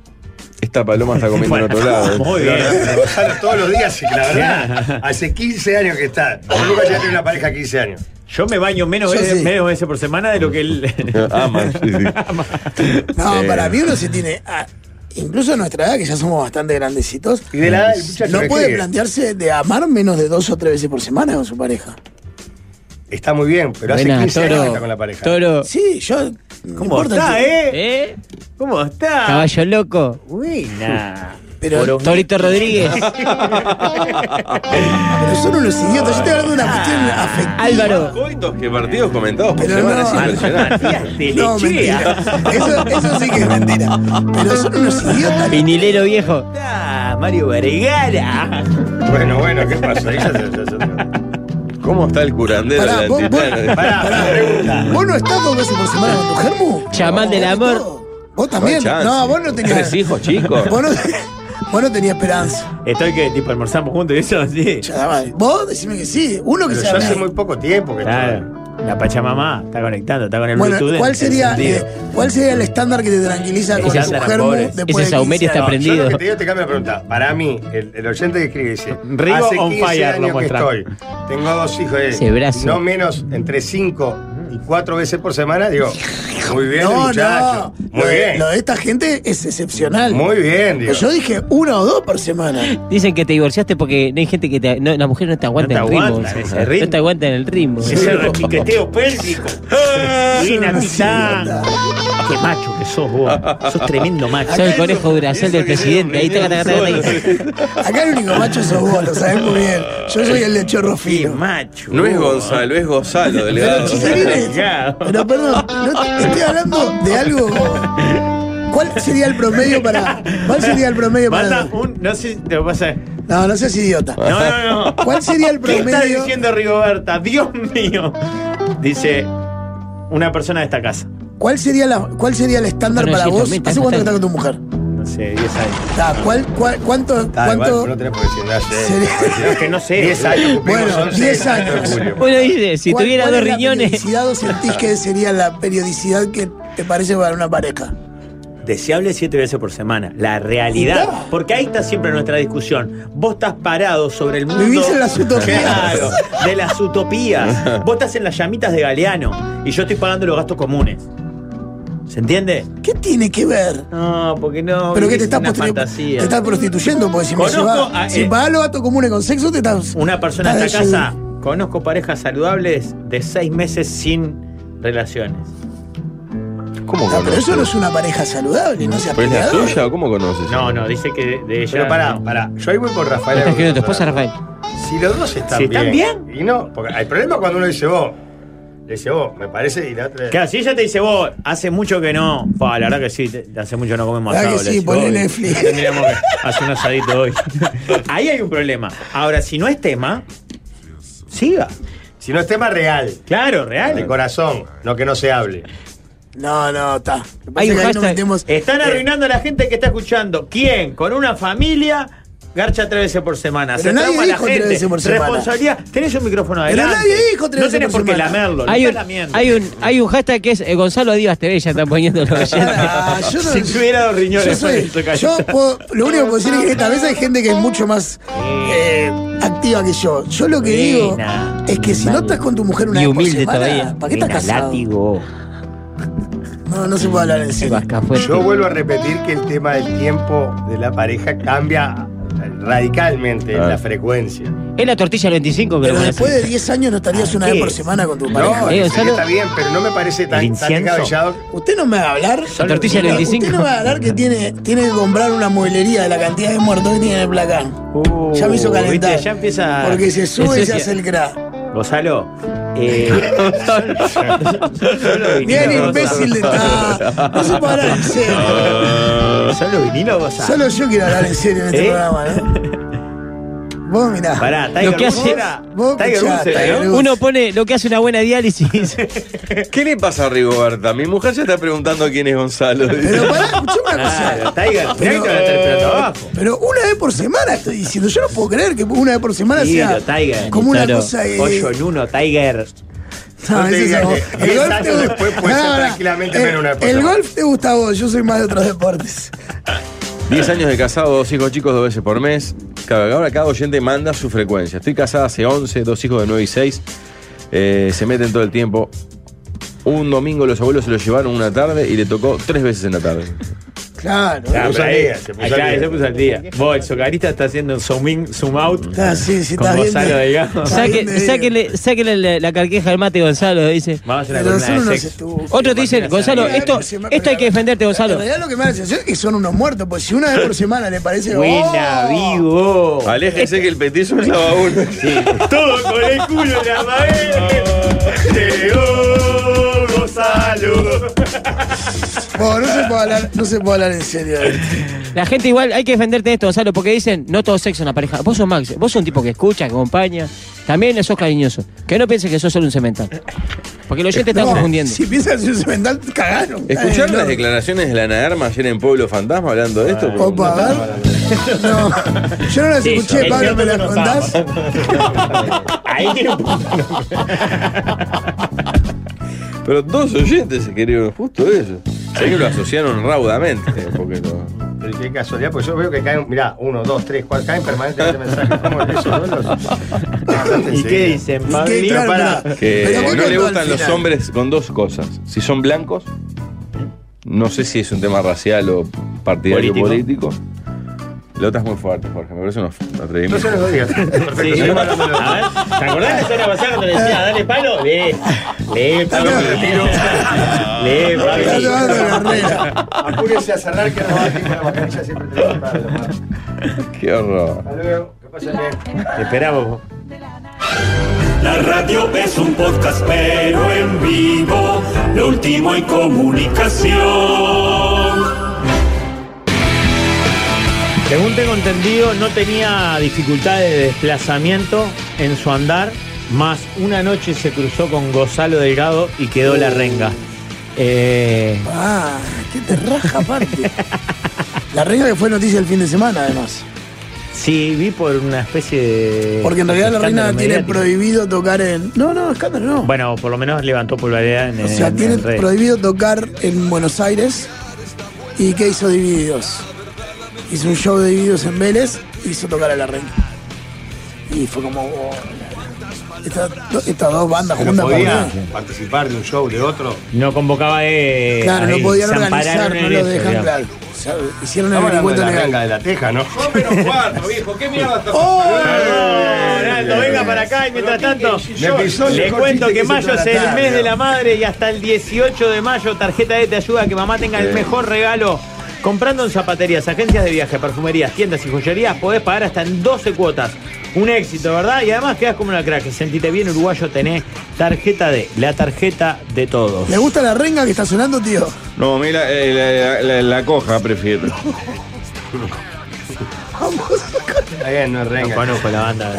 Esta paloma está comiendo en otro lado. ¿eh?
Muy
La
bien.
verdad, Gonzalo, todos los días, la verdad, hace 15 años que está. Nunca ya tiene una pareja 15 años.
Yo me baño menos,
Yo
veces,
sí.
menos veces por semana de lo que él.
Ama, sí, sí.
No,
Eh.
para mí uno se tiene, a- incluso a nuestra edad, que ya somos bastante grandecitos,
Y de la edad del muchacho
no
que
puede
sigue.
plantearse de amar menos de dos o tres veces por semana con su pareja.
Está muy bien, pero hace
Buena,
15 años que
toro.
está con la pareja.
Toro.
Sí, yo. no
¿Cómo
importa
está,
el tiempo.
eh?
¿Eh?
¿Cómo está?
Caballo loco.
Buena.
Pero-
Torito Rodríguez.
Pero son unos idiotas, yo estoy hablando de una cuestión
Ah,
afectiva.
Álvaro.
Coitos que partidos comentados por
Pero
semana
no,
es
al-
impresionante.
Matías de
No,
Lechea.
mentira. Eso, eso sí que es mentira. Pero son unos idiotas. Ah,
Vinilero viejo.
Está Mario Vergara.
Bueno, bueno, ¿qué pasa? Ahí ya se- ya se-
¿Cómo está el curandero?
Pará,
de la
vos-
anteplana?
Pará, pará, pregunta.
¿Vos no estás dos veces por semana con tu germu?
Chamán del amor.
¿Vos
No hay
también? No,
chance.
vos no tenías.
Tres hijos, chicos.
Vos no, vos no tenías esperanza.
Estoy que tipo almorzamos juntos y eso, sí.
Ya, la madre. Vos decime que sí. Uno que
Pero
se
yo hace
habla.
muy poco tiempo que está.
Claro. La Pachamama está conectando, está con el
Bueno,
Bluetooth.
¿cuál
en-
sería,
encendido.
eh, ¿cuál sería el estándar que te tranquiliza con
Ese
su
andan a
germo después
pobres.
de 15 años?
No, Yo lo que te digo, te cambio la pregunta. Para mí, el, el oyente que escribe dice:
Rigo
Hace
on
15
fire, lo
años que
muestra.
estoy. Tengo dos hijos
Ese
de
brazo.
no menos entre 5 y 4 veces por semana. Digo, muy bien,
no,
muchacho.
no.
Muy
lo, de-
bien.
lo de esta gente es excepcional.
Muy bien, digo.
Pues yo dije una o dos por semana.
Dicen que te divorciaste porque no hay gente que te. No, las mujeres no te aguantan
No te
el ritmo.
aguantan ese ritmo.
No te aguantan el ritmo.
Ese repiqueteo pélvico. Lina Tizán. Qué macho que sos vos. Sos tremendo macho.
Soy el conejo duracel del presidente. Ahí taca, taca, taca, taca.
Acá el único macho sos vos, lo sabés muy bien. Yo soy el de chorro
Qué
fino.
macho.
No es Gonzalo, es Gonzalo,
Pero
delgado.
chiquilines,
Delgado.
pero perdón, no te- estoy hablando de algo. ¿Cuál sería el promedio para.? ¿Cuál sería el promedio para.?
Manda
Ah,
un. No sé si te pasa.
No, no seas idiota.
No, no, no.
¿Cuál sería el
¿Qué está
promedio?
diciendo Rigoberta? Dios mío. Dice una persona de esta casa.
¿Cuál sería, la, cuál sería el estándar
No, no,
para
sí,
vos?
también,
¿Hace cuánto que
también.
estás con tu mujer?
No sé, 10 años.
Ah, ¿cuál, cuál, ¿Cuánto?
Está, Ah, igual,
cuánto
vos no tenés por qué decir nada, sí.
sería?
Es que no sé.
10 años.
Bueno,
cumplimos 11
10 años.
en julio.
Uno dice, si
¿Cuál-
tuviera
cuál
dos
es la
riñones.
periodicidad o sentís que sería la periodicidad que te parece para una pareja?
Deseable siete veces por semana. La realidad. Porque ahí está siempre nuestra discusión. Vos estás parado sobre el mundo.
Vivís en las utopías.
Claro, de las utopías. Vos estás en las llamitas de Galeano. Y yo estoy pagando los gastos comunes. ¿Se entiende?
¿Qué tiene que ver?
No, porque no.
Pero que te
es
estás,
una
postri-
fantasía.
te estás prostituyendo, porque si me
Conozco
llevas,
a-
si
eh,
pagás los gatos comunes con sexo, te estás.
Una persona de esta
estás
casa. Conozco parejas saludables de seis meses sin relaciones.
¿Cómo
Ah, pero
conoces?
eso no es una pareja saludable, no seas
¿Pero
Pues
es la
peleador.
tuya o cómo conoces?
No, no, dice que de, de ella.
Pero pará,
no.
pará. Yo ahí voy con Rafael.
¿Estás escribiendo a tu esposa, Rafael?
Si los dos están
Si
bien.
están
Y no, porque el problema es cuando uno dice vos. Le dice vos, me parece, y la otra.
Claro, si ella te dice, vos, hace mucho que no. Pa, la verdad que sí, te- hace mucho no comemos
La verdad
asado.
que sí,
le decís,
poné
"Hoy
Netflix".
Tendríamos que hacer un asadito hoy. Ahí hay un problema. Ahora, si no es tema, siga.
Si no es tema real,
Claro,
de
real.
corazón, no que no se hable.
No, no, está. Me
Hay
parece
un
que ahí
hashtag.
nos metemos-
Están arruinando a la gente que está escuchando. ¿Quién? Con una familia. Garcha tres veces por semana.
Pero
Se
nadie
trauma a la
dijo tres
gente.
veces por semana.
Responsabilidad. Tenés un micrófono
Pero
adelante.
nadie dijo tres
No
veces
tenés
por
por qué
semana.
lamerlo. lo
Hay un,
estás lamiendo.
hay, un, hay un hashtag que es eh, Gonzalo Díaz TV, ya están poniendo los
Ah,
oyentes.
yo no-
Si tuviera dos riñones,
yo soy-
por eso,
yo
calla.
puedo- lo único que puedo decir es que en esta mesa hay gente que es mucho más eh, activa que yo. Yo lo que digo
Nena,
es que si no
animal.
estás con tu mujer una
Y
vez por
humilde
semana,
todavía.
¿para qué estás
Nena,
casado?
látigo.
No, no se puede hablar en serio.
Vascafuerte.
Yo vuelvo a repetir que el tema del tiempo de la pareja cambia radicalmente en
Ah.
la frecuencia.
Es la tortilla del 25 que lo
Pero
pone
después
así.
de 10 años no estarías una
¿qué?
vez por semana con tu
No,
Eh,
pareja.
sí,
Gonzalo,
está bien, pero no me parece
¿el
tan, tan
incienso?
descabellado.
Usted no me va a hablar.
La tortilla del
Usted
25.
no me va a hablar que tiene, tiene que comprar una mueblería de la cantidad de muertos que tiene en el placán.
Uh,
ya me hizo calentar.
viste, ya empieza-
Porque se sube y se
Ensucia.
hace el cra.
Gonzalo. Eh,
Bien imbécil de está. No se puede hablar en serio.
Solo vinilo, Gonzalo.
Solo yo quiero hablar en serio en este
¿Eh?
programa, ¿no? Vos mirá.
Pará, Tiger
Lo que
Woods
hace-
era-
vos
Tiger
escuchá,
Woods era,
Tiger
¿no?
Woods.
Uno pone lo que hace una buena diálisis.
¿Qué le pasa a Rigoberta? Mi mujer se está preguntando quién es Gonzalo.
Pero pará, escuchá una
Claro,
cosa.
Tiger, mirá que te van a estar esperando abajo.
Ah, eh, Pero una vez por semana estoy diciendo. Yo no puedo creer que una vez por semana
Sí,
sea
pero Tiger.
como una
Claro.
cosa. eh,
Hoyo en uno, Tiger.
No,
No te
ese
diga
sos vos.
que diez
golf
años
te-
después
pues,
puede
No,
ser
no,
tranquilamente
el-
menos una época.
El golf te gusta a vos, yo soy más de otros deportes.
10 años de casado, dos hijos chicos dos veces por mes. Cada, ahora cada oyente manda su frecuencia. Estoy casada hace 11, dos hijos de 9 y 6. Eh, se meten todo el tiempo. Un domingo los abuelos se lo llevaron una tarde y le tocó tres veces en la tarde.
Claro.
Claro,
puso
pero
al
ahí-
día, se puso
ah,
al
claro,
día.
se puso al día. Vos, el socarista está haciendo un zoom in, zoom out.
Está, Ah, sí, sí,
Con
estás viendo.
Gonzalo, digamos.
Está bien,
Saque-
Diego.
Sáquenle sáquenle la, la carqueja al mate, Gonzalo, dice.
Vamos a hacer una
Pero
columna
son
de
unos
sexo.
estúpidos.
Otros te dicen, Gonzalo,
Pero
esto,
se me-
esto hay que defenderte,
En
Gonzalo.
realidad lo que me da la sensación es que son unos muertos, porque si una vez por semana le parece.
Buena,
¡Oh!
vivo.
Aléjense que el petizo clava uno.
Todo con el culo en la pared.
Llegó Gonzalo.
Vos, no, se puede hablar, no se puede hablar en serio. de esto.
La gente igual, hay que defenderte de esto, Gonzalo, porque dicen, no todo sexo en la pareja. Vos sos Max, vos sos un tipo que escucha, que acompaña, también sos cariñoso. Que no pienses que sos solo un cemental. Porque el oyente está
No,
confundiendo.
Si piensan en su mental, cagaron.
¿Escucharon
Eh,
las
no.
declaraciones de la Naderma ayer en Pueblo Fantasma hablando de esto?
Opa, a ver. No, yo no las
Sí,
escuché,
el
Pablo, ¿me las
cierto no
contás?
Ahí tiene un punto.
Pero dos oyentes se querían justo eso. Sé que lo asociaron raudamente. Porque lo-
Pero qué casualidad, pues yo veo que caen, mirá, uno, dos, tres, cuatro, caen permanentemente mensajes como de esos duelos.
¿Y qué dicen, Pabli?
claro,
Pará.
Que
Pero ¿qué
no le
contó
gustan
al
los
final?
hombres con dos cosas. Si son blancos, no sé si es un tema racial o partidario político.
Político.
La otra es muy fuerte, Jorge. Me parece unos
No se
atrevimientos.
los doy.
Sí,
Perfecto. Yo
bueno,
no
a
me lo-
ver, ¿Te acordás que la semana pasada cuando le decía, dale palo? Lee, lee, palo, tiro. Lee, palo.
Apúrese a cerrar que no va a tener la mascarilla siempre te lo preparo, hermano.
Qué horror.
Hasta luego. Que pasen bien.
Te esperamos.
La radio es un podcast, pero en vivo, lo último en comunicación.
Según tengo entendido, no tenía dificultades de desplazamiento en su andar, más una noche se cruzó con Gonzalo Delgado y quedó la renga. Eh,
Ah, qué te raja aparte. La renga que fue noticia el fin de semana, además.
sí, vi por una especie de.
Porque en realidad la
escándalo
reina tiene
mediático.
prohibido tocar en. No, no, escándalo no.
Bueno, por lo menos levantó popularidad en
O sea,
en-
tiene
en redes.
prohibido tocar en Buenos Aires. ¿Y qué hizo Divididos? Hizo un show de Divididos en Vélez, hizo tocar a la reina. Y fue como. oh, esta- do- Estas dos bandas
Pero
juntas.
podía
¿por
participar de un show, de otro.
No convocaba eh,
qué?
de.
Claro, no
ahí,
podían
se ampararon
organizar,
en
no lo
eso,
dejan
digamos.
claro. O sea, hicieron el
Estamos hablando de
averigüento
la
legal.
renga de la teja, ¿no?
¡Oh! Ronaldo, venga para acá y mientras tanto
Me pisó el
le
mejor
cuento
chiste
que
que se
mayo es
hizo en la
el mes
tarde.
de la madre y hasta el 18 de mayo tarjeta E te ayuda a que mamá tenga el mejor regalo. Comprando en zapaterías, agencias de viaje, perfumerías, tiendas y joyerías, podés pagar hasta en 12 cuotas. Un éxito, ¿verdad? Y además quedás como una crack. Sentite bien, uruguayo, tenés tarjeta D, la tarjeta de todos.
¿Le gusta la renga que está sonando, tío?
No, mira, eh, la, la- la- la coja prefiero.
Está bien, no es
No
renga.
conozco la banda.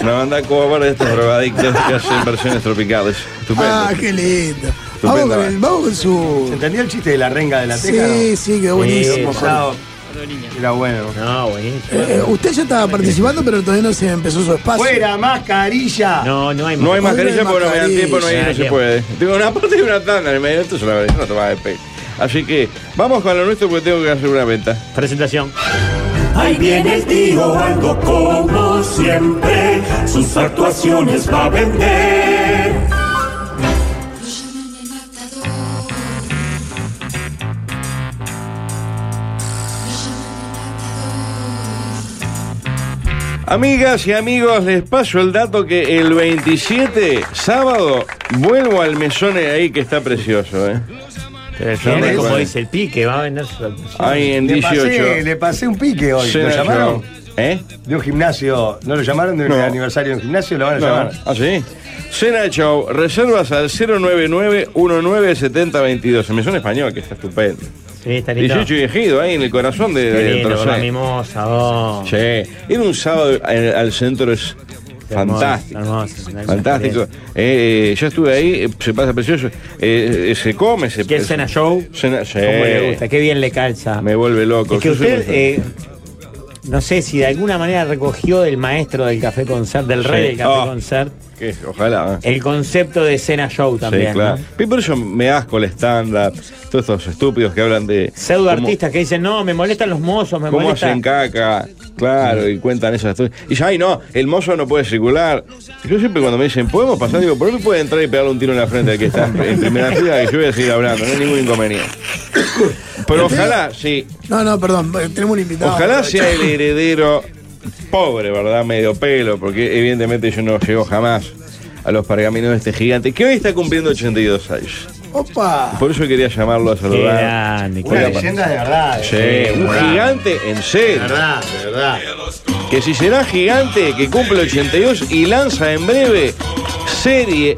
Una banda cover de estos drogadictos que hacen versiones tropicales. Estupendo.
Ah, qué lindo.
Estupendo,
Vamos con,
va.
el, vamos con
¿Se
su.
entendió el chiste de la renga de la teja?
Sí, sí, quedó buenísimo.
no? Chao. Era bueno.
No, buenísimo.
Eh, usted ya estaba participando, pero todavía no se empezó su espacio.
¡Fuera mascarilla!
Ah, No, no hay
No hay
más.
mascarilla
No hay
porque no me dan
mascarilla.
tiempo, no, hay, no se
Dale.
puede. Tengo una parte y una tanda en el medio. Esto es una no te vas a despegar. Así que vamos con lo nuestro porque tengo que hacer una venta.
Presentación.
Ahí viene el tío, algo como siempre, sus actuaciones va a vender.
Amigas y amigos, les paso el dato que el 27, sábado, vuelvo al mesón ahí que está precioso. ¿eh?
Viene, como
recuerdo.
dice el pique, va a vender su
Ahí en
Le pasé,
18.
le pasé un pique hoy. ¿Lo
Sergio.
llamaron?
¿Eh?
De un gimnasio. ¿No lo llamaron de un
No.
aniversario de un gimnasio? Lo van a
No,
llamar.
ah, sí. Cena Show, reservas al 099-197022. El mesón español que está estupendo.
Sí, está lindo.
18 y ejido, ¿eh? ahí en el corazón de,
Qué
de
lindo, con
Torresén.
la mimosa, vos.
Sí, ir un sábado al, al centro es
Hermoso,
fantástico.
hermoso, una
Fantástico.
experiencia.
Eh, eh, yo estuve ahí, eh, se pasa precioso. Eh, eh, se come, se
¿Qué cena show?
Cena- sí.
Cómo le gusta, qué bien le calza.
Me vuelve loco.
Es que
Yo soy
usted,
muy-
eh, no sé si de alguna manera recogió del maestro del café concert, del rey
Sí.
del café
Oh,
Ah.
concert,
que- ojalá. ¿eh?
el concepto de cena show también.
sí, claro.
¿no?
Y por eso me asco el stand-up, todos estos estúpidos que hablan de.
Pseudo
cómo-
artistas que dicen, no, me molestan los mozos, me
¿Cómo
molestan.
hacen caca? Claro, y cuentan esas historias. Y ya, ay, no, el mozo no puede circular. Yo siempre cuando me dicen, ¿podemos pasar? Digo, ¿por qué puede entrar y pegarle un tiro en la frente al que está en- en primera fila? Que yo voy a seguir hablando, no hay ningún inconveniente. Pero ojalá, sí,
No, no, perdón, eh, tenemos un invitado.
ojalá sea el heredero pobre, ¿verdad? Medio pelo, porque evidentemente yo no llego jamás a los pergaminos de este gigante, que hoy está cumpliendo 82 años.
Opa.
Por eso quería llamarlo a
Qué
saludar.
grande, qué
Una
Oiga,
grande.
leyenda de verdad.
Sí,
eh.
un gigante en
De
serio.
verdad, de verdad.
que si será gigante, que cumple 82 y lanza en breve serie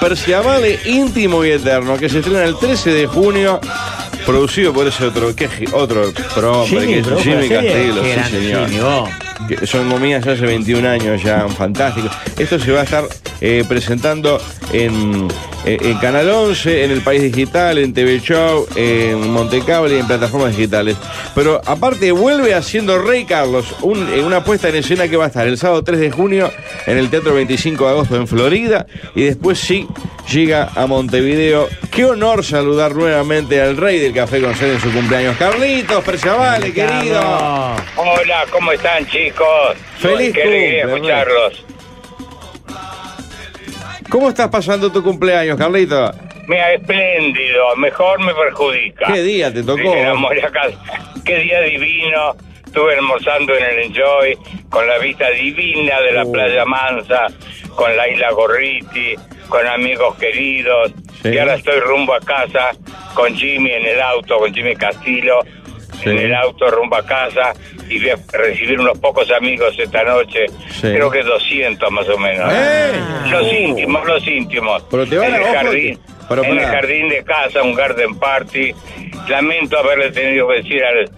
Perciabale íntimo y eterno, que se estrena el 13 de junio, producido por ese otro, que, gi- otro pro hombre, que
Jimmy,
es
¿probó
Jimmy
la serie?
Castillo,
Qué
sí
grande
señor.
Jimmy, vos.
Que son comidas ya hace 21 años ya, fantástico. Esto se va a estar eh, presentando en eh, en Canal 11, en El País Digital, en TV Show, en Montecable y en plataformas digitales. Pero aparte vuelve haciendo Rey Carlos un- eh, una puesta en escena que va a estar el sábado 3 de junio en el Teatro 25 de agosto en Florida y después sí llega a Montevideo. Qué honor saludar nuevamente al rey del café con sed en su cumpleaños, Carlitos Perchavale, querido.
Hola, ¿cómo están, chicos?
Feliz
Qué alegría
cumple,
escucharlos.
¿Cómo estás pasando tu cumpleaños, Carlitos?
Mira, espléndido, mejor me perjudica.
¿Qué día te tocó?
Dijéramos la casa. Qué día divino. Estuve almorzando en el Enjoy, con la vista divina de la
Oh.
playa Mansa, con la isla Gorriti, con amigos queridos.
Sí.
Y ahora estoy rumbo a casa con Jimmy en el auto, con Jimmy Castillo,
Sí.
en el auto rumbo a casa. Y voy a recibir unos pocos amigos esta noche,
Sí. ¡Eh!
creo que 200 más o menos. Los íntimos, los íntimos.
Pero te van
en
a-
el
ojo,
jardín,
te- pero
en el
pará.
jardín de casa, un garden party. Lamento haberle tenido que decir al,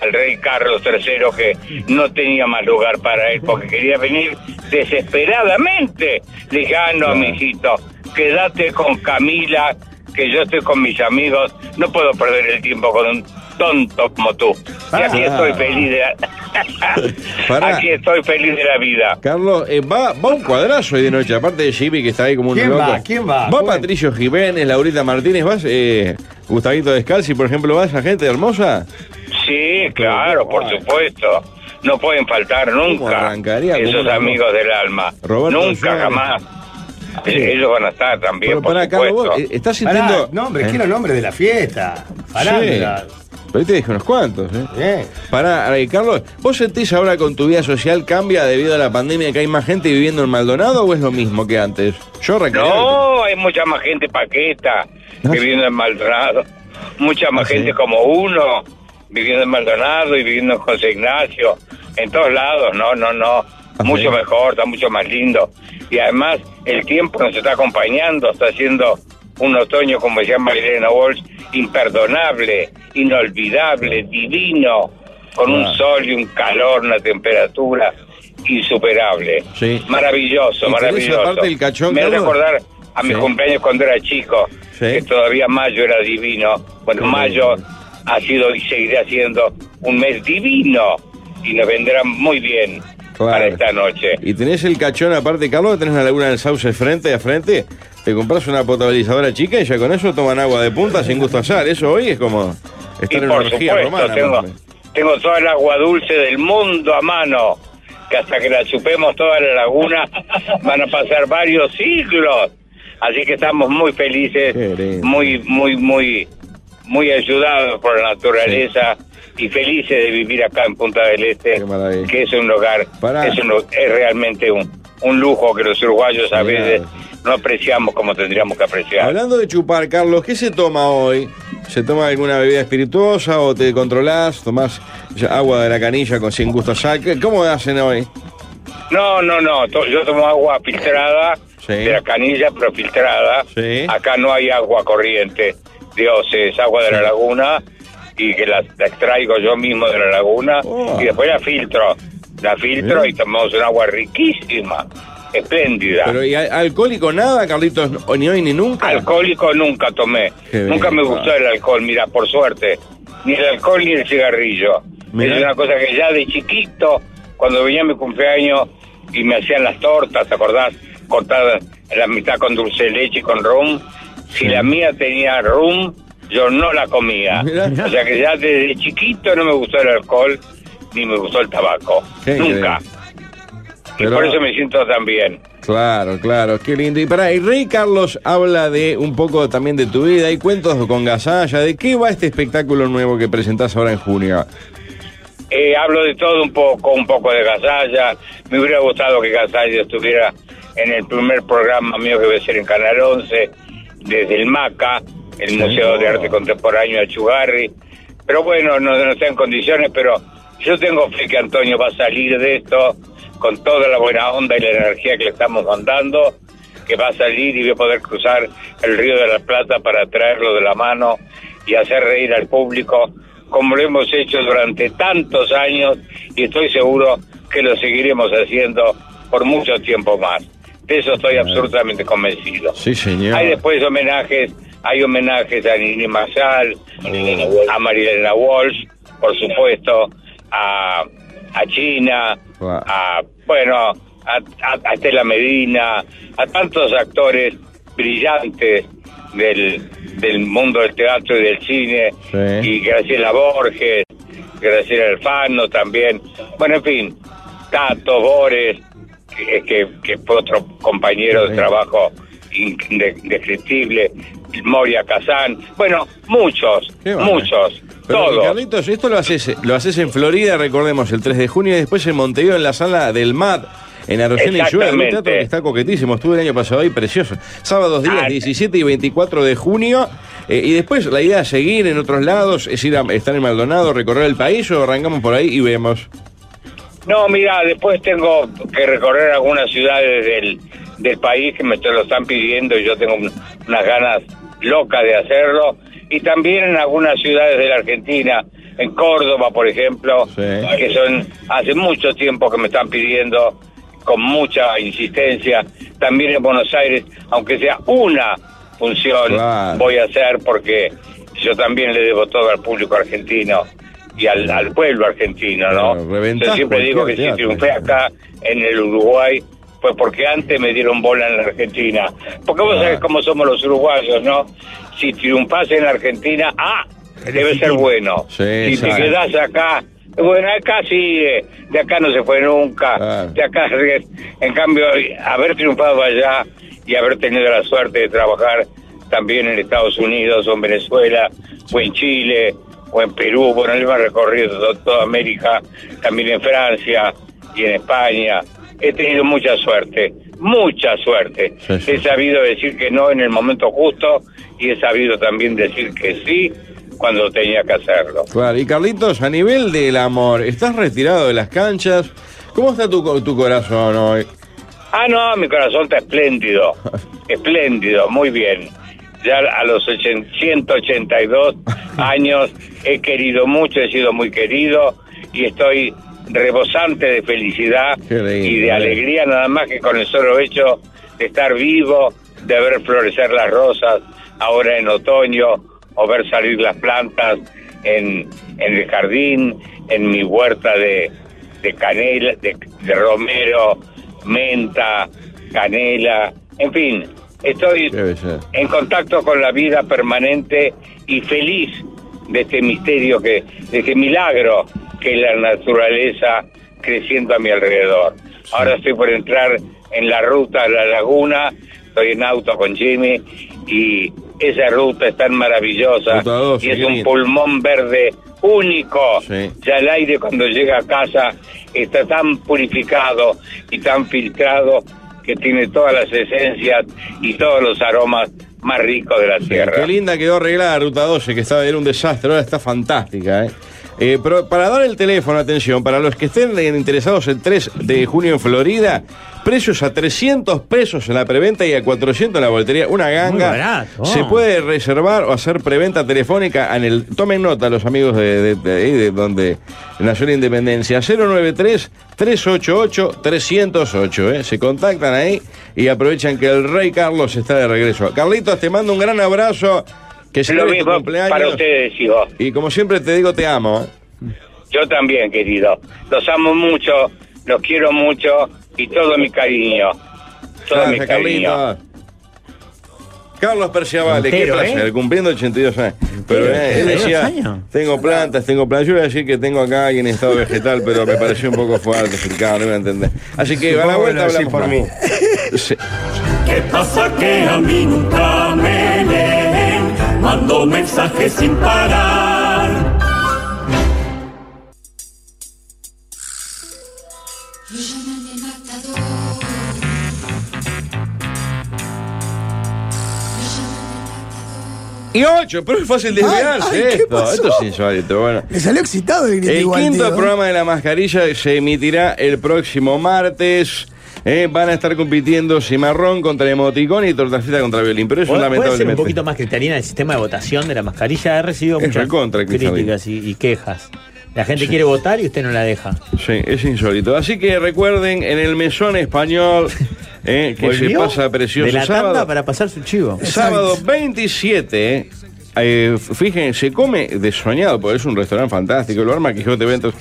al rey Carlos III que no tenía más lugar para él porque quería venir desesperadamente. Le dije, ah, no, mijito, quédate con Camila, que yo estoy con mis amigos, no puedo perder el tiempo con un tonto como tú. Y aquí
Ah.
estoy feliz de la...
Pará.
aquí estoy feliz de la vida.
Carlos, eh, va, va un cuadrazo hoy de noche, aparte de Jimmy que está ahí como un
¿Quién
loco.
va? ¿Quién va?
Va
Bueno.
Patricio Jiménez, Laurita Martínez, vas, eh, Gustavito Descalzi, por ejemplo, va esa gente hermosa.
Sí, claro, por supuesto. No pueden faltar nunca
arrancaría? ¿Cómo
esos
no?
amigos del alma.
Roberto
nunca,
Suárez.
jamás. Eh, Ellos van a estar también,
Pero
por
pará, Carlos,
supuesto.
vos, eh, estás
Pará,
sintiendo. Eh.
nombres, quiero nombres de la fiesta. Farándula.
Sí. Pero ahí te dije unos cuantos, ¿eh? Pará, eh, Carlos, ¿vos sentís ahora con tu vida social cambia debido a la pandemia que hay más gente viviendo en Maldonado o es lo mismo que antes? Yo recuerdo.
No, hay mucha más gente paqueta que viviendo en Maldonado. Mucha más gente como uno viviendo en Maldonado y viviendo en José Ignacio. En todos lados, no, no, no. Mucho mejor, está mucho más lindo. Y además, el tiempo nos está acompañando, está haciendo un otoño, como decía Marilena Walsh, imperdonable, inolvidable, divino, con un
Ah.
sol y un calor, una temperatura insuperable.
Sí.
Maravilloso,
¿Y tenés
maravilloso.
aparte el cachón,
Me hace
Carlos?
acordar a mis
Sí.
cumpleaños cuando era chico, que todavía mayo era divino. Bueno, mayo ha sido y seguirá siendo un mes divino y nos vendrá muy bien para esta noche.
Y tenés el cachón aparte, Carlos, tenés la laguna del sauce frente a frente. Te compras una potabilizadora chica y ya con eso toman agua de punta sin gusto azar. Eso hoy es como
Y
estar en
por
una orgía romana.
supuesto, tengo,
más o
tengo toda el agua dulce del mundo a mano, que hasta que la chupemos toda la laguna van a pasar varios siglos. Así que estamos muy felices, muy, muy, muy, muy ayudados por la naturaleza y felices de vivir acá en Punta del Este, que es un lugar,
Pará.
es, un lu- es realmente un, un lujo que los uruguayos a
Mirá.
veces no apreciamos como tendríamos que apreciar.
Hablando de chupar, Carlos, ¿qué se toma hoy? ¿Se toma alguna bebida espirituosa o te controlás? ¿Tomás ya agua de la canilla con sin gusto azar? ¿Qué- ¿Cómo hacen hoy?
No, no, no. to- Yo tomo agua filtrada de la canilla, pero filtrada. Acá no hay agua corriente. Dios, es agua de la laguna y que la, la extraigo yo mismo de la laguna y después la filtro. La filtro y tomamos un agua riquísima, espléndida.
Pero ¿y al- alcohólico nada, Carlitos? ¿O Ni hoy ni nunca.
Alcohólico nunca tomé.
Qué bien,
nunca me gustó
ah.
el alcohol, mira, por suerte. Ni el alcohol ni el cigarrillo.
Mirá.
Es una cosa que ya de chiquito, cuando venía mi cumpleaños y me hacían las tortas, ¿te acordás? Cortadas en la mitad con dulce de leche y con rum. Si la mía tenía rum, yo no la comía. O sea que ya desde chiquito no me gustó el alcohol ni me gustó el tabaco.
Qué
nunca. Y
Pero-
por eso me siento tan bien.
Claro, claro, qué lindo. Y para y Rey Carlos habla de un poco también de tu vida y cuentos con Gasalla, de qué va este espectáculo nuevo que presentás ahora en junio.
Eh, hablo de todo un poco, un poco de Gasalla. Me hubiera gustado que Gasalla estuviera en el primer programa mío que voy a hacer en Canal 11, desde el MACA, el Museo de Arte Contemporáneo de Chugarri. Pero bueno, no, no está en condiciones, pero yo tengo fe que Antonio va a salir de esto con toda la buena onda y la energía que le estamos mandando, que va a salir y voy a poder cruzar el Río de la Plata para traerlo de la mano y hacer reír al público como lo hemos hecho durante tantos años y estoy seguro que lo seguiremos haciendo por mucho tiempo más. De eso estoy absolutamente convencido.
Sí, señor.
Hay después homenajes, hay homenajes a Nini Mazal, a Marilena Walsh, por supuesto, a, a China, a, bueno, a, a- a Estela Medina, a tantos actores brillantes del, del mundo del teatro y del cine,
Sí.
y Graciela Borges, Graciela Alfano también, bueno, en fin, Tato, Bores, que, que, que fue otro compañero de trabajo indescriptible, Moria Kazán, bueno, muchos,
bárbaro.
muchos,
Pero,
todos.
Carlitos, esto lo haces, lo haces en Florida, recordemos, el 3 de junio, y después en Montevideo, en la sala del MAD, en Arocena y Lluna, en un teatro
Exactamente.
que está coquetísimo. Estuve el año pasado ahí, precioso. Sábados días 17 y 24 de junio. eh, y después la idea es seguir en otros lados, es ir a estar en Maldonado, recorrer el país o arrancamos por ahí y vemos.
No, mira, después tengo que recorrer algunas ciudades del, del país que me te lo están pidiendo y yo tengo un- unas ganas locas de hacerlo. Y también en algunas ciudades de la Argentina, en Córdoba, por ejemplo, que son hace mucho tiempo que me están pidiendo con mucha insistencia. También en Buenos Aires, aunque sea una función,
Claro.
voy a hacer porque yo también le debo todo al público argentino y al, al pueblo argentino, ¿no?
Claro, reventás
Yo siempre digo que
cualquier
si
teatro. eh.
triunfé acá en el Uruguay fue porque antes me dieron bola en la Argentina. Porque
Ah.
vos sabés cómo somos los uruguayos, ¿no? Si triunfás en la Argentina, ¡ah! Debe ser bueno.
Sí,
si te
exacto.
quedás acá, bueno, acá sigue, de acá no se fue nunca, de acá, en cambio, haber triunfado allá y haber tenido la suerte de trabajar también en Estados Unidos o en Venezuela o en Chile o en Perú, bueno, él va recorrido to- toda América, también en Francia y en España. He tenido mucha suerte, mucha suerte. He sabido decir que no en el momento justo y he sabido también decir que sí cuando tenía que hacerlo.
Claro, y Carlitos, a nivel del amor, ¿estás retirado de las canchas? ¿Cómo está tu, co- tu corazón hoy?
Ah, no, mi corazón está espléndido. espléndido, muy bien. Ya a los 80 182 años he querido mucho, he sido muy querido y estoy rebosante de felicidad y de alegría nada más que con el solo hecho de estar vivo, de ver florecer las rosas ahora en otoño o ver salir las plantas en, en el jardín, en mi huerta de, de canela, de, de romero, menta, canela, en fin, estoy en contacto con la vida permanente y feliz de este misterio, que, de este milagro que es la naturaleza creciendo a mi alrededor. Ahora estoy por entrar en la ruta a la laguna, estoy en auto con Jimmy y esa ruta es tan maravillosa
Ruta 12,
y es
qué
un
lindo.
pulmón verde único.
Sí.
Ya el aire cuando llega a casa está tan purificado y tan filtrado que tiene todas las esencias y todos los aromas más ricos de la tierra.
Qué linda quedó arreglada la ruta 12, que estaba, era un desastre, ahora está fantástica. ¿eh? Eh, pero para dar el teléfono, atención, para los que estén eh, interesados el 3 de junio en Florida, precios a 300 pesos en la preventa y a 400 en la boletería. Una ganga.
Muy barato.
Se puede reservar o hacer preventa telefónica en el. Tomen nota los amigos de, de- de ahí, de donde nació la independencia. 093-388-308. ¿eh? Se contactan ahí y aprovechan que el rey Carlos está de regreso. Carlitos, te mando un gran abrazo. Que
Lo
celebres tu
mismo
cumpleaños.
para ustedes, hijo.
Y como siempre te digo, te amo. ¿eh?
Yo también, querido. Los amo mucho, los quiero mucho y todo mi cariño. Todo mi
Gracias,
cariño.
Carlitos. Carlos Perciavale, qué
Entero,
placer,
¿eh?
cumpliendo 82 años. Pero
Entero,
eh, él
82
decía,
años.
tengo plantas, tengo plantas. Yo iba a decir que tengo acá alguien en estado vegetal, pero me pareció un poco fuerte, Ricardo, no iba a entender. Así que a la
Supongo
vuelta
que lo decís
hablamos
por
más. Sí.
¿Qué pasa que a mí nunca me leen? Mando mensajes sin parar.
Lo llaman el matador. Lo llaman
Y 8, pero es fácil desviarse
Ay, ay, ¿qué
esto.
pasó?
Esto es insólito, bueno.
Le salió excitado el grito
El
igual, ¿eh?
quinto
tío.
programa de la mascarilla se emitirá el próximo martes. Eh, van a estar compitiendo Cimarrón contra Emoticón y Tortafita contra Violín. Pero eso
¿Puede- ¿Puede ser un
lamentablemente.
poquito más cristalina el sistema de votación de la mascarilla? He recibido
Es
muchas
recontra cristalina.
críticas y, y quejas. La gente quiere votar y usted no la deja.
Sí, es insólito. Así que recuerden, en el mesón español eh, que se
Volvió
pasa precioso.
De la
Sábado-
tanda para pasar su chivo.
Sábado 27. eh, eh, fíjense, se come de soñado, porque es un restaurante fantástico. Lo arma Quijote Eventos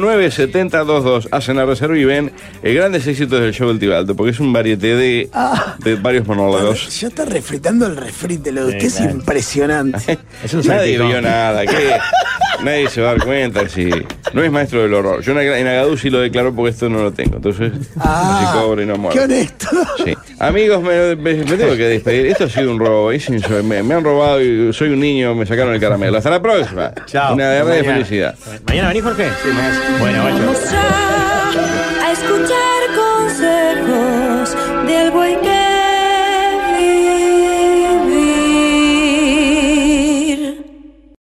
099-197022. Hacen la reserva y ven eh, grandes éxitos del show del Tibaldo, porque es un varieté de,
Ah.
de varios monólogos.
Ya está refritando el refrite, lo de
Sí,
usted es
claro.
impresionante.
Nadie vio nada. ¿qué? Nadie se va a dar cuenta si. No es maestro del horror. Yo en Aga- en Agadú sí lo declaro porque esto no lo tengo. Entonces,
Ah,
no se cobra y no muero.
Qué honesto.
Sí. Amigos, me, me- me tengo que despedir. Esto ha sido un robo. es inso- me, me han robado y soy un niño, me sacaron el caramelo. Hasta la próxima. Una guerra de
Mañana.
felicidad.
¿Mañana venís, Jorge? Bueno, ocho.
Mostrar